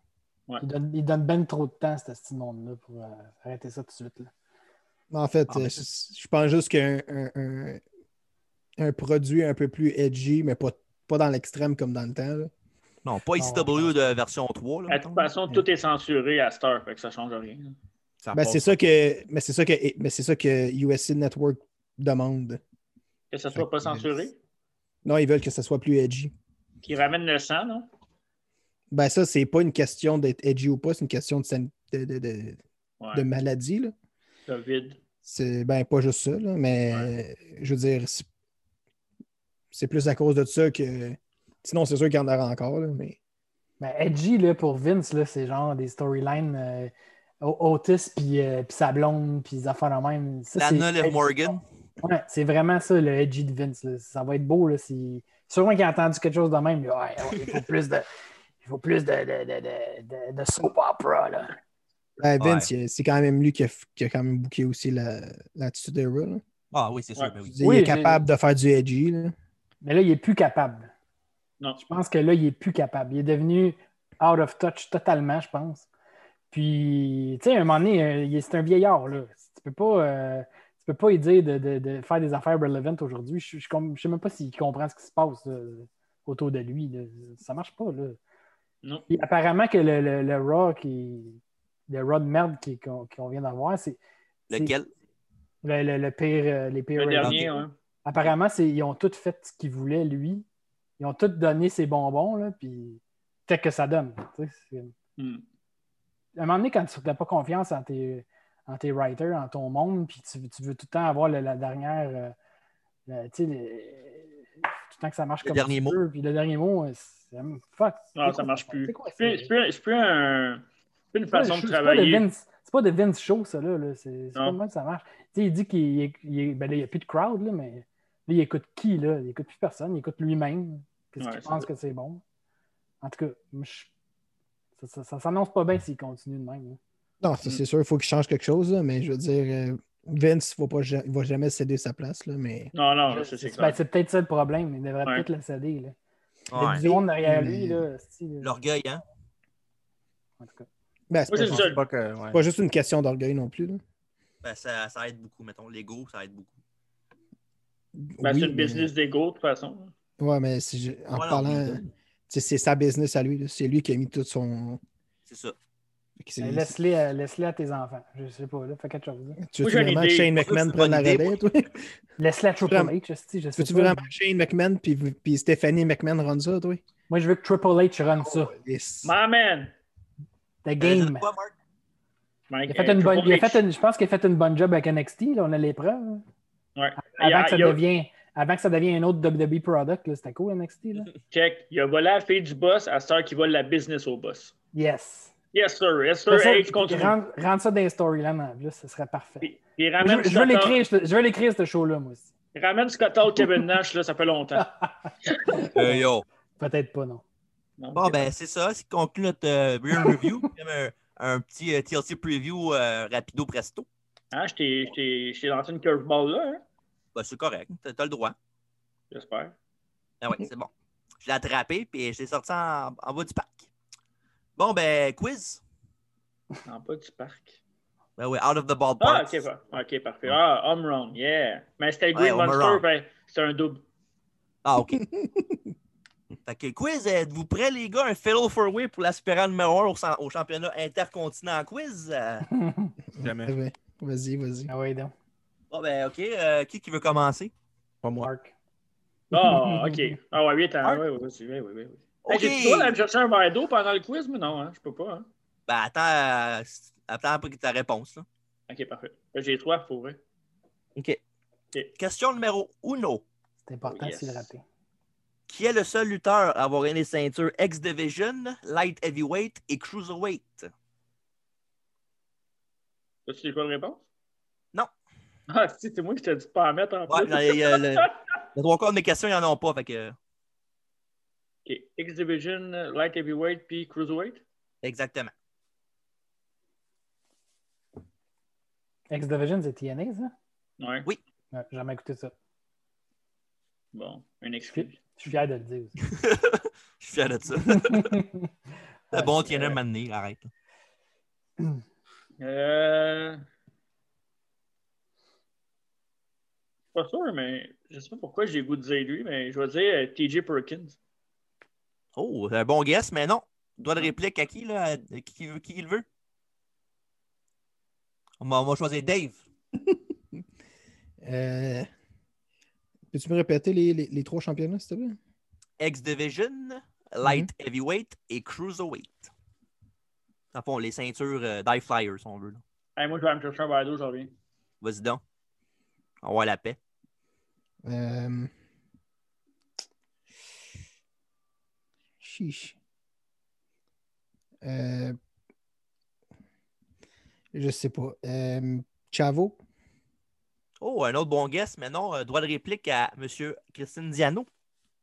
Speaker 4: Ouais.
Speaker 5: Il, donne, il donne ben trop de temps à ce petit monde-là pour euh, arrêter ça tout de suite. là.
Speaker 3: En fait,
Speaker 1: Ah, mais
Speaker 3: euh, c- je pense juste qu'un un, un- un produit un peu plus edgy, mais pas, pas dans l'extrême comme dans le temps. là.
Speaker 1: Non, pas
Speaker 5: Non,
Speaker 1: ICW de version 3. Là,
Speaker 4: De
Speaker 1: mettons.
Speaker 4: toute façon, tout est censuré à cette heure, fait que ça change rien.
Speaker 2: Ça
Speaker 3: Ben,
Speaker 2: passe
Speaker 3: c'est ça que, mais c'est ça que, mais c'est ça que USA Network demande.
Speaker 4: Que ça
Speaker 3: Fait
Speaker 4: soit pas
Speaker 3: que-
Speaker 4: censuré.
Speaker 3: Non, ils veulent que ça soit plus edgy.
Speaker 4: Qui ramène le sang, non?
Speaker 3: Ben ça, c'est pas une question d'être edgy ou pas, c'est une question de, san- de, de- de- de
Speaker 4: Ouais.
Speaker 3: maladie. là.
Speaker 4: Covid.
Speaker 3: C'est ben pas juste ça, là, mais euh, je veux dire, c'est- c'est plus à cause de ça que. Sinon, c'est sûr qu'il y en aura encore, là, mais.
Speaker 5: Ben, Edgy, là, pour Vince, là, c'est genre des storylines euh, O- Otis puis euh, puis sa blonde puis les affaires de même. Ça, c'est-
Speaker 1: Lana Love Morgan.
Speaker 5: Ouais, c'est vraiment ça, le edgy de Vince. là. Ça va être beau. Là, si... Sûrement qu'il a entendu quelque chose de même. là. Ouais, ouais, il faut plus de. Il faut plus de, de, de, de, de- de soap opera. Là.
Speaker 3: Ben, Vince, il- c'est quand même lui qui a, f- qui a quand même booké aussi la- l'attitude la, Era. là.
Speaker 1: Ah oui, c'est sûr.
Speaker 4: Ouais.
Speaker 1: ben
Speaker 3: Je veux
Speaker 1: oui.
Speaker 3: dire,
Speaker 5: Oui,
Speaker 3: il est
Speaker 5: j'ai-
Speaker 3: capable de faire du edgy. là.
Speaker 5: Mais là, il est plus capable.
Speaker 4: Non.
Speaker 5: Je pense que là, il est plus capable. Il est devenu out of touch totalement, je pense. Puis, tu sais, à un moment donné, euh, il est- c'est un vieillard. Là. Tu peux pas. euh, Tu peux pas lui dire de, de- de faire des affaires relevant aujourd'hui. Je, je, com- je sais même pas s'il comprend ce qui se passe là, autour de lui. là. Ça marche pas, là.
Speaker 4: Non.
Speaker 5: Puis apparemment que le, le, le Raw qui. Le Raw de merde qui- qu'on qu'on vient d'avoir, c'est c'est
Speaker 1: Lequel?
Speaker 5: le, le- le pire, euh, les pires
Speaker 4: Le
Speaker 5: ratings.
Speaker 4: dernier, ouais.
Speaker 5: Apparemment, c'est- ils ont tous fait ce qu'ils voulaient, lui. Ils ont tous donné ses bonbons, là, puis peut-être que ça donne. tu sais, c'est-
Speaker 4: Hmm.
Speaker 5: À un moment donné, quand tu n'as pas confiance en tes, en tes writers, en ton monde, puis tu, tu veux tout le temps avoir le- la dernière. euh, la- tu sais, le- tout le temps que ça marche
Speaker 1: Le
Speaker 5: comme
Speaker 1: dernier
Speaker 5: tu
Speaker 1: mot.
Speaker 5: veux, Puis le dernier mot, euh, c'est- fuck.
Speaker 4: Non,
Speaker 5: C'est
Speaker 4: Ah, ça
Speaker 5: quoi
Speaker 4: marche
Speaker 5: ça?
Speaker 4: plus.
Speaker 5: C'est quoi
Speaker 4: C'est plus-
Speaker 5: ça?
Speaker 4: c'est plus c'est plus un- c'est plus une
Speaker 5: C'est pas
Speaker 4: façon
Speaker 5: le
Speaker 4: de
Speaker 5: show-
Speaker 4: travailler.
Speaker 5: C'est pas de Vince- c'est pas de Vince Show, ça, là. là. C'est c'est pas
Speaker 4: Non.
Speaker 5: mal que ça marche. Tu sais, il dit qu'il est- il est- ben, là, il n'y a plus de crowd, là, mais là, il écoute qui, là? Il écoute plus personne, il écoute lui-même. Qu'est-ce
Speaker 4: Ouais,
Speaker 5: qu'il
Speaker 4: c'est
Speaker 5: pense
Speaker 4: ça.
Speaker 5: que c'est bon? En tout cas, moi, je- ça, ça- ça s'annonce pas bien s'il continue de même. là.
Speaker 3: Non, ça, c'est sûr, il faut qu'il change quelque chose, là, mais je veux dire, euh, Vince, il ne va jamais céder sa place, là, mais.
Speaker 4: Non, non, ça,
Speaker 5: Je-
Speaker 4: c'est
Speaker 5: c'est
Speaker 4: clair.
Speaker 5: ben, c'est peut-être ça le problème. Il devrait
Speaker 4: Ouais.
Speaker 5: peut-être le céder. Là. Il y a
Speaker 1: Ouais.
Speaker 5: du monde derrière
Speaker 3: Mais-
Speaker 5: lui, là. style,
Speaker 1: L'orgueil, hein?
Speaker 5: en tout cas.
Speaker 3: Ben, c'est pas,
Speaker 4: Moi, j'ai-
Speaker 2: Je
Speaker 3: juste-
Speaker 2: pense pas que. ouais.
Speaker 3: c'est pas juste une question d'orgueil non plus. là.
Speaker 1: Ben, ça, ça aide beaucoup, mettons. L'ego, ça aide beaucoup.
Speaker 4: Ben,
Speaker 3: Oui,
Speaker 4: c'est une
Speaker 3: mais-
Speaker 4: business d'ego, de toute façon.
Speaker 3: Ouais, mais si je- en
Speaker 1: Voilà,
Speaker 3: parlant,
Speaker 1: on
Speaker 3: tu sais, c'est sa business à lui. là. C'est lui qui a mis tout son.
Speaker 1: C'est ça. Euh,
Speaker 3: c'est-
Speaker 5: Ben, Laisse-les à, laisse-les à tes enfants. Je sais pas, là. Fais quelque chose. là.
Speaker 3: Tu
Speaker 4: Moi,
Speaker 3: veux
Speaker 4: j'ai une
Speaker 3: vraiment que
Speaker 4: idée.
Speaker 3: Shane
Speaker 1: Je trouve
Speaker 3: McMahon
Speaker 1: que c'est une
Speaker 3: prenne la
Speaker 1: bonne idée,
Speaker 3: relais, toi?
Speaker 5: Laisse-les à Triple
Speaker 3: Vraiment.
Speaker 5: H. hostie, Je sais
Speaker 3: Veux-tu
Speaker 5: pas,
Speaker 3: vraiment
Speaker 5: là.
Speaker 3: que Shane McMahon puis, puis Stephanie McMahon run ça, toi?
Speaker 5: Moi, je veux que Triple H run ça.
Speaker 3: Yes.
Speaker 4: My man!
Speaker 5: The
Speaker 3: Euh,
Speaker 1: T'allais
Speaker 5: game.
Speaker 1: dire quoi, Mark?
Speaker 4: Mike,
Speaker 5: Il a fait
Speaker 4: euh,
Speaker 5: une bonne,
Speaker 4: Triple
Speaker 5: il a
Speaker 4: H.
Speaker 5: fait une- je pense qu'il a fait une bonne job avec NXT, là, on a l'épreuve.
Speaker 4: Ouais. Il
Speaker 5: Avant,
Speaker 4: a-
Speaker 5: que ça
Speaker 4: il a-
Speaker 5: devienne- avant que ça devienne un autre WWE product, là, c'était cool NXT. Là.
Speaker 4: Check. Il a volé la fille du boss à cette heure qu'il vole la business au boss.
Speaker 5: Yes.
Speaker 4: Yes, sir. Yes, sir.
Speaker 5: Fais ça,
Speaker 4: H continue.
Speaker 5: Rendre, rendre ça dans les storylines en plus, ce serait parfait.
Speaker 4: Puis- puis
Speaker 5: Je,
Speaker 4: ramène,
Speaker 5: je veux
Speaker 4: Scott Hall-
Speaker 5: l'écrire, je, je veux l'écrire ce show-là, moi aussi.
Speaker 4: ramène Scott Hall, Kevin Nash, là, ça fait longtemps.
Speaker 1: Euh, yo.
Speaker 5: Peut-être pas, non.
Speaker 4: Non,
Speaker 1: Bon, ben, c'est ça. C'est conclu notre euh, Real Review. Comme un, un petit euh, TLC Preview euh, rapido presto.
Speaker 4: Hein, je t'ai- je t'ai je t'ai lancé une curveball là, hein?
Speaker 1: Ben, c'est correct. T'as t'as le droit.
Speaker 4: j'espère.
Speaker 1: Ben oui, c'est bon. Je l'ai attrapé, puis je l'ai sorti en, en bas du parc. Bon, ben, quiz.
Speaker 4: Non, pas du parc.
Speaker 1: Ben oui, out of the ballpark.
Speaker 4: Ah, ok, par- ok, parfait. Ah, home run, yeah. Mais c'était Green
Speaker 1: Ouais, home
Speaker 4: Monster,
Speaker 1: run.
Speaker 4: ben, c'était un double.
Speaker 1: Ah, OK. fait que quiz, êtes-vous prêts, les gars? Un fellow for way pour l'aspirant numéro 1 au, cent- au championnat intercontinent quiz? Euh,
Speaker 2: Jamais.
Speaker 3: Ouais, Vas-y, vas-y.
Speaker 5: Ah oui, donc.
Speaker 1: Bon, ben, OK. euh, qui qui veut commencer?
Speaker 2: Pas moi.
Speaker 5: Mark.
Speaker 4: Ah, ok. Ah, ouais, 8 ans.
Speaker 1: Art.
Speaker 4: Oui, oui, oui. oui, oui, oui.
Speaker 1: OK.
Speaker 4: Ben, J'ai toujours d'aller me chercher un verre d'eau pendant le quiz, mais non, hein, je peux pas. Hein.
Speaker 1: Ben, attends, euh, attends après ta réponse. Là.
Speaker 4: Ok, parfait. Là, J'ai trois pour vrai.
Speaker 1: OK. Question numéro uno.
Speaker 5: C'est important
Speaker 4: Oh, Yes.
Speaker 5: de le rater.
Speaker 1: Qui est le seul lutteur à avoir gagné les ceintures X-Division, Light Heavyweight et Cruiserweight?
Speaker 4: As-tu des bonnes réponses?
Speaker 1: Non.
Speaker 4: Ah, si, c'est moi qui t'ai dit de pas en mettre en
Speaker 1: Ouais,
Speaker 4: plus.
Speaker 1: dans les, euh, le, le trois quarts de mes questions, ils n'en ont pas. Fait que,
Speaker 4: Ok. X-Division, Light Heavyweight, puis Cruiserweight.
Speaker 1: exactement.
Speaker 5: X-Division, c'est TNA, ça?
Speaker 4: Ouais.
Speaker 5: Ouais, j'ai jamais écouté ça.
Speaker 4: Bon, un excuse.
Speaker 5: Je suis fier de le dire aussi.
Speaker 1: Je suis fier de ça.
Speaker 5: Ouais,
Speaker 1: Le bon
Speaker 5: c'est-
Speaker 1: tient un moment donné, arrête.
Speaker 4: Euh... Pas sûr, mais je sais pas pourquoi j'ai le goût de dire lui, mais je vais dire euh, TJ Perkins.
Speaker 1: Oh, c'est un bon guess, mais non. Doigt de réplique à qui, là? À- Qui, qui, veut- qui il veut? On va, on va choisir Dave.
Speaker 3: Euh, Peux-tu me répéter les, les- les trois championnats, s'il te plaît?
Speaker 1: X-Division, Light
Speaker 5: Mhm.
Speaker 1: Heavyweight et Cruiserweight. Dans le fond, les ceintures euh, Die Flyers, si on veut. là.
Speaker 4: Hey, moi, je vais aller me chercher un verre d'eau, j'en reviens.
Speaker 1: Vas-y donc. On va la paix.
Speaker 3: Euh, Chiche. Euh, Je sais pas. Euh, Chavo?
Speaker 1: Oh, un autre bon guess, mais non. euh, droit de réplique à M. Christine Diano.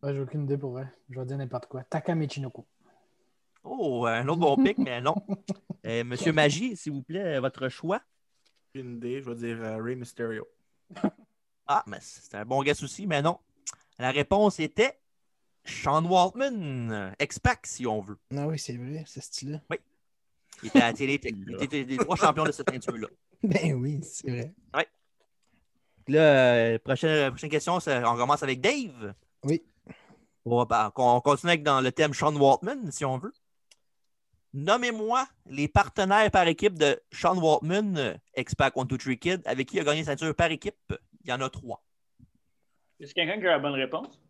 Speaker 5: Ouais, j'ai aucune idée pour vrai. Je vais dire n'importe quoi. Takamichinoko.
Speaker 1: Oh, un autre bon pic, mais non. Euh, Monsieur Magie, s'il vous plaît, votre choix.
Speaker 2: J'ai une idée, je vais dire euh, Ray Mysterio.
Speaker 1: Ah, mais c'est un bon guess aussi, mais non. La réponse était Sean Waltman, euh, ex-pac si on veut.
Speaker 3: Ah oui, c'est vrai, ce style-là.
Speaker 1: Il était à la télé, il était des trois champions de cette ceinture-là.
Speaker 3: Ben oui, c'est vrai.
Speaker 1: Là, euh, prochaine, prochaine question, ça- on commence avec Dave.
Speaker 3: Oui.
Speaker 1: On, va, par- on continue avec dans le thème Sean Waltman, si on veut. Nommez-moi les partenaires par équipe de Sean Waltman, euh, ex-pac 1, 2, 3 Kid, avec qui il a gagné une ceinture par équipe. Il y en a trois.
Speaker 4: Est-ce quelqu'un qui a la bonne réponse?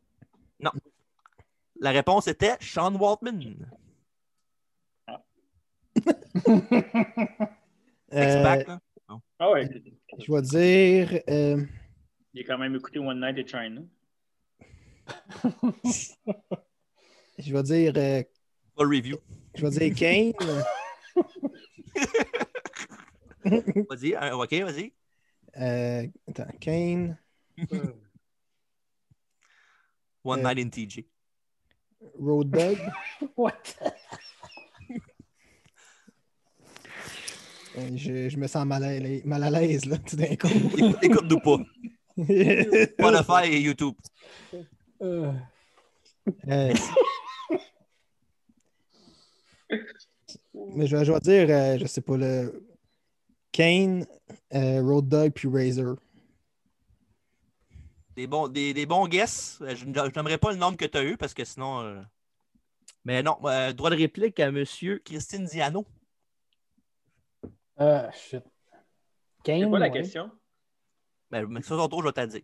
Speaker 1: La réponse était Sean Waltman. Ex-pac,
Speaker 3: Euh,
Speaker 1: là.
Speaker 4: Ah ouais,
Speaker 3: je vais dire. euh,
Speaker 4: j'ai quand même écouté One Night in China.
Speaker 3: je vais dire. euh,
Speaker 1: Pas review.
Speaker 3: je vais dire Kane.
Speaker 1: Vas-y, un- ok, vas-y.
Speaker 3: Euh, attends, Kane.
Speaker 1: One
Speaker 3: Euh,
Speaker 1: Night in TJ.
Speaker 3: Road Dog.
Speaker 5: What?
Speaker 3: Euh, je, je me sens mal à, l'aise- mal à l'aise, là, tout d'un coup.
Speaker 1: Écoute- Écoute-nous pas. Spotify et YouTube.
Speaker 5: Euh,
Speaker 3: Euh, mais je, vais- je vais dire, euh, je sais pas, le Kane, euh, Road Dog, puis Razor.
Speaker 1: Des bons, des, des bons guesses. Euh, Je ne- je n'aimerais pas le nombre que tu as eu parce que sinon. euh, Mais non, euh, droit de réplique à monsieur Christine Diano.
Speaker 5: euh, shit. Kane,
Speaker 4: C'est quoi la
Speaker 5: ouais.
Speaker 4: question?
Speaker 1: Ben, mais ça, son tour, je vais te le dire.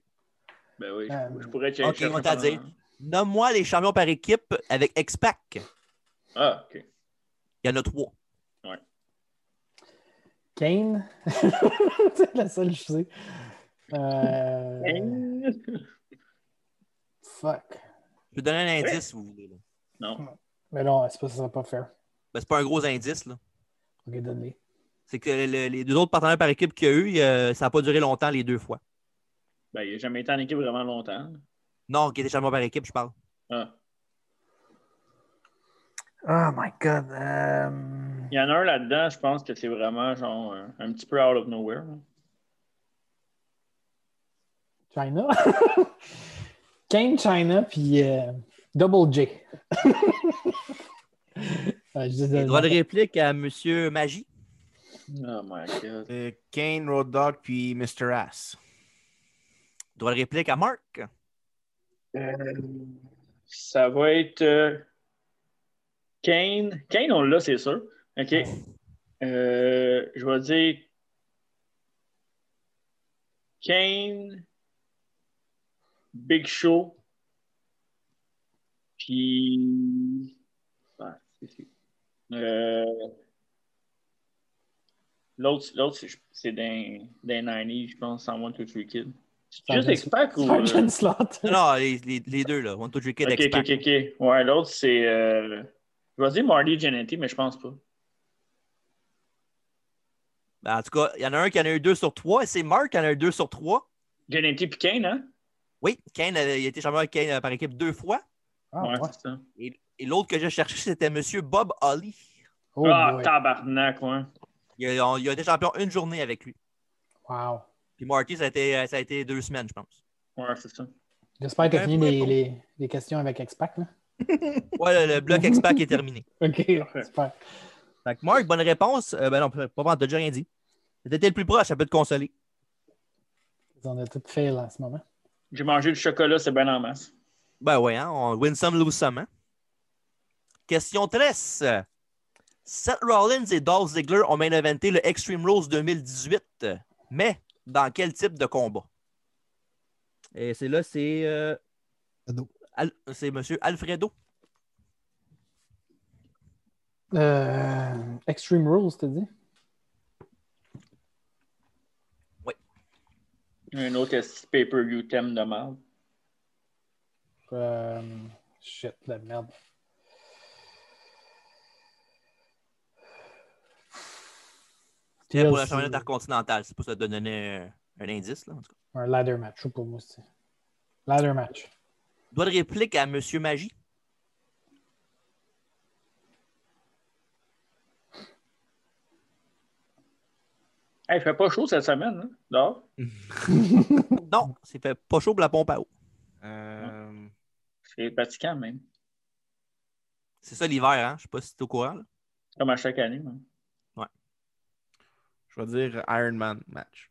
Speaker 4: Ben oui,
Speaker 5: Ah,
Speaker 4: je, je pourrais
Speaker 1: ok,
Speaker 4: chercher.
Speaker 1: on t'a dit. Nomme-moi les champions par équipe avec X-Pac.
Speaker 4: Ah, ok.
Speaker 1: Il y en a trois.
Speaker 5: Kane. c'est la seule que je sais. Euh, Fuck.
Speaker 1: Je vais te donner un indice si vous voulez. là.
Speaker 4: Non.
Speaker 5: Mais non, c'est pas, ça serait pas fair.
Speaker 1: Ben, c'est pas un gros indice. là.
Speaker 5: Ok, donne-les.
Speaker 1: C'est que le- les deux autres partenaires par équipe qu'il y a eu, euh, ça n'a pas duré longtemps les deux fois.
Speaker 4: Ben, il n'a jamais été en équipe vraiment longtemps.
Speaker 1: Non, qui était champion par équipe, je parle.
Speaker 4: Ah.
Speaker 5: Oh my god. euh,
Speaker 4: Il y en a un là-dedans, je pense que c'est vraiment genre un, un petit peu out of nowhere. là.
Speaker 5: China. Kane, China, puis euh, Double J. Ouais, je dis
Speaker 1: Et
Speaker 5: de-
Speaker 1: droit de réplique à Monsieur Magie.
Speaker 4: Oh my god.
Speaker 2: Euh, Kane, Road Dog, puis Mr. Ass.
Speaker 1: Droit de réplique à Marc.
Speaker 4: Euh, Ça va être euh, Kane. Kane, on l'a, c'est sûr. OK. Euh, je vais dire Kane, Big Show, puis. Ah, c'est- c'est- euh, L'autre, l'autre, c'est- c'est dans dans 90, je pense, 101 to Three Kids. C'est juste
Speaker 5: Sergeant-
Speaker 4: X-Pac ou. euh,
Speaker 5: Sergeant Slaughter.
Speaker 1: Ah Non, non, les, les- les deux, là. One, two, three, kid,
Speaker 4: Ok,
Speaker 1: X-Pac.
Speaker 4: ok, ok, ok. Ouais, l'autre, c'est. euh, Je vais dire Marty Jannetty, mais je pense pas.
Speaker 1: Ben, en tout cas, il y en a un qui en a eu deux sur trois, et c'est Marc qui en a eu deux sur trois.
Speaker 4: Jannetty puis Kane, hein?
Speaker 1: Oui, Kane, euh, il a été champion avec Kane euh, par équipe deux fois.
Speaker 5: Ah, ouais.
Speaker 4: c'est ça.
Speaker 1: Et, et l'autre que j'ai cherché, c'était Monsieur Bob Holly.
Speaker 5: Oh,
Speaker 4: ah,
Speaker 5: boy.
Speaker 4: tabarnak, ouais.
Speaker 1: Il a, on- il a été champion une journée avec lui.
Speaker 5: Wow.
Speaker 1: Puis Marty, ça a été, euh, ça a été deux semaines, je pense.
Speaker 4: Ouais, c'est ça.
Speaker 5: J'espère que tu as
Speaker 1: Un
Speaker 5: fini
Speaker 1: peu
Speaker 5: les,
Speaker 1: bon.
Speaker 5: les, les questions avec X-Pac. là.
Speaker 1: Ouais, le, le bloc X-Pac est terminé.
Speaker 5: OK, super.
Speaker 1: Fait que Marc, bonne réponse. Euh, ben non, pas pas t'as déjà rien dit. C'était le plus proche, ça peut te consoler.
Speaker 5: On a tout fail en ce moment.
Speaker 4: J'ai mangé du chocolat, c'est ben en masse.
Speaker 1: Ben ouais, hein, on win some, lose some. hein. Question 13. Euh, Seth Rollins et Dolph Ziggler ont main eventé le Extreme Rules 2018, euh, mais dans quel type de combat? Et c'est là, c'est euh,
Speaker 3: Alfredo.
Speaker 1: Al- c'est Monsieur Alfredo.
Speaker 5: Euh, Extreme Rules, t'as dit?
Speaker 4: Un autre esti de pay-per-view thème de mal.
Speaker 5: Euh, shit, la merde.
Speaker 1: C'était pour le
Speaker 5: Yes.
Speaker 1: championnat intercontinental. C'est pour ça te donner un, un indice. Là, en tout cas.
Speaker 5: Un ladder match, ou pour moi, c'est. Ladder match.
Speaker 1: Doigt de réplique à Monsieur Magie.
Speaker 4: Hey, il fait pas chaud cette semaine, hein? Dehors?
Speaker 1: Non, c'est fait pas chaud pour la pompe à eau.
Speaker 2: Euh,
Speaker 4: C'est fatigant, même.
Speaker 1: C'est ça l'hiver, hein? Je sais pas si t'es au courant. là.
Speaker 4: Comme à chaque année. hein.
Speaker 2: je vais dire Iron Man match.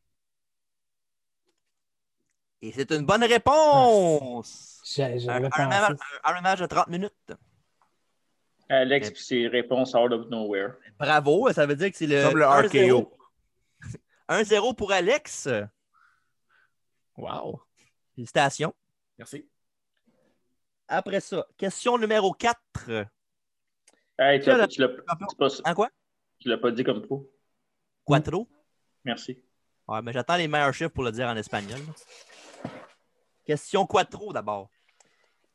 Speaker 1: Et c'est une bonne réponse!
Speaker 5: J'ai-
Speaker 1: Un,
Speaker 5: J'avais
Speaker 1: un ma-
Speaker 5: pensé.
Speaker 1: un- un match de 30 minutes.
Speaker 4: Alex,
Speaker 1: Mais-
Speaker 4: puis ses réponses out of nowhere.
Speaker 1: Bravo, ça veut dire que c'est le.
Speaker 2: Comme le
Speaker 1: 1-0.
Speaker 2: RKO.
Speaker 1: 1-0 pour Alex.
Speaker 2: Wow.
Speaker 1: Félicitations.
Speaker 2: Merci.
Speaker 1: Après ça, question numéro 4.
Speaker 4: Hey, tu l'as-
Speaker 1: Là,
Speaker 4: tu l'as c'est pas ça.
Speaker 1: En quoi?
Speaker 4: Tu l'as pas dit comme trop.
Speaker 1: Quattro.
Speaker 4: Merci.
Speaker 1: Hmm. Ouais, mais j'attends les meilleurs chiffres pour le dire en espagnol. Question quattro d'abord.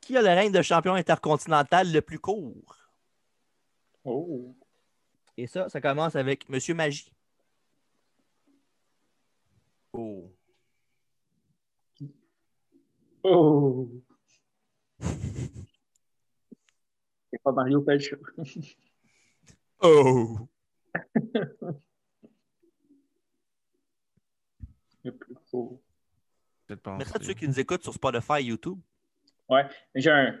Speaker 1: Qui a le règne de champion intercontinental le plus court?
Speaker 4: Oh.
Speaker 1: Et ça, ça commence avec Monsieur Magie.
Speaker 2: Oh.
Speaker 4: Oh. C'est pas Mario Pelcha.
Speaker 1: Oh!
Speaker 4: Le plus court.
Speaker 2: Peut-être pas.
Speaker 1: Merci à tous ceux qui nous écoutent sur Spotify et YouTube.
Speaker 4: J'ai un...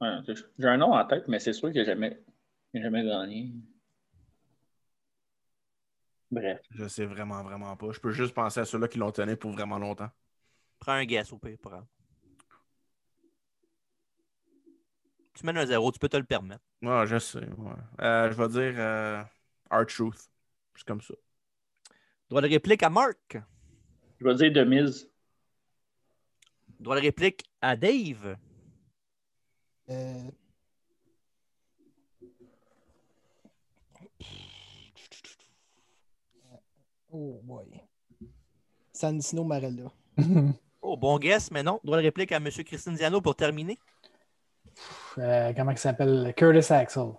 Speaker 4: ouais, c'est- j'ai un nom en tête, mais c'est sûr que jamais, j'ai jamais gagné. Bref.
Speaker 2: Je sais vraiment, vraiment pas. Je peux juste penser à ceux-là qui l'ont tenu pour vraiment longtemps.
Speaker 1: Prends un guess au pire. pas grave. Tu mènes un zéro, tu peux te le permettre.
Speaker 2: Ouais, Ah, je sais. ouais. Euh, je vais dire euh, Our Truth. C'est comme ça.
Speaker 1: Droit de réplique à Marc.
Speaker 4: Je vais dire de mise.
Speaker 1: Droit de réplique à Dave.
Speaker 3: Euh, Oh boy. Sandino Marella.
Speaker 1: Oh, bon guess, mais non. Droit de réplique à M. Christine Diano pour terminer.
Speaker 5: Euh, comment il s'appelle? Curtis Axel.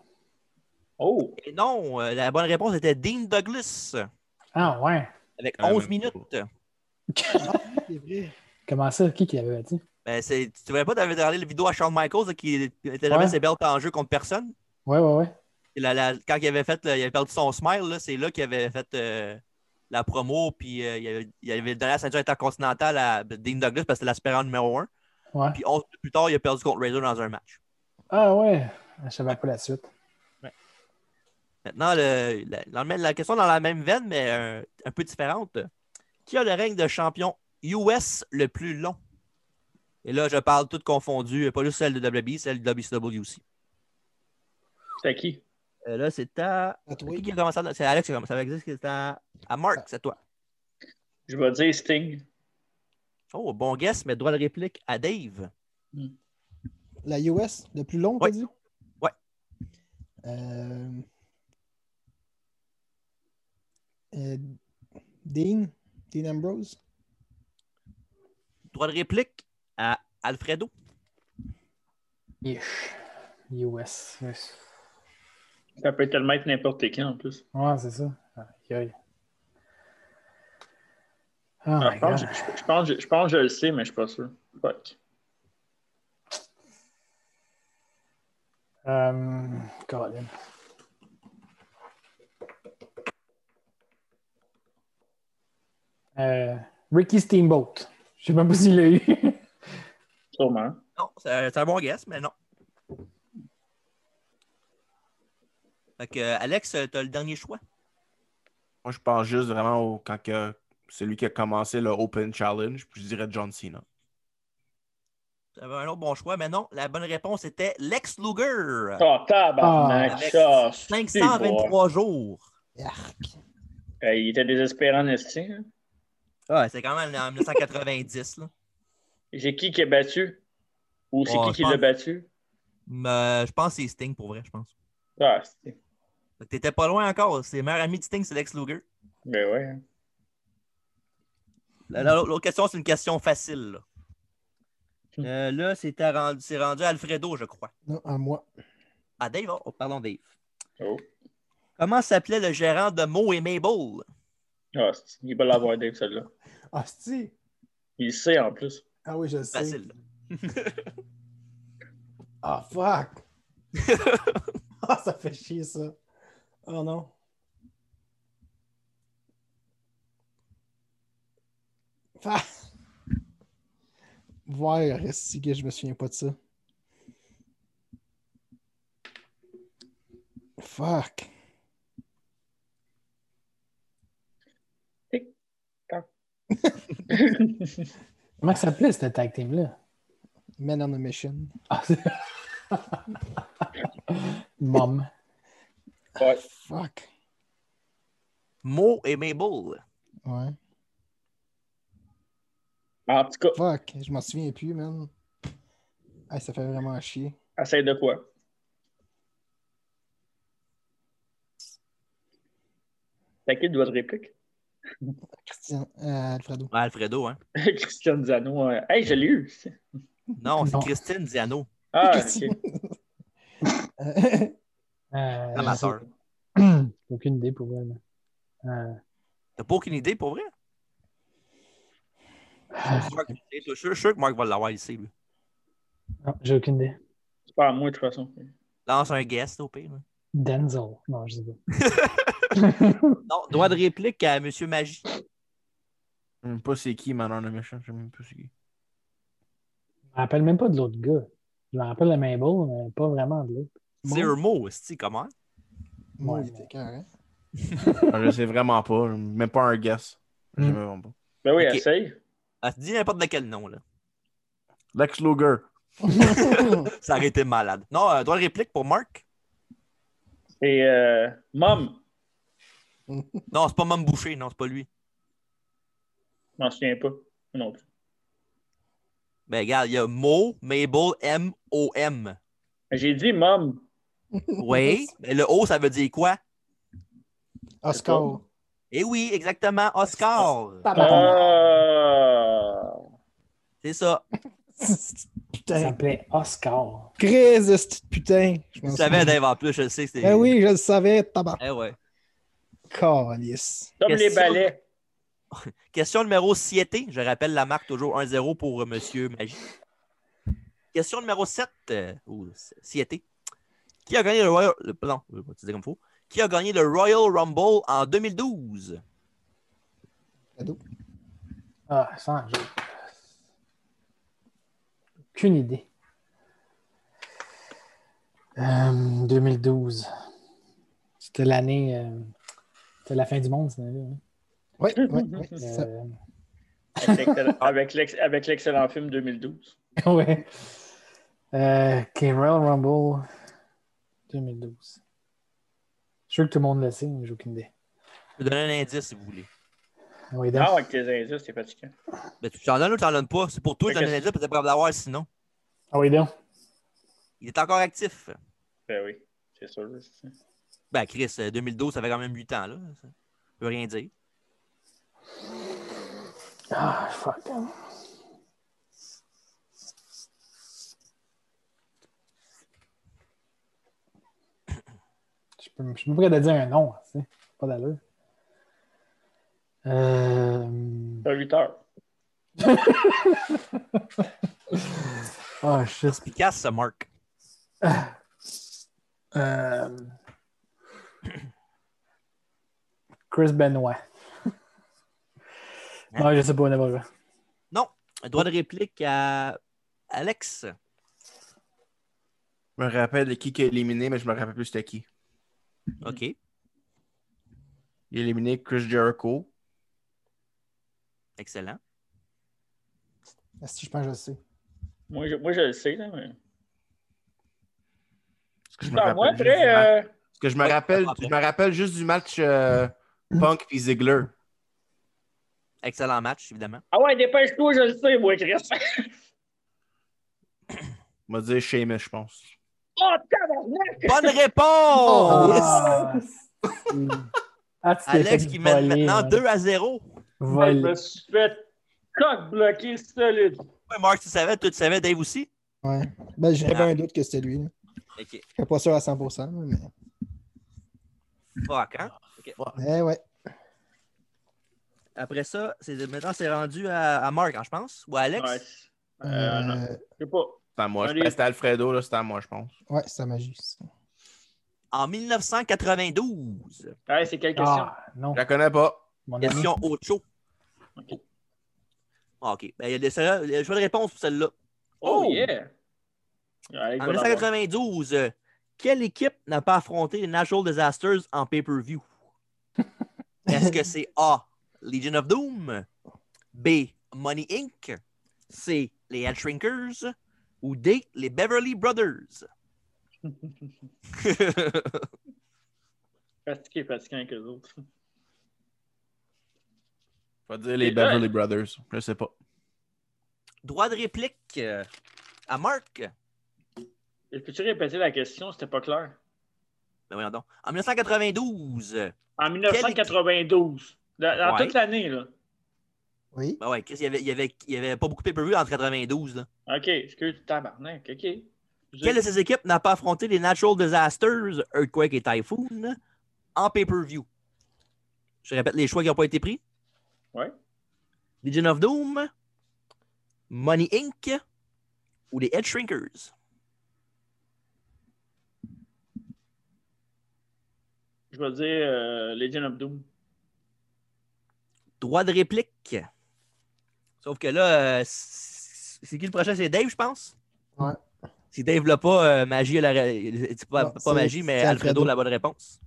Speaker 4: Oh!
Speaker 1: Et non, euh, la bonne réponse était Dean Douglas
Speaker 5: Ah, ouais.
Speaker 1: avec
Speaker 2: Ah,
Speaker 1: 11
Speaker 2: même
Speaker 1: minutes.
Speaker 3: C'est vrai.
Speaker 5: Comment ça? Qui qui avait dit?
Speaker 1: Ben, c'est- tu ne voyais pas d'avoir regardé la vidéo à Shawn Michaels là, qui était jamais
Speaker 5: Ouais.
Speaker 1: ses belts en jeu contre personne.
Speaker 5: Ouais, ouais, ouais.
Speaker 1: Et la- la- quand il avait fait, là, il avait perdu son smile, là, c'est là qu'il avait fait euh, la promo, puis euh, il, avait, il avait donné la ceinture intercontinentale à Dean Douglas parce que c'était l'aspirant numéro 1.
Speaker 5: Ouais.
Speaker 1: Puis 11 minutes plus tard, il a perdu contre Razor dans un match.
Speaker 5: Ah, ouais. Je savais pas la suite.
Speaker 1: Maintenant, le- la, dans le même- la question dans la même veine, mais euh, un peu différente. Qui a le règne de champion US le plus long? Et là, je parle toutes confondues, pas juste celle de WB, celle de WCW aussi.
Speaker 4: C'est à qui?
Speaker 1: Euh, là, c'est à.
Speaker 3: À toi.
Speaker 1: Qui qui a commencé à- C'est Alex qui a commencé. Ça veut dire que c'est à, à Mark, c'est à toi.
Speaker 4: Je vais dire Sting.
Speaker 1: Oh, bon guess, mais droit de réplique à Dave.
Speaker 3: La US, le plus long,
Speaker 1: Ouais.
Speaker 3: t'as dit?
Speaker 1: Ouais.
Speaker 3: Euh, euh, Dean? Dean Ambrose?
Speaker 1: Droit de réplique à Alfredo.
Speaker 5: Ish. US. yes.
Speaker 4: Ça peut tellement être n'importe qui en plus.
Speaker 5: Ouais, c'est ça. Aïe, aïe. Oh
Speaker 4: Ah,
Speaker 5: my
Speaker 4: je, pense,
Speaker 5: God.
Speaker 4: je, je pense, je, je pense que je le sais, mais je suis pas sûr. Fuck.
Speaker 5: Euh, Colin. Euh, Ricky Steamboat. Je sais même pas s'il l'a eu.
Speaker 4: Sûrement.
Speaker 1: Non, c'est un- c'est un bon guess, mais non. Fait que, euh, Alex, tu as le dernier choix.
Speaker 2: Moi, je pense juste vraiment au quand que celui qui a commencé le Open Challenge, puis je dirais John Cena.
Speaker 1: Tu avais un autre bon choix, mais non. La bonne réponse était Lex Luger.
Speaker 4: Oh,
Speaker 5: Ah,
Speaker 4: tabarnak,
Speaker 1: Avec
Speaker 4: ça, c'est bon.
Speaker 1: 523 jours.
Speaker 3: Arc.
Speaker 4: Euh, il était désespérant, Nestin. hein?
Speaker 1: Ouais, c'est quand même en 1990. là.
Speaker 4: C'est qui qui a battu? Ou c'est
Speaker 1: Ouais,
Speaker 5: Oh,
Speaker 4: qui
Speaker 1: je
Speaker 4: qui
Speaker 1: pense-
Speaker 4: l'a battu?
Speaker 1: Mais, euh, je pense que c'est Sting pour vrai, je pense.
Speaker 4: Ah, c'est...
Speaker 1: Fait que T'étais pas loin encore. C'est meilleur ami de Sting, c'est Lex Luger.
Speaker 4: Ben ouais. hein.
Speaker 1: La- la- L'autre question, c'est une question facile. Là, Euh, là, c'était rendu, c'est rendu à Alfredo, je crois.
Speaker 3: Non, à moi.
Speaker 1: À Dave, oh, oh, pardon, Dave.
Speaker 4: Oh.
Speaker 1: Comment s'appelait le gérant de Mo et Mabel?
Speaker 4: Ah, c'est- il va l'avoir, Dave, celle-là.
Speaker 3: Ah, si!
Speaker 4: Il le sait en plus.
Speaker 3: Ah oui, je le sais.
Speaker 1: Facile.
Speaker 3: Ah, fuck! ah, ça fait chier, ça. Oh non. Fuck! Ouais, reste que je me souviens pas de ça. Fuck!
Speaker 5: Comment ça s'appelait cette tag team-là?
Speaker 3: Men on a mission.
Speaker 5: Ah, c'est- Mom.
Speaker 4: Ouais.
Speaker 3: Fuck!
Speaker 1: Mo et Mabel.
Speaker 3: Ouais.
Speaker 4: En tout cas,
Speaker 3: Fuck! Je m'en souviens plus, man. Ah, ça fait vraiment chier.
Speaker 4: essaye de quoi? T'as qui le doigt de réplique?
Speaker 3: Christian, euh, Alfredo.
Speaker 1: Ouais, Alfredo, hein?
Speaker 4: Christian Zano. euh, Hey, je l'ai eu.
Speaker 1: Non, c'est
Speaker 5: Non.
Speaker 1: Christine Diano,
Speaker 4: Ah,
Speaker 3: Christian.
Speaker 4: ok.
Speaker 3: Euh,
Speaker 5: Euh,
Speaker 4: Ah,
Speaker 1: amateur.
Speaker 5: Aucune idée pour elle. Euh,
Speaker 1: T'as pas aucune idée pour vrai? Marc, je suis sûr que Marc va l'avoir ici, lui.
Speaker 5: non, j'ai aucune idée.
Speaker 4: C'est pas à moi, de toute façon.
Speaker 1: Lance un guest au pire. là.
Speaker 5: Denzel. Non, je sais pas.
Speaker 1: Non, droit de réplique à Monsieur Magie.
Speaker 2: Je sais même pas c'est qui, Man on a Mission. Je sais même pas c'est qui.
Speaker 5: Je me rappelle même pas de l'autre gars. Je me rappelle de Mabel, mais pas vraiment de l'autre.
Speaker 1: C'est un mot, c'est comment?
Speaker 3: Moi,
Speaker 5: Ouais,
Speaker 3: il était cœur, hein?
Speaker 2: Ah, Je sais vraiment pas. Même pas un guess. Je sais
Speaker 5: Mm.
Speaker 2: vraiment pas.
Speaker 4: Ben oui,
Speaker 1: Ok.
Speaker 4: essaye.
Speaker 1: Elle se dit Ah, n'importe quel nom, là.
Speaker 2: Lex Luger.
Speaker 1: Ça aurait été malade. Non, euh, droit de réplique pour Marc.
Speaker 4: Et euh, Mom,
Speaker 1: Non, c'est pas Mom Boucher, non, c'est pas lui.
Speaker 4: je m'en souviens pas. Non plus.
Speaker 1: Ben, regarde, il y a Mo, Mabel, M-O-M.
Speaker 4: J'ai dit Mom.
Speaker 1: Oui. Mais Ben, le O, ça veut dire quoi?
Speaker 3: Oscar.
Speaker 1: Eh oui, exactement, Oscar.
Speaker 3: Tabarnak.
Speaker 4: Ah!
Speaker 1: C'est ça.
Speaker 5: Il
Speaker 3: Putain.
Speaker 5: s'appelait Oscar.
Speaker 3: Chris de ce petit putain. Je
Speaker 1: Tu
Speaker 3: m'en
Speaker 1: savais,
Speaker 3: souviens.
Speaker 1: Dave, en plus, je le sais. c'est-
Speaker 3: Ben oui, je le savais. Tabarnak.
Speaker 1: Eh ouais.
Speaker 3: Calice.
Speaker 4: Comme les
Speaker 1: Question.
Speaker 4: balais.
Speaker 1: Question numéro 7. Je rappelle la marque toujours 1-0 pour euh, Monsieur Magie. Question numéro 7. euh, ou 7. Qui a gagné le Royal. le- non, je vais pas te dire comme faut. Qui a gagné le Royal Rumble en 2012?
Speaker 3: Cadeau.
Speaker 5: Ah, sans jeu. Aucune idée. Euh, 2012. C'était l'année. euh, C'était la fin du monde, cette année-là. hein.
Speaker 3: Oui, oui, oui. c'est ça.
Speaker 5: Euh,
Speaker 4: Avec l'excellent- Avec l'ex- avec l'excellent film 2012.
Speaker 5: ouais. Euh, ok, Royal Rumble 2012. Je suis sûr que tout le monde le sait, mais j'ai aucune idée. Ah
Speaker 1: Je peux donner un indice si vous voulez.
Speaker 5: Oui, donc,
Speaker 4: Non, Ah, avec tes indices, c'est fatigant.
Speaker 1: Ben, tu t'en donnes ou tu t'en donnes pas? C'est pour toi que je donne un indice, peut-être pas l'avoir sinon.
Speaker 5: Ah oui, donc.
Speaker 1: Il est encore actif.
Speaker 4: Ben oui, c'est sûr. c'est ça.
Speaker 1: Ben, Chris, euh, 2012, ça fait quand même 8 ans, là. Ça veut rien dire.
Speaker 5: Ah, fuck. Je peux, je suis pas capable de dire un nom, tu sais. Pas d'allure. Euh...
Speaker 4: Un lutteur.
Speaker 5: Ah, je sais.
Speaker 1: Perspicace, ce Mark.
Speaker 5: Euh... Chris Benoit.
Speaker 1: Hein?
Speaker 5: Non, je sais pas, n'importe quoi.
Speaker 1: Un droit de réplique à Alex.
Speaker 2: Je me rappelle de qui qui a éliminé, mais je me rappelle plus c'était qui.
Speaker 1: OK.
Speaker 2: Il a éliminé Chris Jericho.
Speaker 1: Excellent.
Speaker 3: Ah, Si je pense que je le sais.
Speaker 4: Moi je, moi, je le sais. Là, mais...
Speaker 2: Ce que je me rappelle,
Speaker 4: Ben, moi,
Speaker 2: juste, du match-
Speaker 4: après, euh,
Speaker 2: ce que je me rappelle, je me rappelle juste du match euh, Punk et Ziggler.
Speaker 1: Excellent match, évidemment.
Speaker 4: Ah ouais, dépêche-toi, je le sais, moi, Chris.
Speaker 2: On va dire Sheamus, je pense.
Speaker 4: oh, tabarnak!
Speaker 1: Bonne réponse!
Speaker 5: Ah, c'est- Ah, tu t'es
Speaker 1: Oh, Alex
Speaker 5: fait
Speaker 1: qui mène
Speaker 5: voler,
Speaker 1: maintenant
Speaker 5: man.
Speaker 1: 2 à 0.
Speaker 4: Je
Speaker 5: Voler.
Speaker 4: me suis fait coq bloqué solide.
Speaker 1: Ouais, Marc, tu savais, toi, tu savais, Dave aussi?
Speaker 3: Ouais. Ben, j'avais
Speaker 1: Ah.
Speaker 3: un doute que c'était lui. là.
Speaker 1: OK.
Speaker 3: Je suis pas sûr à 100%, mais.
Speaker 1: Fuck, hein?
Speaker 3: Eh ouais.
Speaker 1: Après ça, c'est- maintenant, c'est rendu à, à Marc, hein, je pense, ou à Alex.
Speaker 4: Ouais. Euh, non,
Speaker 3: Euh,
Speaker 4: je sais pas.
Speaker 2: C'était à moi. je-
Speaker 4: Allez.
Speaker 2: C'était Alfredo, là, c'était à moi, je pense.
Speaker 3: ouais, c'est la magie. ça.
Speaker 1: En 1992.
Speaker 4: Ouais, c'est quelle question?
Speaker 5: Ah, non.
Speaker 2: Je la connais pas.
Speaker 5: Mon ami.
Speaker 1: Question Ocho.
Speaker 4: Ok.
Speaker 1: Ah, OK. Ben, il y a des, celle-là- il y a le choix de réponse pour celle-là.
Speaker 4: Oh, yeah! Ouais,
Speaker 1: En
Speaker 4: il va l'avoir.
Speaker 1: 1992, euh, quelle équipe n'a pas affronté les Natural Disasters en pay-per-view? Est-ce que c'est A, Legion of Doom, B, Money Inc., C, les Headshrinkers ou D, les Beverly Brothers?
Speaker 4: Fatigué, fatigué avec eux autres.
Speaker 2: Je vais dire les
Speaker 4: Et-
Speaker 2: Beverly Brothers. Je sais pas.
Speaker 1: Droit de réplique euh, à Marc.
Speaker 4: Peux-tu répéter la question? C'était pas clair.
Speaker 1: Ben voyons donc. En 1992,
Speaker 4: En 1992. Dans, dans
Speaker 1: Ouais.
Speaker 4: toute l'année, là.
Speaker 3: Oui.
Speaker 1: ben ouais, Chris, il n'y avait, il y avait- il y avait pas beaucoup de pay-per-view entre 92. là.
Speaker 4: OK, excuse, tabarnak, OK. Je-
Speaker 1: Quelle de ces équipes n'a pas affronté les Natural Disasters, Earthquake et Typhoon, en pay-per-view? Je répète les choix qui n'ont pas été pris.
Speaker 4: Ouais.
Speaker 1: Legion of Doom, Money Inc. ou les Head Shrinkers?
Speaker 4: Je vais dire euh, Legion of Doom.
Speaker 1: Droit de réplique. Sauf que là, euh, c'est c'est qui le prochain? C'est Dave, je pense?
Speaker 3: Ouais.
Speaker 1: Si Dave l'a pas, euh, Magie a la... ré- Pas,
Speaker 3: Non,
Speaker 1: pas
Speaker 3: c'est-
Speaker 1: Magie, mais
Speaker 3: c'est
Speaker 1: Alfredo
Speaker 3: Alfredo.
Speaker 1: a la bonne réponse.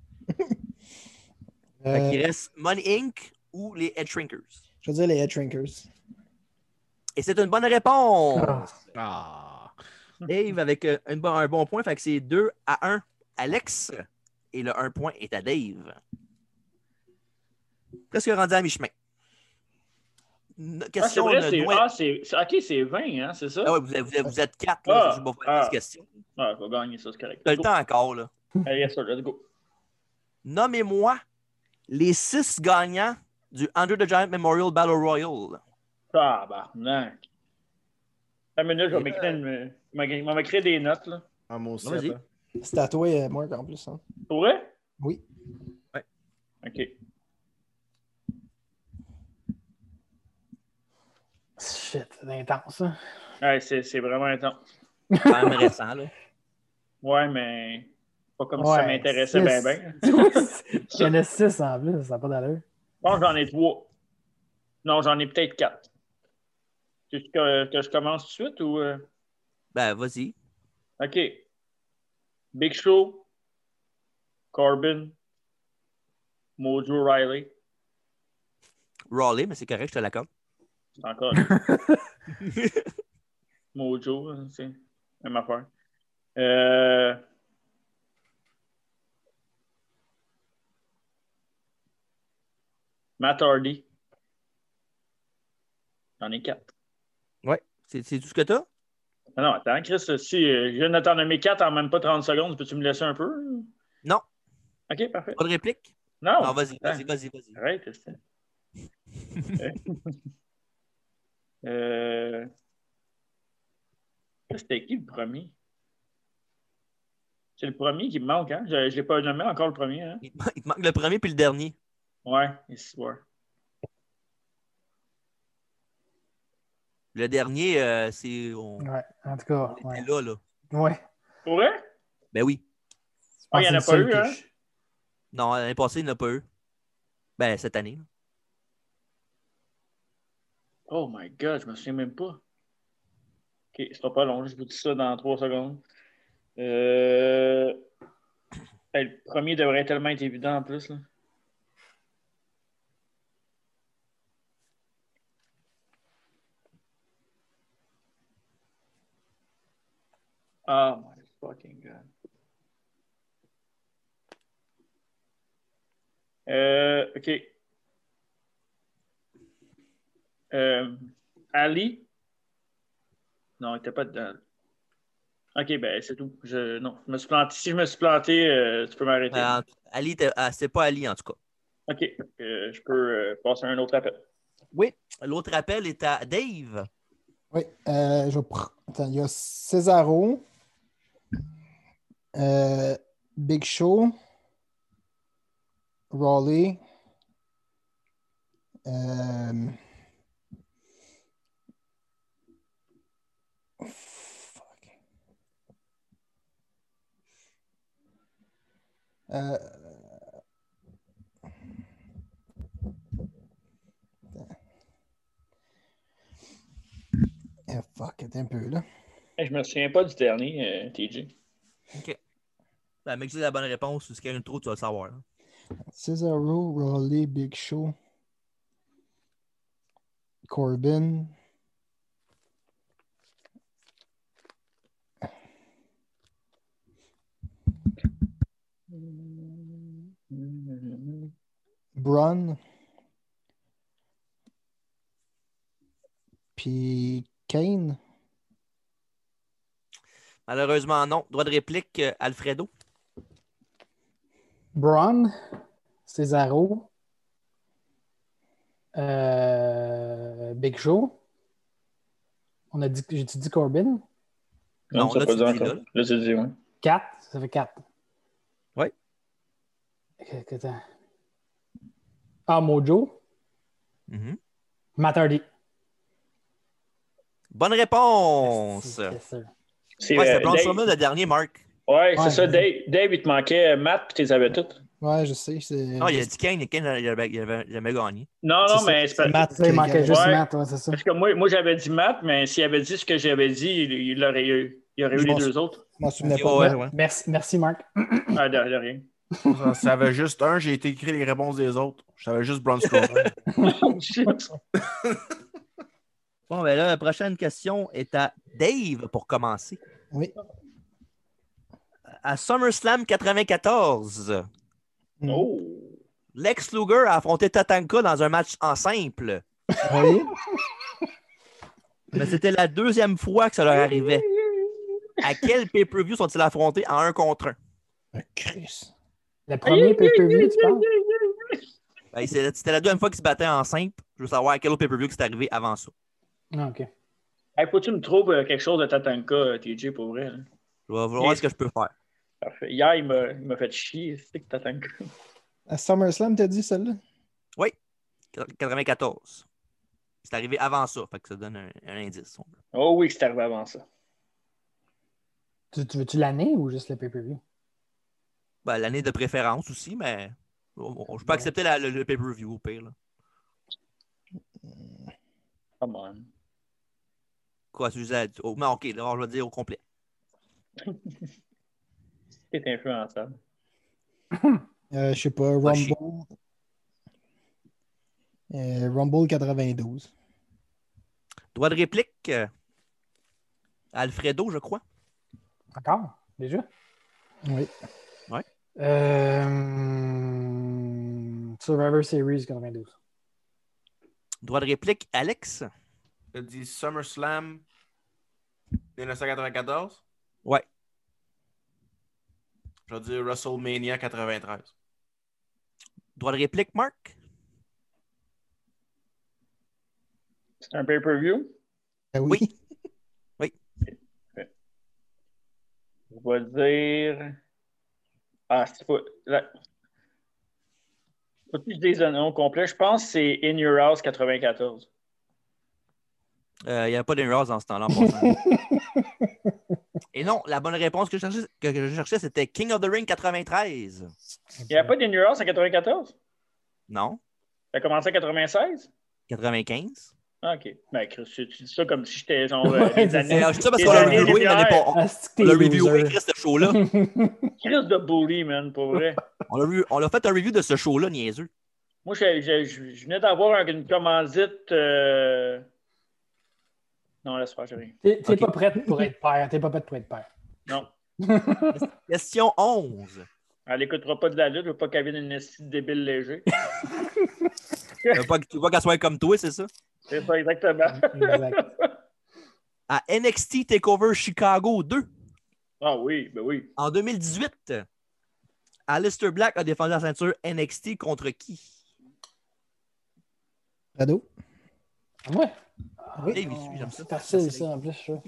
Speaker 1: Fait qu'il
Speaker 3: Euh,
Speaker 1: reste Money Inc. ou les Head Shrinkers.
Speaker 3: je veux dire les Headshrinkers.
Speaker 1: Et c'est une bonne
Speaker 5: Ah.
Speaker 1: réponse.
Speaker 2: Ah.
Speaker 1: Dave avec euh, une bo- un bon point, fait que c'est 2 à 1 Alex. Et le 1 point est à Dave. Presque rendu à mi-chemin. N-
Speaker 4: Ah, c'est
Speaker 1: Question
Speaker 4: vrai,
Speaker 1: de
Speaker 4: c'est...
Speaker 1: Noël.
Speaker 4: Ah, c'est... c'est- OK, c'est 20, hein, c'est ça?
Speaker 1: Ah
Speaker 4: Ah,
Speaker 1: ouais, vous, êtes- vous êtes- vous êtes 4, là,
Speaker 4: Ah,
Speaker 1: je vais vous faire
Speaker 4: ah.
Speaker 1: des questions.
Speaker 4: je vais gagner ça, c'est correct.
Speaker 1: T'as le
Speaker 4: Go.
Speaker 1: temps encore, là.
Speaker 4: Allez, yes, sir, let's go.
Speaker 1: Nommez-moi les 6 gagnants du Andrew the Giant Memorial Battle Royal.
Speaker 4: Tabarnak. Une minute,
Speaker 1: Euh,
Speaker 4: je vais m'écrire, une- je vais m'écrire- je vais m'écrire des notes, là.
Speaker 2: Ah, moi aussi.
Speaker 1: Non, vas-y.
Speaker 2: attends.
Speaker 3: C'est à toi, euh, Marc, en plus. hein.
Speaker 4: Pour vrai?
Speaker 3: Oui.
Speaker 1: Ouais.
Speaker 4: OK.
Speaker 5: Shit, c'est intense. hein.
Speaker 4: Ouais, c'est, c'est vraiment intense.
Speaker 1: Quand même récent, là.
Speaker 4: Ouais, mais... Pas comme si
Speaker 5: Ouais,
Speaker 4: ça m'intéressait
Speaker 5: six.
Speaker 4: bien, bien.
Speaker 5: J'en ai 6 en plus, ça n'a pas d'allure.
Speaker 4: Bon, j'en ai trois. Non, j'en ai peut-être quatre. Tu veux que, que je commence tout de suite ou... euh?
Speaker 1: Ben, vas-y.
Speaker 4: OK. Big Show, Corbin, Mojo Riley.
Speaker 1: Raleigh, mais c'est correct, je te l'accorde.
Speaker 4: C'est encore Mojo, hein, c'est même affaire. Euh... Matt Hardy. J'en ai quatre.
Speaker 1: C'est c'est tout ce que tu as?
Speaker 4: Ah Non, attends, Chris, si euh, je viens de t'en nommer quatre en même pas 30 secondes, peux-tu me laisser un peu?
Speaker 1: Non.
Speaker 4: OK, parfait.
Speaker 1: Pas de réplique?
Speaker 4: Non,
Speaker 1: Non, vas-y,
Speaker 4: attends.
Speaker 1: vas-y, vas-y, vas-y.
Speaker 4: Arrête, c'est euh... C'était qui le premier? C'est le premier qui me manque, hein? Je ne l'ai pas nommé encore le premier, hein?
Speaker 1: Il te, man- il te manque le premier puis le dernier.
Speaker 4: Ouais, ici, ouais.
Speaker 1: Le dernier, euh, c'est. On,
Speaker 5: Ouais, en tout
Speaker 1: on
Speaker 5: cas,
Speaker 1: était
Speaker 5: ouais.
Speaker 1: là, là.
Speaker 5: Ouais.
Speaker 4: Pour vrai?
Speaker 1: Ben oui.
Speaker 5: Je
Speaker 4: Ah,
Speaker 5: pense
Speaker 4: il y en
Speaker 5: que
Speaker 4: a
Speaker 5: c'est
Speaker 4: pas
Speaker 5: le
Speaker 4: eu,
Speaker 5: seul
Speaker 4: hein?
Speaker 5: que je-
Speaker 1: Non, l'année passée, il n'y en a pas eu. Ben, cette année. là.
Speaker 4: Oh my god, je me souviens même pas. Ok, ce sera pas long, je vous dis ça dans trois secondes. Euh, ben, le premier devrait tellement être évident en plus. Là. Oh my fucking god. Euh, ok. Euh, Ali? Non, il n'était pas dedans. Ok, ben c'est tout. Je, non, je me suis planté. Si je me suis planté, euh, tu peux m'arrêter.
Speaker 1: Ben, en- Ali, était- ah, c'est pas Ali, en tout cas.
Speaker 4: Ok, euh, je peux euh, passer à un autre appel.
Speaker 1: Oui. L'autre appel est à Dave.
Speaker 3: Oui, euh, je vais pr- Attends, il y a Cesaro, euh, Big Show, Raleigh, euh, fuck. Euh, eh, fuck, attends un peu là.
Speaker 4: Hey, je me souviens pas du dernier, euh, TJ.
Speaker 1: Ben, mec, c'est la bonne réponse. Si quelqu'un le trouve, tu vas le savoir. hein.
Speaker 3: Cesaro, Raleigh, Big Show, Corbin. Braun. Puis Kane.
Speaker 1: Malheureusement, non. Droit de réplique, euh, Alfredo.
Speaker 5: Braun, Cesaro, euh, Big Show. On a dit, j'ai-tu dit Corbin?
Speaker 1: Non,
Speaker 4: ça
Speaker 1: là,
Speaker 4: pas
Speaker 1: tu
Speaker 4: dit
Speaker 1: dis,
Speaker 4: encore.
Speaker 1: là.
Speaker 4: Là, tu dis, ouais.
Speaker 5: 4, ça fait 4.
Speaker 1: Ouais.
Speaker 5: Ah, Mojo,
Speaker 1: Mhm.
Speaker 5: Matt Hardy.
Speaker 1: Bonne réponse.
Speaker 5: C'est- c'est sûr.
Speaker 4: C'est
Speaker 1: Ouais,
Speaker 4: euh,
Speaker 1: c'était Braun
Speaker 4: Dave.
Speaker 1: Strowman, le dernier, Mark.
Speaker 4: Ouais,
Speaker 5: Ouais.
Speaker 4: c'est ça. Dave, Dave, il te manquait euh, Matt, puis tu les avais toutes.
Speaker 3: Ouais, je sais. c'est-
Speaker 1: Non, Ah, Oh, il a dit Kane et Kane, il avait, il avait jamais gagné.
Speaker 4: Non, non,
Speaker 3: C'est
Speaker 4: mais
Speaker 3: ça,
Speaker 4: c'est pas.
Speaker 3: Matt.
Speaker 5: Tu sais, il manquait juste
Speaker 4: Ouais.
Speaker 5: Matt, ouais, c'est ça.
Speaker 4: Parce que moi, moi j'avais dit Matt, mais s'il avait dit ce que j'avais dit, il, il aurait eu, il aurait eu
Speaker 3: Je
Speaker 4: les
Speaker 3: pense-
Speaker 4: deux autres.
Speaker 3: Je m'en
Speaker 1: Ok,
Speaker 3: souvenais pas.
Speaker 1: ouais.
Speaker 5: Merci, merci Marc.
Speaker 4: Ah, de, de rien.
Speaker 2: J'en savais juste un, j'ai été écrit les réponses des autres. Je savais juste Braun Strowman.
Speaker 3: Oh,
Speaker 1: Bon, ben là, la prochaine question est à Dave pour commencer.
Speaker 3: Oui.
Speaker 1: À SummerSlam 94,
Speaker 4: oh.
Speaker 1: Lex Luger a affronté Tatanka dans un match en simple.
Speaker 3: Ah, Oui.
Speaker 1: Mais c'était la deuxième fois que ça leur arrivait. À quel pay-per-view sont-ils affrontés en un contre un?
Speaker 3: Ah, Chris.
Speaker 5: Le premier pay-per-view, tu parles?
Speaker 1: Ben, c'est- c'était la deuxième fois qu'ils se battaient en simple. Je veux savoir à quel autre pay-per-view que c'est arrivé avant ça.
Speaker 5: Ah, OK.
Speaker 4: Hey, faut que tu me trouves euh, quelque chose de Tatanka, euh, TJ, pour vrai. là.
Speaker 1: Je vais voir
Speaker 4: Et-
Speaker 1: ce que je peux faire.
Speaker 4: Parfait. Hier, il m'a il m'a fait chier, c'est que Tatanka.
Speaker 3: À SummerSlam, t'as dit celle-là?
Speaker 1: 94. C'est arrivé avant ça, fait que ça donne un, un indice. si on veut.
Speaker 4: Oh oui, c'est arrivé avant ça.
Speaker 5: Tu, tu veux-tu l'année ou juste le pay-per-view?
Speaker 1: Ben, L'année de préférence aussi, mais on- on- je peux
Speaker 5: Ouais.
Speaker 1: accepter la- le, le pay-per-view au pire. là.
Speaker 4: Come on.
Speaker 1: Quoi, tu disais. oh, non, ok, alors je vais dire au complet.
Speaker 4: C'est influençable.
Speaker 3: Euh, je sais pas,
Speaker 1: Pas chier.
Speaker 3: Rumble, Euh, Rumble 92.
Speaker 1: Droit de réplique, euh, Alfredo, je crois.
Speaker 5: Encore? Déjà?
Speaker 3: Oui.
Speaker 5: Euh, Survivor Series 92.
Speaker 1: Droit de réplique, Alex.
Speaker 2: Tu as dit SummerSlam 1994?
Speaker 1: Ouais.
Speaker 2: Je vais dire WrestleMania 93.
Speaker 1: Droit de réplique, Marc.
Speaker 4: C'est un pay-per-view.
Speaker 3: Ben oui.
Speaker 1: Oui.
Speaker 4: Je vais dire. Ah, c'est pas. la- Faut que je dise un nom complet. Je pense que c'est In Your House 94.
Speaker 1: Euh, Il n'y avait pas d'Inrows dans ce temps-là. en passant. Et non, la bonne réponse que je cherchais, que je cherchais, c'était King of the Ring 93.
Speaker 4: Il n'y avait pas d'In Your House en 94?
Speaker 1: Non,
Speaker 4: Ça a commencé en 96?
Speaker 1: 95.
Speaker 4: Ah, OK. Ben, Chris, tu, tu dis ça comme si j'étais genre euh,
Speaker 5: Ouais,
Speaker 4: des
Speaker 5: c'est
Speaker 1: Mais,
Speaker 4: années.
Speaker 1: euh, je dis ça parce
Speaker 4: Et
Speaker 1: qu'on l'a
Speaker 4: l'année
Speaker 1: reviewé, mais on n'est pas- on-
Speaker 5: Ah, c'est que
Speaker 1: on
Speaker 5: t'es
Speaker 1: l'a
Speaker 5: loser.
Speaker 1: reviewé, Chris, ce show-là.
Speaker 4: Chris de bully, man, pour vrai.
Speaker 1: On l'a vu- on l'a fait un review de ce show-là, niaiseux.
Speaker 4: Moi, je, je- je- je venais d'avoir un- une commandite. euh, Non, laisse faire, j'ai rien.
Speaker 5: T'es t'es
Speaker 1: Ok.
Speaker 5: pas prête pour être père. T'es pas prête pour être père.
Speaker 4: Non.
Speaker 1: Question 11.
Speaker 4: Elle n'écoutera pas de la lutte. Je veux pas qu'elle vienne une esti de débile léger.
Speaker 1: Tu veux pas, tu veux pas qu'elle soit comme toi, c'est ça?
Speaker 4: C'est ça, exactement.
Speaker 5: Exact.
Speaker 1: À NXT TakeOver Chicago 2
Speaker 4: Ah oui, ben oui.
Speaker 1: en 2018. Alistair Black a défendu la ceinture NXT contre qui?
Speaker 3: Rado?
Speaker 5: Ouais.
Speaker 1: Eh,
Speaker 5: Ah, Oui.
Speaker 1: oui, j'aime ça. Ah.
Speaker 5: C'est facile, ça, en plus. je trouve.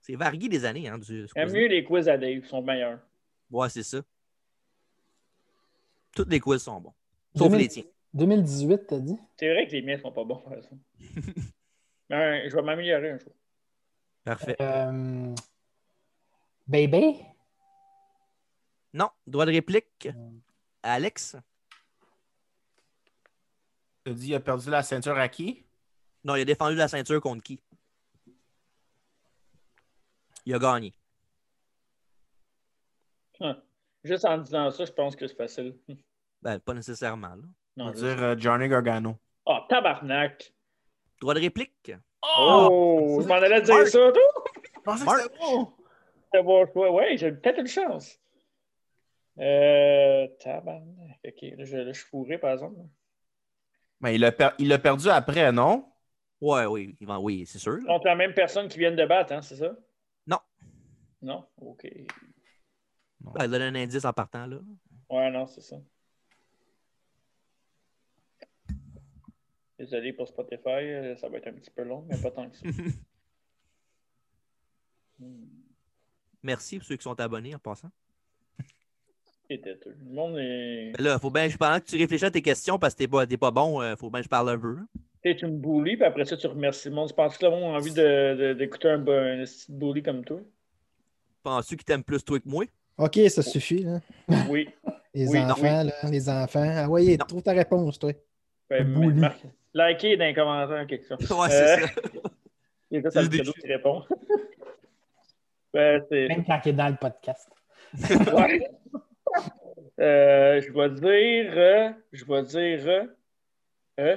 Speaker 1: C'est varié des années. Hein, du, ce
Speaker 4: Aime
Speaker 1: quiz-là.
Speaker 4: mieux les quiz à Dave, ils sont meilleurs.
Speaker 1: ouais, c'est ça. Toutes les quiz sont bons. Sauf
Speaker 5: 2000
Speaker 1: les tiens.
Speaker 5: 2018, t'as dit?
Speaker 4: C'est vrai que les miens sont pas bons, par exemple. Ben, je vais m'améliorer un jour.
Speaker 1: Parfait.
Speaker 5: Euh, Baby?
Speaker 1: Non, droit de réplique. Alex?
Speaker 2: Tu as dit il a perdu la ceinture à qui?
Speaker 1: Non, il a défendu la ceinture contre qui? Il a gagné.
Speaker 4: Juste en disant ça, je pense que c'est facile.
Speaker 1: Ben, pas nécessairement. là.
Speaker 2: On
Speaker 4: Non,
Speaker 2: va
Speaker 4: je-
Speaker 2: dire euh, Johnny Gargano.
Speaker 4: Ah, tabarnak!
Speaker 1: Droit de réplique.
Speaker 4: Oh! Je m'en allais dire
Speaker 1: Marc.
Speaker 4: ça, tout!
Speaker 2: Je pensais
Speaker 1: Mark.
Speaker 2: que c'était bon!
Speaker 4: D'avoir choix. Ouais, j'ai peut-être une chance. Euh, tabarnak. Ok, là, je, là, je suis fourré, par exemple.
Speaker 2: Mais il l'a per- il l'a perdu après, non?
Speaker 1: Ouais, oui, il va- oui, c'est sûr. là.
Speaker 4: Contre la même personne qui vient de battre, hein, c'est ça?
Speaker 1: Non.
Speaker 4: Non? Ok.
Speaker 1: Ben, elle donne un indice en partant, là.
Speaker 4: Ouais, non, c'est ça. Désolé pour Spotify, euh, ça va être un petit peu long, mais pas tant que ça. Hmm,
Speaker 1: Merci pour ceux qui sont abonnés en passant.
Speaker 4: c'est têteux. Le monde est.
Speaker 1: Ben là, faut bien, je- pendant que tu réfléchis à tes questions parce que t'es pas, t'es pas bon, euh, faut bien que je parle un peu. hein.
Speaker 4: T'es une bully, puis après ça, tu remercies le monde. Tu penses que le monde a envie de- de- d'écouter un, bo- un petit bully comme toi?
Speaker 1: Penses-tu qu'ils t'aiment plus toi que moi?
Speaker 3: OK, ça suffit. Là.
Speaker 4: Oui.
Speaker 3: Les
Speaker 4: Oui, non,
Speaker 3: enfants, là, les enfants. Ah ouais,
Speaker 1: Non.
Speaker 3: trouve ta réponse, toi.
Speaker 4: Ben,
Speaker 5: Bully.
Speaker 4: mar- likez dans les commentaires quelque chose.
Speaker 1: Ouais, c'est
Speaker 4: Euh,
Speaker 1: ça.
Speaker 4: Et là, ça
Speaker 1: Le
Speaker 4: le cadeau qui répond. ben, c'est.
Speaker 5: Même quand il est dans le podcast.
Speaker 4: Ouais. Euh, je vais dire. euh, je vais dire. euh, euh,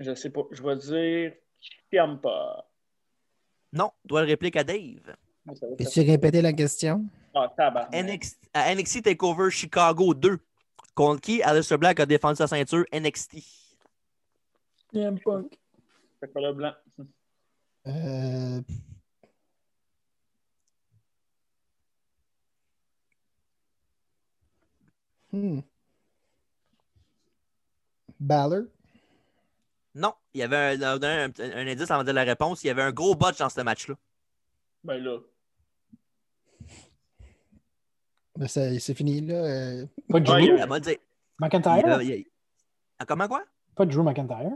Speaker 4: je sais pas. Je vais dire. Chiampa.
Speaker 1: Non, dois le réplique à Dave.
Speaker 3: Peux-tu répéter la question?
Speaker 4: Ah, tabarnak.
Speaker 1: NXT, à NXT Takeover Chicago 2. Contre qui Alistair Black a défendu sa ceinture NXT?
Speaker 5: CM Punk.
Speaker 4: Chocolat blanc.
Speaker 3: Euh, Hmm. Balor?
Speaker 1: Non, il y avait un, on a donné un, un indice avant de dire la réponse. Il y avait un gros botch dans ce match-là.
Speaker 4: Ben là.
Speaker 3: Ben, ça- C'est fini, là. euh,
Speaker 5: Pas Drew
Speaker 4: Ouais, il y a-
Speaker 1: Elle m'a dit- il
Speaker 5: McIntyre?
Speaker 1: avait- il- Ah, comment quoi?
Speaker 5: Pas Drew McIntyre?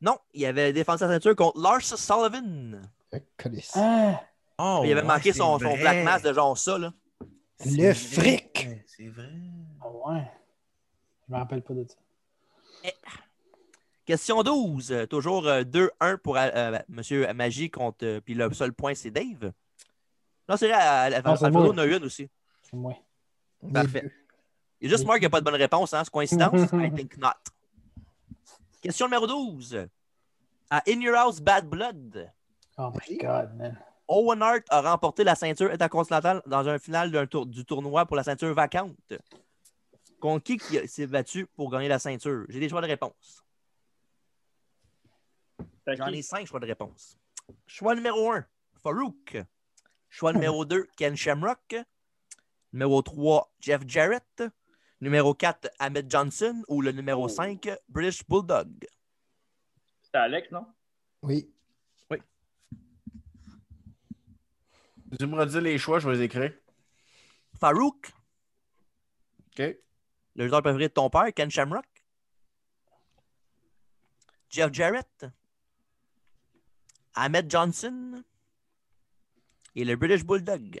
Speaker 1: Non, il avait défendu sa ceinture contre Lars Sullivan.
Speaker 3: euh, colisse.
Speaker 5: Ah!
Speaker 2: Oh,
Speaker 1: il avait
Speaker 2: ouais,
Speaker 1: manqué
Speaker 2: c'est
Speaker 1: son, son
Speaker 2: vrai.
Speaker 1: black mass de genre ça, là.
Speaker 2: C'est
Speaker 3: Le
Speaker 2: vrai.
Speaker 3: fric.
Speaker 2: C'est vrai.
Speaker 5: ah ouais. Je me rappelle pas de ça.
Speaker 1: Question 12. euh, Toujours euh, 2-1 pour euh, euh, Monsieur Magie contre. euh, Puis le seul point, c'est Dave. Non, c'est vrai, à- à-
Speaker 5: Non, c'est
Speaker 1: Alfredo
Speaker 5: moi.
Speaker 1: en a une aussi.
Speaker 5: C'est moi.
Speaker 3: Les
Speaker 1: Parfait.
Speaker 3: deux.
Speaker 1: Il y a juste Marc qui n'a pas de bonne réponse, hein? C'est coïncidence? I think not. Question numéro 12. À In Your House Bad Blood,
Speaker 5: Oh my god, man.
Speaker 1: Owen Hart a remporté la ceinture intercontinentale dans un final d'un tour- du tournoi pour la ceinture vacante. Contre qui qui s'est battu pour gagner la ceinture? J'ai des choix de réponse.
Speaker 4: Fait
Speaker 1: J'en
Speaker 4: que-
Speaker 1: ai cinq choix de réponse. Choix numéro un, Farouk. Choix numéro deux, Ken Shamrock. Numéro trois, Jeff Jarrett. Numéro quatre, Ahmed Johnson. Ou le numéro cinq, British Bulldog.
Speaker 4: C'était Alex, non?
Speaker 3: Oui.
Speaker 2: Tu me redis les choix, je vais les écrire.
Speaker 1: Farouk,
Speaker 2: OK.
Speaker 1: le joueur préféré de ton père, Ken Shamrock. Jeff Jarrett. Ahmed Johnson. Et le British Bulldog.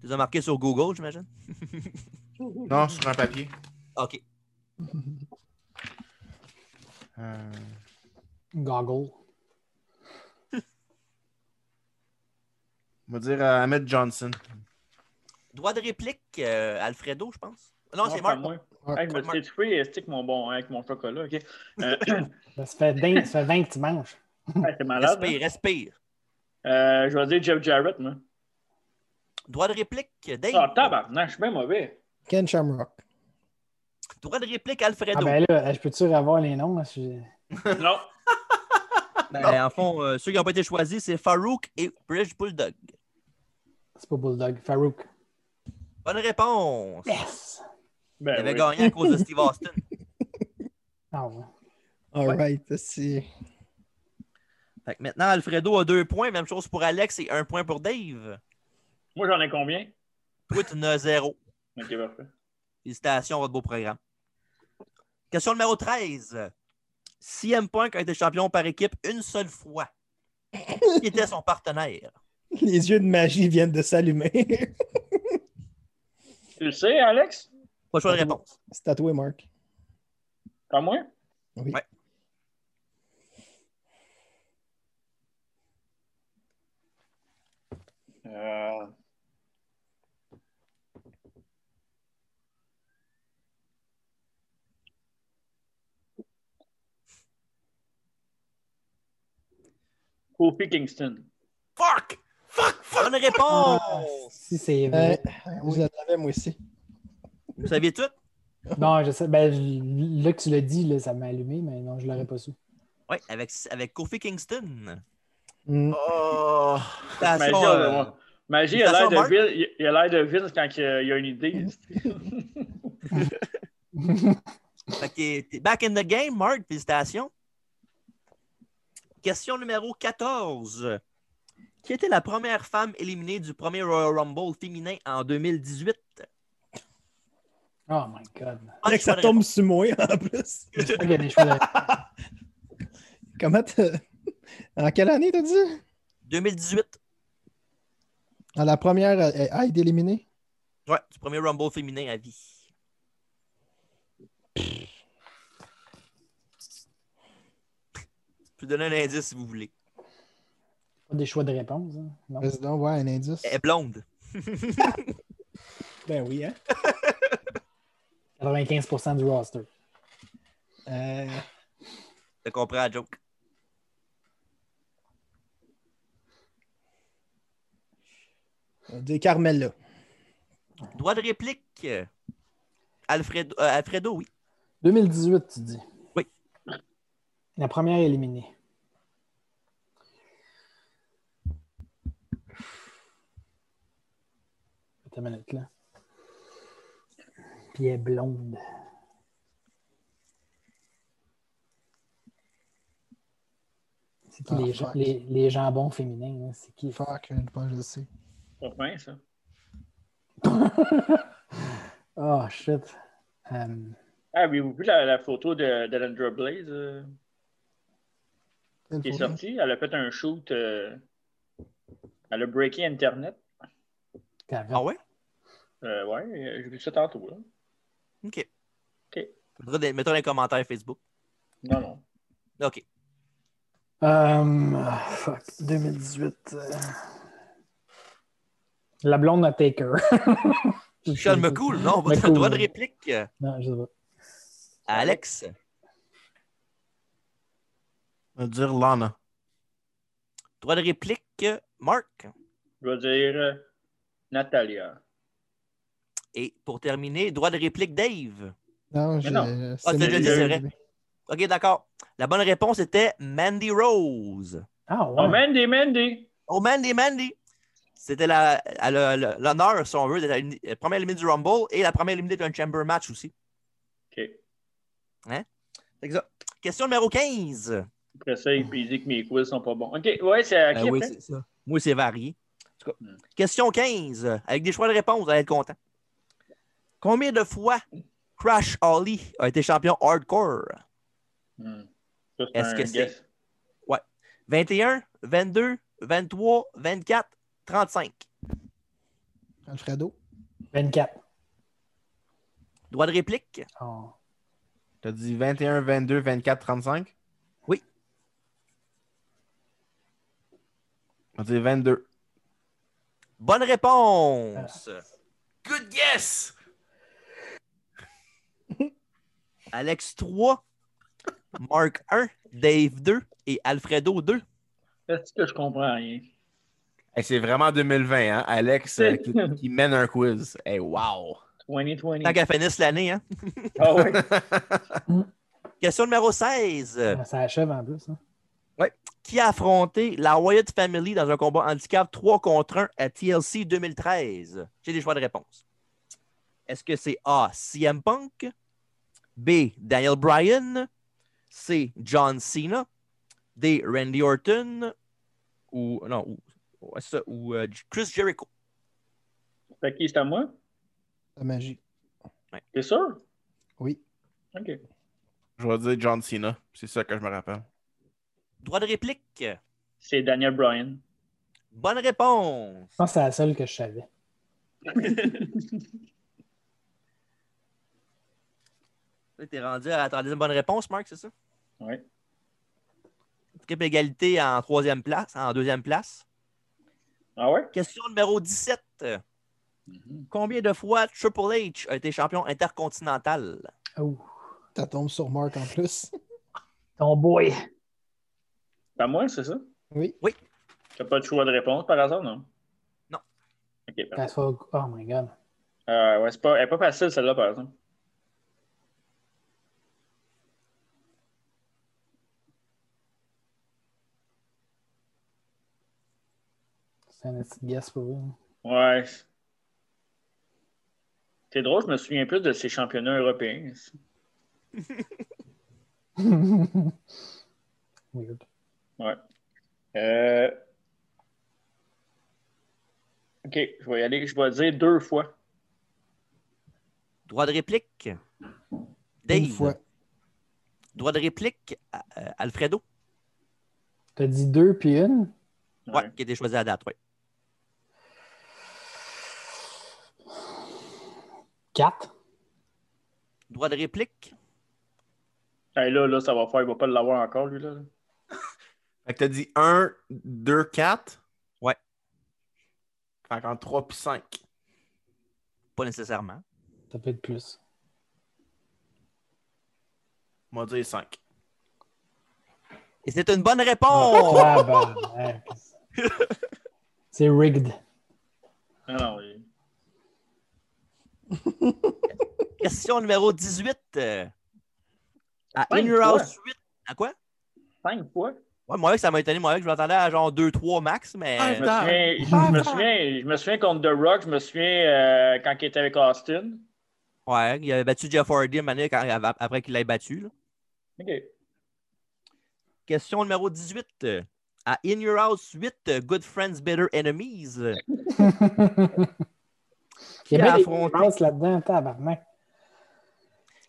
Speaker 1: Tu les as marqués sur Google, j'imagine?
Speaker 2: Non, sur un papier.
Speaker 1: OK.
Speaker 2: Euh,
Speaker 5: Goggle.
Speaker 2: on va dire euh, Ahmed Johnson.
Speaker 1: Droit de réplique, euh, Alfredo, je pense. Non, c'est
Speaker 4: c'est
Speaker 1: Marc.
Speaker 4: moi.
Speaker 3: Marc.
Speaker 4: Hey, je me
Speaker 1: Marc.
Speaker 4: suis trouvé stick mon bon, hein, avec mon chocolat. ok? Euh,
Speaker 5: Ça se fait 20, ça fait 20 que tu manges.
Speaker 4: hey, c'est malade.
Speaker 1: Respire, respire.
Speaker 4: hein? Euh, je vais dire Jeff Jarrett, moi.
Speaker 1: Droit de réplique, Dave.
Speaker 4: Ah, tabarnak, je suis bien mauvais.
Speaker 3: Ken Shamrock.
Speaker 1: Droit de réplique,
Speaker 5: Ah
Speaker 1: Alfredo.
Speaker 5: ben là, je peux-tu revoir les noms? là, je-
Speaker 4: Non.
Speaker 1: Ben, en fond, euh, ceux qui n'ont pas été choisis, c'est Farouk et British Bulldog.
Speaker 5: C'est pas Bulldog, Farouk.
Speaker 1: Bonne réponse.
Speaker 5: Yes!
Speaker 1: Il
Speaker 4: Ben,
Speaker 1: avait
Speaker 4: oui.
Speaker 1: gagné à cause de Steve Austin.
Speaker 5: Ah ouais.
Speaker 3: All right. C'est
Speaker 1: Fait que maintenant, Alfredo a deux points. Même chose pour Alex et un point pour Dave.
Speaker 4: Moi, j'en ai combien?
Speaker 1: Toi, tu n'as zéro.
Speaker 4: Ok, parfait.
Speaker 1: Félicitations, votre beau programme. Question numéro 13. CM Punk a été champion par équipe une seule fois. Qui était son partenaire?
Speaker 3: Les yeux de magie viennent de s'allumer.
Speaker 4: Tu le sais, Alex?
Speaker 1: Pas le choix de réponse.
Speaker 3: C'est tatoué, Marc.
Speaker 4: Pas moi?
Speaker 3: Oui.
Speaker 1: Ouais.
Speaker 4: Euh, Kofi Kingston.
Speaker 1: Fuck! Fuck! Fuck! Bonne
Speaker 5: Ah,
Speaker 1: réponse!
Speaker 5: si c'est
Speaker 3: Euh,
Speaker 5: vrai.
Speaker 3: Je l'avais, moi aussi.
Speaker 1: Vous saviez tout?
Speaker 5: Non, je sais. Ben, je- là que tu l'as dit, là, ça m'a allumé, mais non, je l'aurais pas su.
Speaker 1: Oui, avec, avec Kofi Kingston.
Speaker 3: Mm.
Speaker 2: Oh!
Speaker 4: Magie,
Speaker 1: Félicitations,
Speaker 4: elle
Speaker 1: euh,
Speaker 4: a- Magie,
Speaker 1: de
Speaker 4: il a l'air
Speaker 1: façon,
Speaker 4: de
Speaker 1: Marc-
Speaker 4: Vince- il- il a l'air de Vince quand il a il a une idée.
Speaker 1: Fait que t'es back in the game, Mark. Félicitations. Question numéro 14. Qui était la première femme éliminée du premier Royal Rumble féminin en 2018?
Speaker 5: Oh my god.
Speaker 1: Ah,
Speaker 3: Là que ça tombe sur moi, en plus.
Speaker 5: Je sais qu'il y a des choix de-
Speaker 3: Comment t'as- En quelle année, t'as dit?
Speaker 1: 2018.
Speaker 3: À la première euh, à être éliminée?
Speaker 1: Ouais, du premier Rumble féminin à vie. Je peux donner un indice si vous voulez.
Speaker 5: pas des choix de réponse. hein. Non.
Speaker 3: Vas-y donc, ouais, un indice.
Speaker 4: Eh,
Speaker 1: Elle est blonde.
Speaker 3: Ben oui, hein?
Speaker 5: 95% du roster.
Speaker 3: Euh,
Speaker 1: Tu comprends la joke?
Speaker 3: on va dire euh, Carmella.
Speaker 1: Droit de réplique. Alfredo, euh, Alfredo oui.
Speaker 5: 2018, tu dis.
Speaker 1: Oui.
Speaker 5: La première éliminée. Attends une minute, là. Puis elle est blonde. C'est qui
Speaker 3: Ah,
Speaker 5: les,
Speaker 3: fuck.
Speaker 5: gens- les, les jambons féminins? là? C'est qui?
Speaker 3: Fuck, je pense que je le sais.
Speaker 4: Pas fin, ça.
Speaker 5: Oh, shit. Euh,
Speaker 4: Ah, avez-vous vu la, la photo de- d'Alendra Blaze euh,
Speaker 3: Quelle
Speaker 4: qui est
Speaker 3: photo?
Speaker 4: sortie? Elle a fait un shoot. euh, elle a breaké Internet.
Speaker 5: t'as fait-
Speaker 1: Ah ouais?
Speaker 4: Euh, ouais, euh, j'ai vu ça tantôt. là.
Speaker 1: OK.
Speaker 4: OK.
Speaker 1: Mettons des- mettons dans les commentaires Facebook.
Speaker 4: Non, non.
Speaker 1: OK.
Speaker 5: Euh, fuck, 2018. euh, La blonde à Taker.
Speaker 1: Sean McCool, non, pas
Speaker 5: McCool.
Speaker 1: le droit de réplique. euh,
Speaker 5: Non, je sais pas.
Speaker 1: à Alex.
Speaker 2: On va dire Lana.
Speaker 1: Droit de réplique, euh, Marc.
Speaker 4: Je vais dire euh, Natalia.
Speaker 1: Et pour terminer, droit de réplique, Dave.
Speaker 3: Non,
Speaker 4: Mais non.
Speaker 3: je-
Speaker 1: Ah,
Speaker 3: c'est
Speaker 1: t'as
Speaker 3: moi
Speaker 1: déjà
Speaker 3: qui
Speaker 1: dit,
Speaker 3: l'ai
Speaker 1: c'est
Speaker 3: dit.
Speaker 1: OK, d'accord. La bonne réponse était Mandy Rose.
Speaker 5: Ah
Speaker 4: Oh,
Speaker 5: ouais.
Speaker 4: Mandy, Mandy!
Speaker 1: Oh, Mandy, Mandy! C'était la- elle a le- l'honneur, si on veut, d'être la uni- la première éliminée du Rumble et la première éliminée d'un Chamber match aussi.
Speaker 4: OK.
Speaker 1: Fait que ça. Question numéro 15.
Speaker 4: Après ça, il il dit que mes quiz sont pas bons. OK, ouais, c'est à qui
Speaker 1: Euh, oui,
Speaker 4: après?
Speaker 1: c'est ça. Moi, c'est varié. En tout cas,
Speaker 4: Hmm.
Speaker 1: Question 15. Avec des choix de réponse, vous allez être content. Combien de fois Crash Holly a été champion hardcore?
Speaker 4: Hmm. Ça,
Speaker 1: Est-ce
Speaker 4: un
Speaker 1: que c'est-
Speaker 4: guess.
Speaker 1: 21, 22, 23, 24, 35.
Speaker 3: Alfredo.
Speaker 5: 24.
Speaker 1: Droit de réplique?
Speaker 5: Oh.
Speaker 2: T'as dit 21, 22, 24, 35?
Speaker 1: Oui.
Speaker 2: On va dire 22.
Speaker 1: Bonne réponse.
Speaker 2: Good guess!
Speaker 1: Alex 3, Mark 1, Dave 2 et Alfredo 2.
Speaker 4: Est-ce que je comprends rien?
Speaker 2: c'est vraiment 2020, hein? Alex euh, qui, qui mène un quiz. Hey, wow!
Speaker 4: 2020.
Speaker 1: Tant qu'elle finisse l'année. Hein?
Speaker 4: Ah ouais.
Speaker 1: Question numéro 16.
Speaker 5: Ça achève en plus. hein.
Speaker 1: Qui a affronté la Wyatt Family dans un combat handicap 3 contre 1 à TLC 2013? J'ai des choix de réponse. Est-ce que c'est A, CM Punk? B, Daniel Bryan? C, John Cena? D, Randy Orton? Ou, non, ou, ouais, c'est ça, ou euh, Chris Jericho?
Speaker 4: Fait qui c'est à moi?
Speaker 3: La magie.
Speaker 4: T'es sûr?
Speaker 3: Oui.
Speaker 4: OK.
Speaker 2: Je vais dire John Cena. C'est ça que je me rappelle.
Speaker 1: Droit de réplique.
Speaker 4: C'est Daniel Bryan.
Speaker 1: Bonne réponse.
Speaker 5: Je pense que c'est la seule que je savais.
Speaker 1: Là, T'es rendu à la troisième bonne réponse, Marc, c'est ça?
Speaker 4: Ouais.
Speaker 1: Triple égalité en troisième place, en deuxième place.
Speaker 4: Ah ouais?
Speaker 1: Question numéro 17. Combien de fois Triple H a été champion intercontinental?
Speaker 5: Oh.
Speaker 3: Ça tombe sur Mark en plus.
Speaker 5: Ton boy.
Speaker 4: C'est à moi, c'est ça?
Speaker 3: Oui.
Speaker 4: T'as pas de choix de réponse par hasard, non?
Speaker 1: Non.
Speaker 4: OK, parfait.
Speaker 5: Ça se fait- Oh my god.
Speaker 4: Euh, ouais, c'est pas, elle est pas facile, celle-là, par exemple.
Speaker 5: C'est une petite guess pour vous.
Speaker 4: Ouais. C'est drôle, je me souviens plus de ces championnats européens.
Speaker 5: hein. Weird.
Speaker 4: Ouais. Euh, OK, je vais y aller. Je vais dire deux fois.
Speaker 1: Droit de réplique? Dave.
Speaker 3: Une fois.
Speaker 1: Droit de réplique, euh, Alfredo.
Speaker 5: T'as dit deux puis une?
Speaker 1: Ouais,
Speaker 4: Ouais.
Speaker 1: qui a été choisi à la date, ouais.
Speaker 5: Quatre?
Speaker 1: Droit de réplique?
Speaker 4: Hey, là, là, ça va faire. Il va pas l'avoir encore, lui, là.
Speaker 2: Fait que t'as dit 1, 2, 4.
Speaker 1: Ouais.
Speaker 2: Fait qu'en 3 puis 5.
Speaker 1: Pas nécessairement.
Speaker 5: Ça peut être plus.
Speaker 2: On va dire 5.
Speaker 1: Et c'est une bonne
Speaker 5: Oh!
Speaker 1: réponse!
Speaker 5: C'est rigged.
Speaker 4: Non, Ah non. il-
Speaker 1: Question numéro 18. euh, à
Speaker 4: Cinq
Speaker 1: In-House 8. À quoi?
Speaker 4: Cinq fois?
Speaker 1: Ouais, moi, ça m'a étonné, moi, que je m'attendais à genre 2-3 max, mais.
Speaker 2: Ah,
Speaker 4: Je me, souviens, je, je me souviens, je me souviens contre The Rock, je me souviens euh, quand il était avec Austin.
Speaker 1: Ouais, il avait battu Jeff Hardy une année quand- av- après qu'il l'ait battu. là.
Speaker 4: OK.
Speaker 1: Question numéro 18. euh, À In Your House 8, euh, Good Friends, Better Enemies. euh, Qui
Speaker 5: Il y
Speaker 1: a
Speaker 5: a bien des
Speaker 1: affronté-
Speaker 5: passes là-dedans, tabarnak.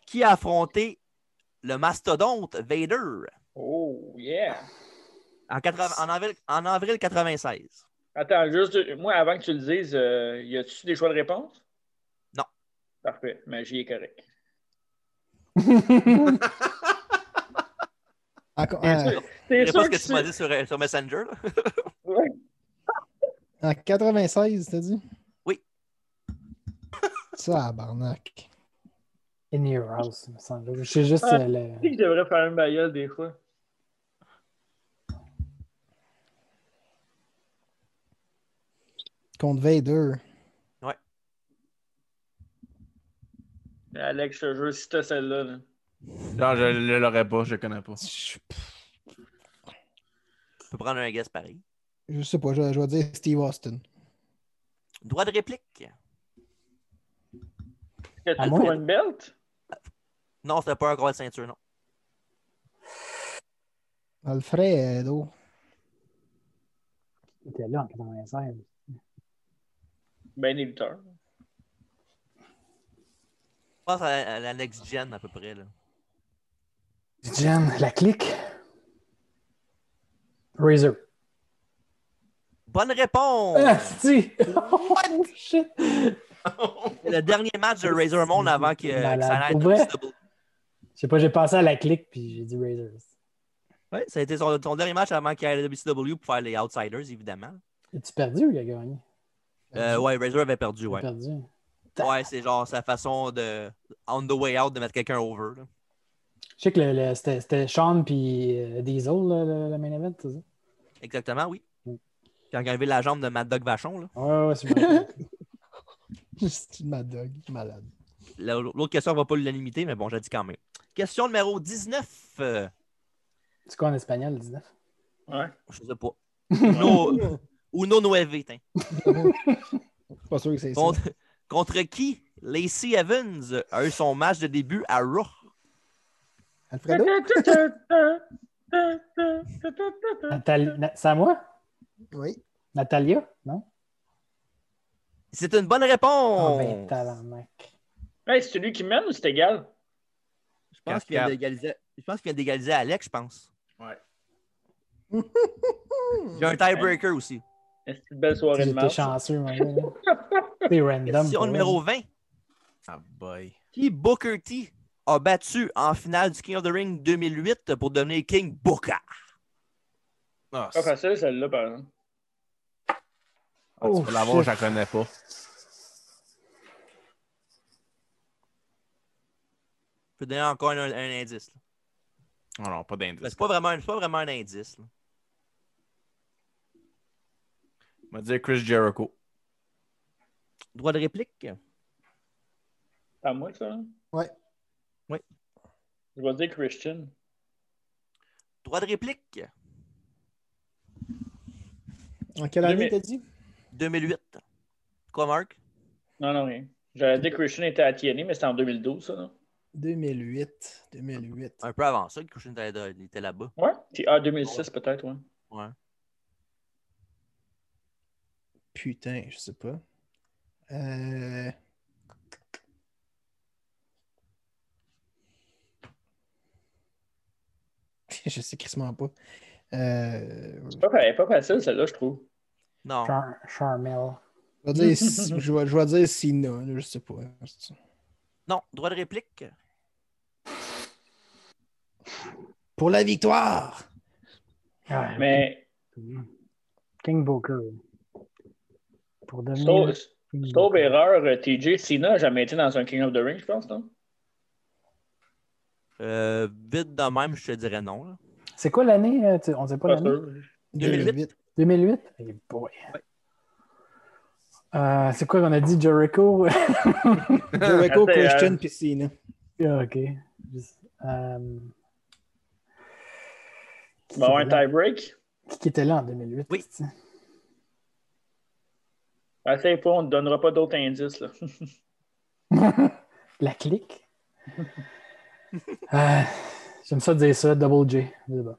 Speaker 1: Qui a affronté le mastodonte Vader
Speaker 4: Oh, yeah.
Speaker 1: en, 80 en avril, en avril 96?
Speaker 4: Attends, juste, moi, avant que tu le dises, euh, y a-tu des choix de réponse?
Speaker 1: Non.
Speaker 4: Parfait, magie est correct.
Speaker 3: Encore-
Speaker 1: Bien
Speaker 3: en,
Speaker 1: sûr.
Speaker 4: C'est
Speaker 1: Je sais pas
Speaker 4: sûr
Speaker 1: ce
Speaker 4: que
Speaker 1: que tu m'as dit
Speaker 4: c'est-
Speaker 1: sur, euh, sur Messenger. là.
Speaker 4: Ouais.
Speaker 3: en 96, t'as dit? Tabarnak.
Speaker 5: In Your House, il me semble. Je sais juste
Speaker 4: Ah.
Speaker 5: euh, le-
Speaker 4: Tu sais que je devrais faire une bailleule des fois.
Speaker 3: Contre Vader.
Speaker 4: Mais Alex, je te jure, si t'as celle-là. là.
Speaker 2: Non, je ne l'aurais pas, je le connais pas.
Speaker 3: Je
Speaker 1: Tu peux prendre un guess pareil.
Speaker 3: je sais pas, je, je vais dire Steve Austin.
Speaker 1: Droit de réplique.
Speaker 4: Est-ce que
Speaker 5: À
Speaker 4: tu
Speaker 5: moi?
Speaker 4: pour une belt?
Speaker 1: Non, c'était pas un gros de ceinture, non.
Speaker 3: Alfredo.
Speaker 5: Il était là en 96.
Speaker 4: Ben, les lutteurs.
Speaker 1: Je pense à la, à la next gen à peu près. Là.
Speaker 5: Jen, la clique. Razor.
Speaker 1: Bonne réponse!
Speaker 5: Ah, si! Oh, shit!
Speaker 1: C'est le dernier match de Razor Monde avant que, que ça
Speaker 5: Malade.
Speaker 1: aille
Speaker 5: Pour
Speaker 1: à
Speaker 5: vrai?
Speaker 1: WCW.
Speaker 5: Je sais pas, j'ai passé à la clique puis j'ai dit Razor.
Speaker 1: Ouais, ça a été son, son dernier match avant qu'il aille à WCW pour faire les Outsiders, évidemment.
Speaker 5: As-tu perdu ou il a gagné?
Speaker 1: Euh, ouais, Razor avait perdu,
Speaker 5: Il a
Speaker 1: ouais.
Speaker 5: perdu.
Speaker 1: Ouais, c'est genre sa façon de on the way out de mettre quelqu'un over. là.
Speaker 5: Je sais que le- le- c'était- c'était Sean puis euh, Diesel, le, le- le main event, c'est ça?
Speaker 1: Exactement, oui.
Speaker 5: Mm.
Speaker 1: Quand il a enlevé la jambe de Mad Dog Vachon, là.
Speaker 5: Ouais, ouais, c'est bon.
Speaker 3: C'est une mad dog, malade.
Speaker 1: La- l'autre question ne va pas l'unanimité, mais bon, je la dis quand même. Question numéro 19. euh,
Speaker 5: c'est quoi en espagnol, le 19?
Speaker 4: Ouais.
Speaker 1: je sais pas. Uno, Uno Nueve, tiens.
Speaker 3: Pas sûr que c'est ça.
Speaker 1: Contre, contre qui Lacey Evans a eu son match de début à Raw?
Speaker 3: Alfredo?
Speaker 5: Nathalie- Na- C'est à moi?
Speaker 3: Oui.
Speaker 5: Natalia? Non?
Speaker 1: C'est une bonne
Speaker 5: Oh,
Speaker 1: réponse!
Speaker 5: ben, tabarnak.
Speaker 4: Hey, c'est celui qui mène ou c'est égal?
Speaker 1: je pense qu'il vient d'égaliser- je pense qu'il vient d'égaliser Alex, je pense.
Speaker 4: Ouais.
Speaker 1: Il y a un tiebreaker aussi.
Speaker 4: C'est une belle soirée de
Speaker 5: J'étais
Speaker 4: match.
Speaker 5: chanceux, moi. là. C'est random.
Speaker 1: Question
Speaker 5: pour
Speaker 1: numéro 20.
Speaker 2: Ah boy.
Speaker 1: Qui Booker T a battu en finale du King of the Ring 2008 pour devenir King Booker?
Speaker 2: Ah,
Speaker 4: Pas
Speaker 2: c'est-
Speaker 4: facile, celle-là, par exemple.
Speaker 2: ah, tu peux
Speaker 4: Oh,
Speaker 2: l'avoir, je la connais pas.
Speaker 1: Je peux donner encore un, un indice. là.
Speaker 2: Non, non, pas d'indice.
Speaker 1: Mais C'est pas, vraiment- c'est pas vraiment un indice. là.
Speaker 2: On va dire Chris Jericho.
Speaker 1: Droit de réplique?
Speaker 4: C'est à moi, ça? hein?
Speaker 3: Ouais.
Speaker 1: Ouais.
Speaker 4: Je vais dire Christian.
Speaker 1: Droit de réplique?
Speaker 3: En quelle année t'as dit?
Speaker 1: 2008. Quoi, Marc?
Speaker 4: Non, non, rien. J'allais dire Christian était à TNA, mais c'était en 2012, ça, non?
Speaker 3: 2008. 2008.
Speaker 1: Un peu avant ça, le Christian était, il était là-bas.
Speaker 4: Ouais. Puis, ah, 2006, peut-être, ouais.
Speaker 3: Putain, je sais pas. Euh... Je sais crissement pas. Euh...
Speaker 4: Pas, fa- pas facile, celle-là, je trouve.
Speaker 1: Non.
Speaker 5: Char- Charmel.
Speaker 3: Je vais dire, si- je vais, je vais dire Sina, là, je sais pas. hein.
Speaker 1: Non, droit de réplique?
Speaker 3: Pour la victoire!
Speaker 5: Ah,
Speaker 4: Mais,
Speaker 5: King Booker. Pour devenir.
Speaker 4: sauf
Speaker 5: King
Speaker 4: sauf
Speaker 5: Booker.
Speaker 4: erreur, euh, TJ Cena n'a jamais été dans un King of the Ring, je pense, non?
Speaker 1: Euh, vite de même, je te dirais non. là.
Speaker 5: C'est quoi l'année? euh, tu- On sait pas
Speaker 4: Pas
Speaker 5: l'année?
Speaker 4: sûr.
Speaker 1: 2008.
Speaker 5: 2008? Hey boy. Euh, c'est quoi qu'on a dit? Jericho?
Speaker 3: Jericho,
Speaker 4: Attends,
Speaker 3: Christian,
Speaker 4: euh,
Speaker 3: puis Cena.
Speaker 5: Ah, ok. Juste, euh,
Speaker 4: Tu vas avoir un
Speaker 5: qui était là-
Speaker 4: tie-break?
Speaker 5: Qui était là en 2008?
Speaker 1: Oui.
Speaker 5: c'est-tu?
Speaker 4: Essaye pas, on ne donnera pas d'autres indices, là.
Speaker 5: La clique? Euh, J'aime ça dire ça, Double J. C'est bon.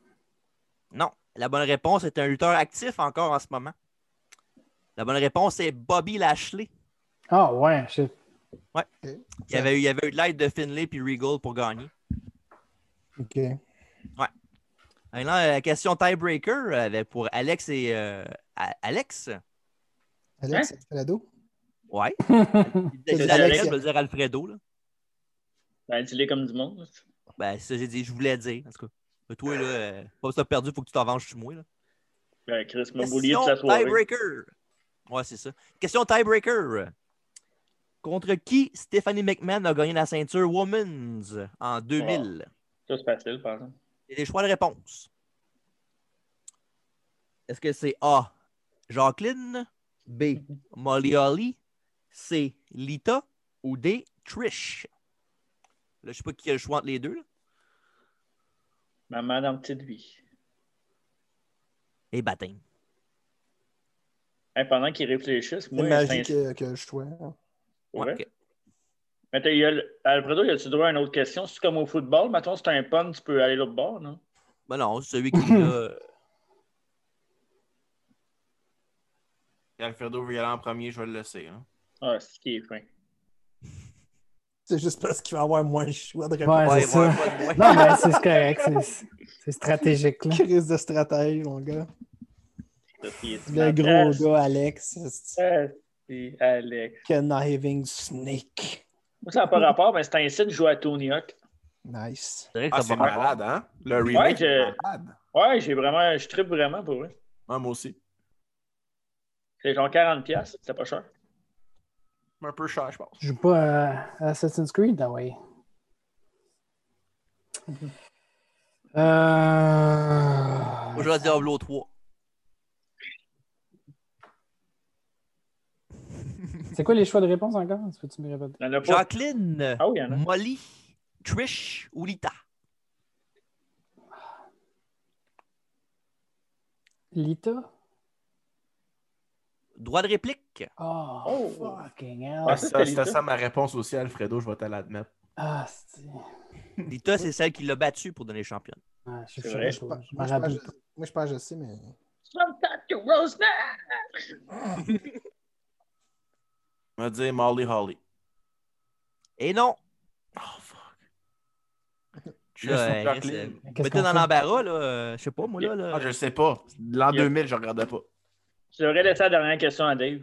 Speaker 1: Non. La bonne réponse est un lutteur actif encore en ce moment. La bonne réponse est Bobby Lashley.
Speaker 5: Ah ouais, je sais.
Speaker 1: Il y avait, eu- il y avait eu de l'aide de Finlay puis Regal pour gagner.
Speaker 3: Ok.
Speaker 1: Maintenant, Hein, la question tiebreaker euh, avec- pour Alex et euh, A- Alex.
Speaker 3: Alex Alfredo?
Speaker 1: Ouais.
Speaker 3: C'est
Speaker 1: Je dis
Speaker 3: Alex.
Speaker 1: Alex, je veux dire Alfredo. Là.
Speaker 4: Ben, dis-les comme du monde. là.
Speaker 1: Ben, ça, j'ai dit, je voulais dire. En tout cas, Mais toi, là, euh, pas ça perdu, faut que tu t'en venges chez moi. Là.
Speaker 4: Ben, Chris m'a boulié
Speaker 1: Question
Speaker 4: toute la soirée.
Speaker 1: tiebreaker. Ouais, c'est ça. Question tiebreaker. Contre qui Stephanie McMahon a gagné la ceinture Women's en 2000?
Speaker 4: Ça, c'est facile, par exemple.
Speaker 1: Il y a des choix de réponse. Est-ce que c'est A, Jacqueline, B, Molly Holly, C, Lita ou D, Trish? Là, je sais pas qui a le choix entre les deux. là.
Speaker 4: Maman dans le petite vie.
Speaker 1: Et Batin.
Speaker 4: Hey, pendant qu'ils réfléchissent,
Speaker 3: C'est
Speaker 4: moi,
Speaker 3: magique
Speaker 4: je
Speaker 3: euh, que je sois.
Speaker 4: Ouais. Mais t'as- il y a le- Alfredo, y a-tu droit à une autre question? C'est comme au football, mettons, c'est un pun, tu peux aller l'autre bord, non?
Speaker 1: Ben non, c'est celui qui l'a.
Speaker 2: Alfredo veut y aller en premier, je vais le laisser. hein.
Speaker 4: Ah, c'est qui est fin.
Speaker 3: C'est juste parce qu'il va avoir moins de choix de réponse.
Speaker 5: Ouais,
Speaker 1: Ouais,
Speaker 5: c'est ça.
Speaker 1: ouais, ouais, ouais.
Speaker 5: Non, mais c'est c'est correct. c'est- C'est stratégique. Là.
Speaker 3: Crise de stratège, mon gars.
Speaker 4: Ça, c'est-
Speaker 3: Le
Speaker 4: Ah,
Speaker 3: gros
Speaker 4: c'est-
Speaker 3: gars, Alex. c'est-
Speaker 4: ah, c'est Alex.
Speaker 3: Conniving Snake.
Speaker 4: Moi, ça n'a pas rapport, mais c'est un site de jouer à Tony Hawk.
Speaker 3: Nice.
Speaker 1: C'est vrai que
Speaker 2: Ah,
Speaker 1: ça
Speaker 2: c'est
Speaker 1: va pas
Speaker 2: malade, hein? Le remake,
Speaker 4: je-
Speaker 2: est malade.
Speaker 4: Ouais, j'ai vraiment, je tripe vraiment pour eux.
Speaker 2: Ouais, moi aussi.
Speaker 4: C'est genre 40$, c'était pas cher.
Speaker 2: Un peu cher, je pense.
Speaker 5: Je joue pas euh, à Assassin's Creed, ah ouais.
Speaker 1: Moi,
Speaker 5: Euh...
Speaker 1: je vais dire Diablo 3.
Speaker 5: C'est quoi les choix de réponse encore? Est-ce que tu me répètes?
Speaker 4: Il y en a pas.
Speaker 1: Jacqueline,
Speaker 4: Ah oui, il y en a.
Speaker 1: Molly, Trish ou Lita?
Speaker 5: Lita?
Speaker 1: Droit de réplique?
Speaker 5: Oh,
Speaker 4: Oh.
Speaker 5: fucking hell.
Speaker 4: Ah,
Speaker 2: Ah,
Speaker 4: c'est
Speaker 2: C'était
Speaker 4: Lita.
Speaker 2: c'était ça ma réponse aussi, Alfredo, je vais te l'admettre.
Speaker 5: Ah, c'est...
Speaker 1: Lita, c'est celle qui l'a battue pour donner championne.
Speaker 5: Ah, je suis
Speaker 4: C'est
Speaker 5: sûr,
Speaker 4: vrai.
Speaker 5: je,
Speaker 3: Moi,
Speaker 5: je
Speaker 3: je
Speaker 5: m'en
Speaker 3: pense que
Speaker 5: rappelle
Speaker 3: je-
Speaker 5: pas.
Speaker 3: moi, je pense que je sais, mais.
Speaker 4: Don't talk to Rose now!
Speaker 2: On va dire Molly Holly.
Speaker 1: Et non!
Speaker 2: Oh, fuck. Je
Speaker 1: Là,
Speaker 2: sais
Speaker 1: hein,
Speaker 2: pas,
Speaker 1: c'est-
Speaker 2: Jacqueline.
Speaker 5: Mais qu'est-ce
Speaker 1: Mettez
Speaker 5: qu'on
Speaker 1: dans
Speaker 5: fait?
Speaker 1: l'embarras, là. euh, Je sais pas, moi, là. là.
Speaker 2: Ah, je sais pas. L'an
Speaker 4: Yeah.
Speaker 2: 2000, je regardais pas.
Speaker 4: Je devrais laisser la dernière question à Dave.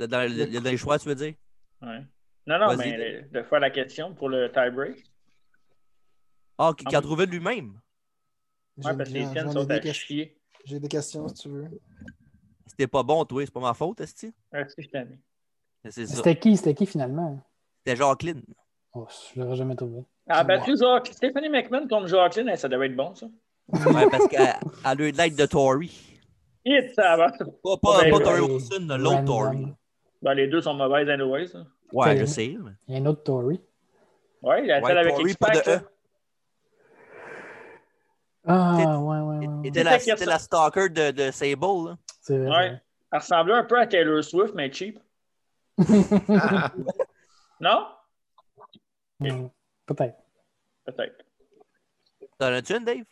Speaker 1: Dans, dans- dans- dans les choix, tu veux dire?
Speaker 4: Ouais. Non, non,
Speaker 1: Vas-y,
Speaker 4: mais le- de faire la question pour le tie-break.
Speaker 1: Ah, qui, qui
Speaker 4: Ah
Speaker 1: a
Speaker 4: oui.
Speaker 1: trouvé de lui-même.
Speaker 3: J'ai
Speaker 4: Ouais, parce que les
Speaker 3: j'en-
Speaker 4: tiennes
Speaker 3: j'en ai
Speaker 4: sont à
Speaker 3: des questions.
Speaker 4: chier.
Speaker 3: J'ai des questions si tu veux.
Speaker 1: C'était pas bon, toi, c'est pas ma faute, Esti.
Speaker 4: Ah, si, je t'en ai.
Speaker 1: C'est ça.
Speaker 5: C'était qui? C'était qui finalement?
Speaker 1: C'était Jacqueline.
Speaker 5: Oh, je l'aurais jamais trouvé.
Speaker 4: Ah, battu Jacques. Stéphanie McMahon contre Jacqueline, eh, ça devait être bon, ça.
Speaker 1: Ouais, parce qu'elle elle a eu de l'aide de Tory.
Speaker 4: Hit, ça va.
Speaker 1: Pas, pas,
Speaker 4: Ben,
Speaker 1: pas
Speaker 4: ben,
Speaker 1: Tory Wilson, l'autre
Speaker 5: Random.
Speaker 1: Tory.
Speaker 4: Ben, les deux sont mauvaises, anyways. hein.
Speaker 1: Ouais,
Speaker 5: Ben,
Speaker 1: je
Speaker 5: oui.
Speaker 1: sais. mais-
Speaker 5: Il y a un autre Tory.
Speaker 4: Ouais, la
Speaker 1: Ouais,
Speaker 4: celle avec
Speaker 1: Tory, pas
Speaker 4: X-Pac.
Speaker 1: de
Speaker 4: là.
Speaker 1: E.
Speaker 5: Ah,
Speaker 1: C'était-
Speaker 5: ouais, ouais, ouais. ouais.
Speaker 1: C'était la,
Speaker 4: C'est ça qui
Speaker 1: c'était la stalker de, de Sable, là.
Speaker 5: C'est vrai.
Speaker 4: Ouais. Elle ressemblait un peu à Taylor Swift, mais cheap.
Speaker 5: c'est vrai.
Speaker 4: Non?
Speaker 5: Mm. Peut-être.
Speaker 4: Peut-être.
Speaker 1: T'en as-tu une, Dave?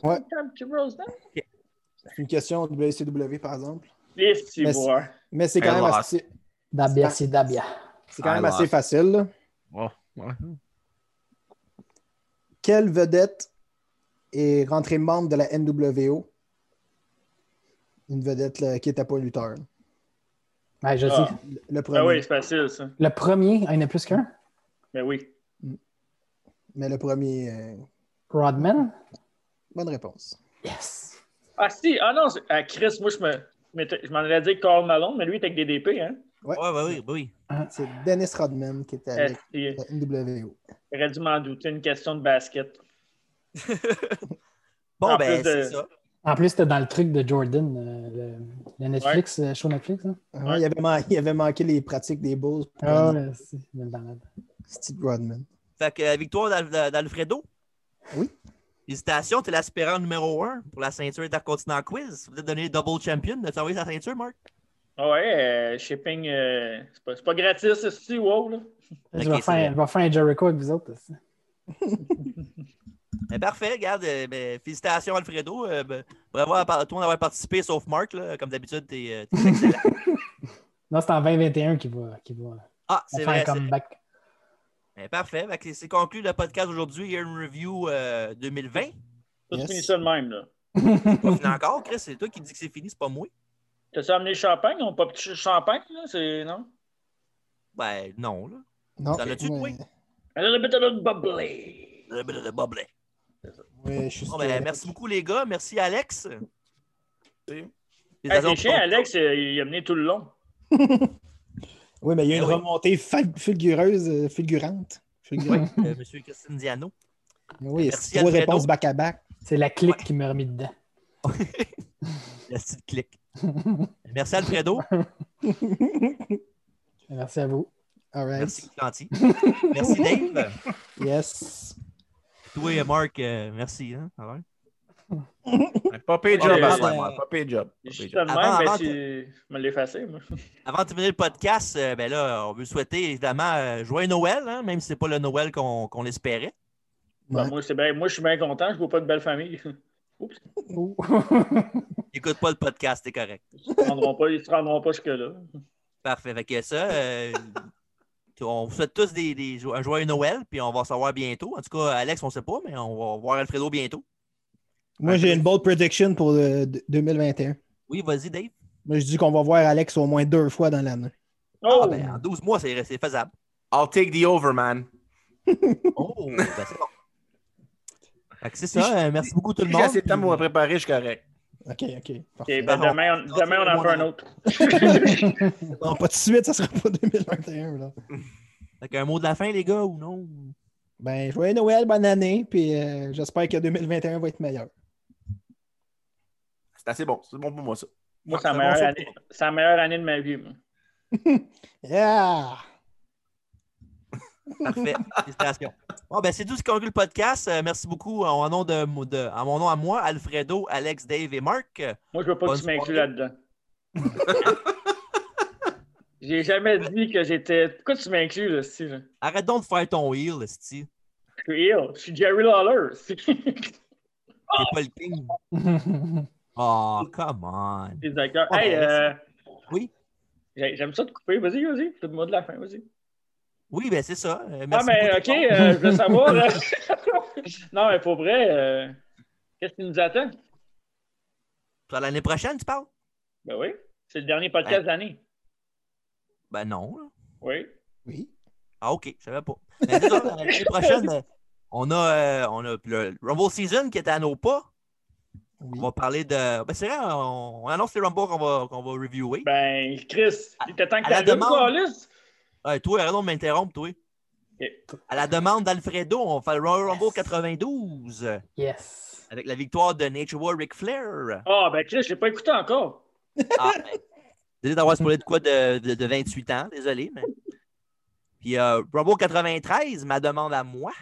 Speaker 4: Comme tu roses, non?
Speaker 3: C'est une question de WCW, par exemple.
Speaker 4: Les petits
Speaker 3: Mais-
Speaker 4: bois.
Speaker 3: Mais c'est quand
Speaker 2: Hey,
Speaker 3: même
Speaker 2: Ross.
Speaker 3: assez,
Speaker 5: Dabia, c'est Dabia.
Speaker 3: c'est quand même
Speaker 2: Ah,
Speaker 3: assez
Speaker 2: Ross.
Speaker 3: facile. là.
Speaker 2: Oh, ouais.
Speaker 3: Quelle vedette est rentrée membre de la NWO? Une vedette là, qui n'était pas lutteur.
Speaker 5: Ouais, je
Speaker 4: Ah.
Speaker 5: sais.
Speaker 3: Le premier.
Speaker 4: Ah oui, c'est facile, ça.
Speaker 5: Le premier, ah, il y en a plus qu'un.
Speaker 4: Mais oui.
Speaker 3: Mais le premier. euh,
Speaker 5: Rodman.
Speaker 3: bonne réponse.
Speaker 5: Yes.
Speaker 4: Ah si, ah non, c'est- ah, Chris, moi, je me. je m'étais- Je m'en allais dire Carl Malone, mais lui, il était avec des DP, hein?
Speaker 3: Ouais.
Speaker 1: Ouais, ouais, oui, oui.
Speaker 5: Ah.
Speaker 3: C'est Dennis Rodman qui était
Speaker 4: Eh.
Speaker 3: avec
Speaker 4: Il
Speaker 3: la NWO.
Speaker 4: aurait dû m'en douter, une question de basket.
Speaker 1: Bon,
Speaker 4: En
Speaker 1: ben,
Speaker 4: plus de-
Speaker 1: c'est ça.
Speaker 5: En plus, c'était dans le truc de Jordan, euh, le, le Netflix, le show Netflix. Hein?
Speaker 3: Ah, il, avait man- il avait manqué les pratiques des Bulls pour
Speaker 5: Ah,
Speaker 3: prendre
Speaker 5: ouais, c'est une balade.
Speaker 3: Steve Rodman.
Speaker 1: Fait que euh, victoire d'Al- d'Al- d'Alfredo.
Speaker 3: Oui.
Speaker 1: Félicitations, t'es l'aspirant numéro 1 pour la ceinture Intercontinental Quiz. Vous êtes donné double champion. As-tu envoyé sa ceinture, Marc?
Speaker 4: Ouais, euh, shipping, euh, c'est pas, c'est pas gratis, c'est si, wow, là.
Speaker 5: je,
Speaker 1: Ok,
Speaker 5: vais
Speaker 1: c'est
Speaker 5: faire,
Speaker 1: vrai.
Speaker 5: je vais faire un Jericho avec vous autres. aussi.
Speaker 1: Ben, parfait, regarde. euh, ben, félicitations, Alfredo. Euh, ben, bravo à par- tout le monde d'avoir participé, sauf Marc. là. Comme d'habitude, t'es euh, t'es excellent.
Speaker 5: Non, c'est en 2021 qu'il va, qu'il va
Speaker 1: Ah,
Speaker 5: va
Speaker 1: c'est
Speaker 5: faire un
Speaker 1: vrai. c'est-
Speaker 5: comeback.
Speaker 1: Ben, parfait. Fait que c'est conclu le podcast aujourd'hui. Year in Review euh, 2020.
Speaker 4: Tout
Speaker 3: Yes.
Speaker 4: finit ça de même, là.
Speaker 1: Pas fini encore, Chris. C'est toi qui dis que c'est fini, c'est pas moi.
Speaker 4: T'as-tu amené le champagne? On pas petit champagne, là? C'est, non?
Speaker 1: Ben, non, là.
Speaker 3: Non.
Speaker 1: T'en as-tu, toi?
Speaker 3: Oui,
Speaker 4: A little bit of bubbly.
Speaker 1: Le- le- le boblin.
Speaker 3: oui, je suis
Speaker 1: Bon, ben,
Speaker 3: sûr.
Speaker 1: merci beaucoup, les gars. Merci, Alex.
Speaker 2: Merci.
Speaker 4: Ah,
Speaker 1: Félicitations
Speaker 4: c'est
Speaker 1: pour
Speaker 4: chiant,
Speaker 1: ton-
Speaker 4: Alex, euh, il a mené tout le long.
Speaker 3: Oui, mais il y a une
Speaker 1: Ben oui.
Speaker 3: remontée fal- fulgureuse, euh, fulgurante. Fulgurante.
Speaker 1: Euh, Monsieur Christine Diano.
Speaker 3: Oui,
Speaker 1: Merci,
Speaker 3: c'est trois
Speaker 1: Alfredo.
Speaker 3: réponses back-à-back.
Speaker 5: C'est la clique qui me remis dedans.
Speaker 1: La petite clique. Merci Alfredo.
Speaker 5: Merci à vous.
Speaker 3: All right.
Speaker 1: Merci Clanty. Merci Dave.
Speaker 3: Yes.
Speaker 1: Toi et Marc, euh, merci. Hein, ça va?
Speaker 2: Pas pay
Speaker 4: Ouais,
Speaker 2: job,
Speaker 4: euh,
Speaker 2: à soir, moi, pas pay job. pas
Speaker 4: Je
Speaker 2: pay
Speaker 4: suis
Speaker 2: job.
Speaker 4: de même,
Speaker 1: ben,
Speaker 4: ben,
Speaker 1: Avant-
Speaker 4: mais
Speaker 1: avant
Speaker 4: tu me l'effacer. moi.
Speaker 1: Avant de terminer le podcast, euh, ben là, on veut souhaiter évidemment euh, joyeux Noël, hein, même si ce n'est pas le Noël qu'on qu'on espérait.
Speaker 4: Ben,
Speaker 3: Ouais.
Speaker 4: moi, c'est bien- moi, je suis bien content. Je ne vois pas de belle famille.
Speaker 5: Oh.
Speaker 1: N'écoute pas le podcast, c'est correct.
Speaker 4: Ils ne se rendront pas jusque-là.
Speaker 1: Parfait. Fait que ça, euh, on vous souhaite tous des, des- un joyeux Noël, puis on va savoir bientôt. En tout cas, Alex, on ne sait pas, mais on va voir Alfredo bientôt.
Speaker 3: Moi, j'ai une bold prediction pour euh, d- 2021.
Speaker 1: Oui, vas-y, Dave.
Speaker 3: Moi, je dis qu'on va voir Alex au moins deux fois dans l'année.
Speaker 4: Oh!
Speaker 1: Ah, ben, en 12 mois, c'est c'est faisable.
Speaker 2: I'll take the over, man.
Speaker 1: Oh, ben, c'est bon. Fait que c'est ça. euh, merci beaucoup tout le
Speaker 2: J'ai
Speaker 1: monde.
Speaker 2: assez de temps
Speaker 1: puis-
Speaker 2: pour me préparer, je suis correct.
Speaker 3: OK, OK. Parfait.
Speaker 4: Ok, ben,
Speaker 1: Ben, on-
Speaker 4: demain, on, demain, on en fait un autre.
Speaker 3: Non, pas tout de suite, ça sera pas 2021. Là.
Speaker 1: Fait qu'un mot de la fin, les gars, ou non?
Speaker 3: Ben, joyeux Noël, bonne année, puis euh, j'espère que 2021 va être meilleur.
Speaker 2: C'est assez bon, c'est bon pour moi ça.
Speaker 4: Moi, c'est la,
Speaker 1: Ça
Speaker 4: meilleure
Speaker 1: va,
Speaker 4: année- c'est la meilleure année de ma vie. moi.
Speaker 3: Yeah!
Speaker 1: Parfait. Félicitations. Bon, ben, c'est tout ce qui conclut le podcast. Euh, merci beaucoup en nom de, de- à mon nom à moi, Alfredo, Alex, Dave et Marc. Euh,
Speaker 4: Moi, je veux pas
Speaker 1: Bonne
Speaker 4: que tu m'inclues
Speaker 1: soirée.
Speaker 4: là-dedans. J'ai jamais dit que j'étais. Pourquoi tu m'inclus, là, si, là?
Speaker 1: Arrête donc de faire ton heel, Esti.
Speaker 4: Je suis ill. Je suis Jerry Lawler. si.
Speaker 1: T'es pas le king. Oh, come on.
Speaker 4: T'es d'accord.
Speaker 1: Ah,
Speaker 4: Hey,
Speaker 1: ben,
Speaker 4: euh,
Speaker 1: Oui.
Speaker 4: j'ai- J'aime ça de couper. Vas-y, vas-y. C'est le mot de la fin, vas-y.
Speaker 1: Oui, ben, c'est ça. Euh,
Speaker 4: Ah,
Speaker 1: merci
Speaker 4: mais
Speaker 1: beaucoup,
Speaker 4: OK,
Speaker 1: tout le monde.
Speaker 4: euh, je veux savoir. là. non, mais pour vrai, euh, qu'est-ce qui nous attend?
Speaker 1: Pour l'année prochaine, tu parles?
Speaker 4: Ben oui. C'est le dernier podcast de l'année.
Speaker 1: Ben, non. là.
Speaker 4: Oui.
Speaker 3: Oui.
Speaker 1: Ah, OK, je savais pas. Mais c'est ça, l'année prochaine, euh, on a, euh, on a le Rumble Season qui est à nos pas.
Speaker 3: Oui.
Speaker 1: On va parler de. Ben, c'est vrai, on, on annonce les Rumble qu'on va, qu'on va reviewer.
Speaker 4: Ben, Chris, il était temps que
Speaker 1: à la
Speaker 4: t'allumes,
Speaker 1: demande.
Speaker 4: câlisse.
Speaker 1: Ouais, Euh, toi, arrête donc de m'interrompre, toi. À la demande d'Alfredo, on fait le Royal Rumble 92 euh,
Speaker 5: yes.
Speaker 1: avec la victoire de Nature War Ric Flair.
Speaker 4: Ah, ben, Chris, je l'ai pas écouté encore.
Speaker 1: Ah, ben, désolé d'avoir spoilé de quoi de, de- de 28 ans, désolé. Mais... Puis euh, Rumble 93, ma demande à moi.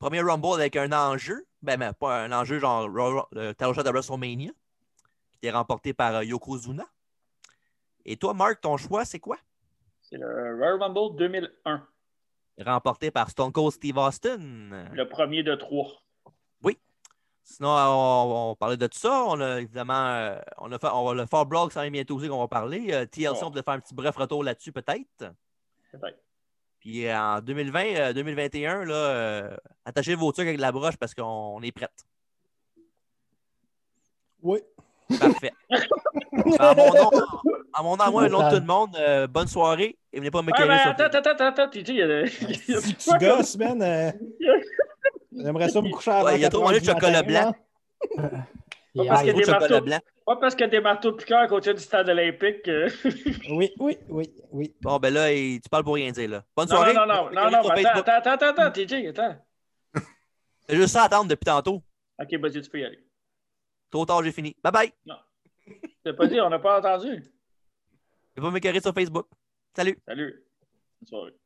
Speaker 1: Premier Rumble avec un enjeu. Ben, ben, pas un enjeu genre Ro- le title shot de WrestleMania, qui était remporté par euh, Yokozuna. Et toi, Marc, ton choix, c'est quoi?
Speaker 4: C'est le Royal Rumble 2001,
Speaker 1: Remporté par Stone Cold Steve Austin.
Speaker 4: le premier de trois.
Speaker 1: Sinon, euh, on, on parlait de tout ça. On a évidemment euh, on a fait, on va le Fort Blog, ça va bientôt aussi qu'on va parler. Euh, TLC,
Speaker 4: Ouais.
Speaker 1: on peut faire un petit bref retour là-dessus peut-être.
Speaker 4: Peut-être.
Speaker 1: Puis euh, en 2020, euh, 2021, là, euh, attachez vos trucs avec de la broche parce qu'on on est prête.
Speaker 3: Oui.
Speaker 1: Parfait. à Ah, mon nom, à mon nom, à moi, et au nom de
Speaker 5: Total.
Speaker 1: tout le monde, euh, bonne soirée et venez pas me
Speaker 4: Ah, ben,
Speaker 1: caler sur
Speaker 4: attends, attends, attends, attends, TJ, il y a le-
Speaker 1: Ah,
Speaker 4: il y a
Speaker 3: Si
Speaker 4: de
Speaker 3: tu
Speaker 4: quoi comme-
Speaker 3: gosses, man, euh, j'aimerais ça me coucher avant.
Speaker 1: Ouais, il y a trop mangé de
Speaker 3: 4 heures du
Speaker 1: chocolat
Speaker 3: matin,
Speaker 1: blanc.
Speaker 3: là.
Speaker 4: parce
Speaker 1: le
Speaker 4: qu'il y
Speaker 5: Yeah.
Speaker 4: a des
Speaker 1: chocolat
Speaker 4: marteaux.
Speaker 1: blanc.
Speaker 4: Pas parce que t'es marteau piqueur côté du stade olympique. euh.
Speaker 3: Oui, oui, oui, oui.
Speaker 1: Bon, ben là, il- tu parles pour rien dire. Là. Bonne
Speaker 4: Non,
Speaker 1: soirée.
Speaker 4: non, non, non, non, non,
Speaker 1: Sur
Speaker 4: mais attends,
Speaker 1: Facebook.
Speaker 4: attends, attends, attends, TJ, attends.
Speaker 1: J'ai juste ça à attendre depuis tantôt.
Speaker 4: Ok, vas-y, tu peux y aller.
Speaker 1: Trop tard, j'ai fini. Bye bye.
Speaker 4: T'as pas dit, on n'a pas entendu.
Speaker 1: Venez pas me carrer sur Facebook. Salut.
Speaker 4: Salut. Bonne soirée.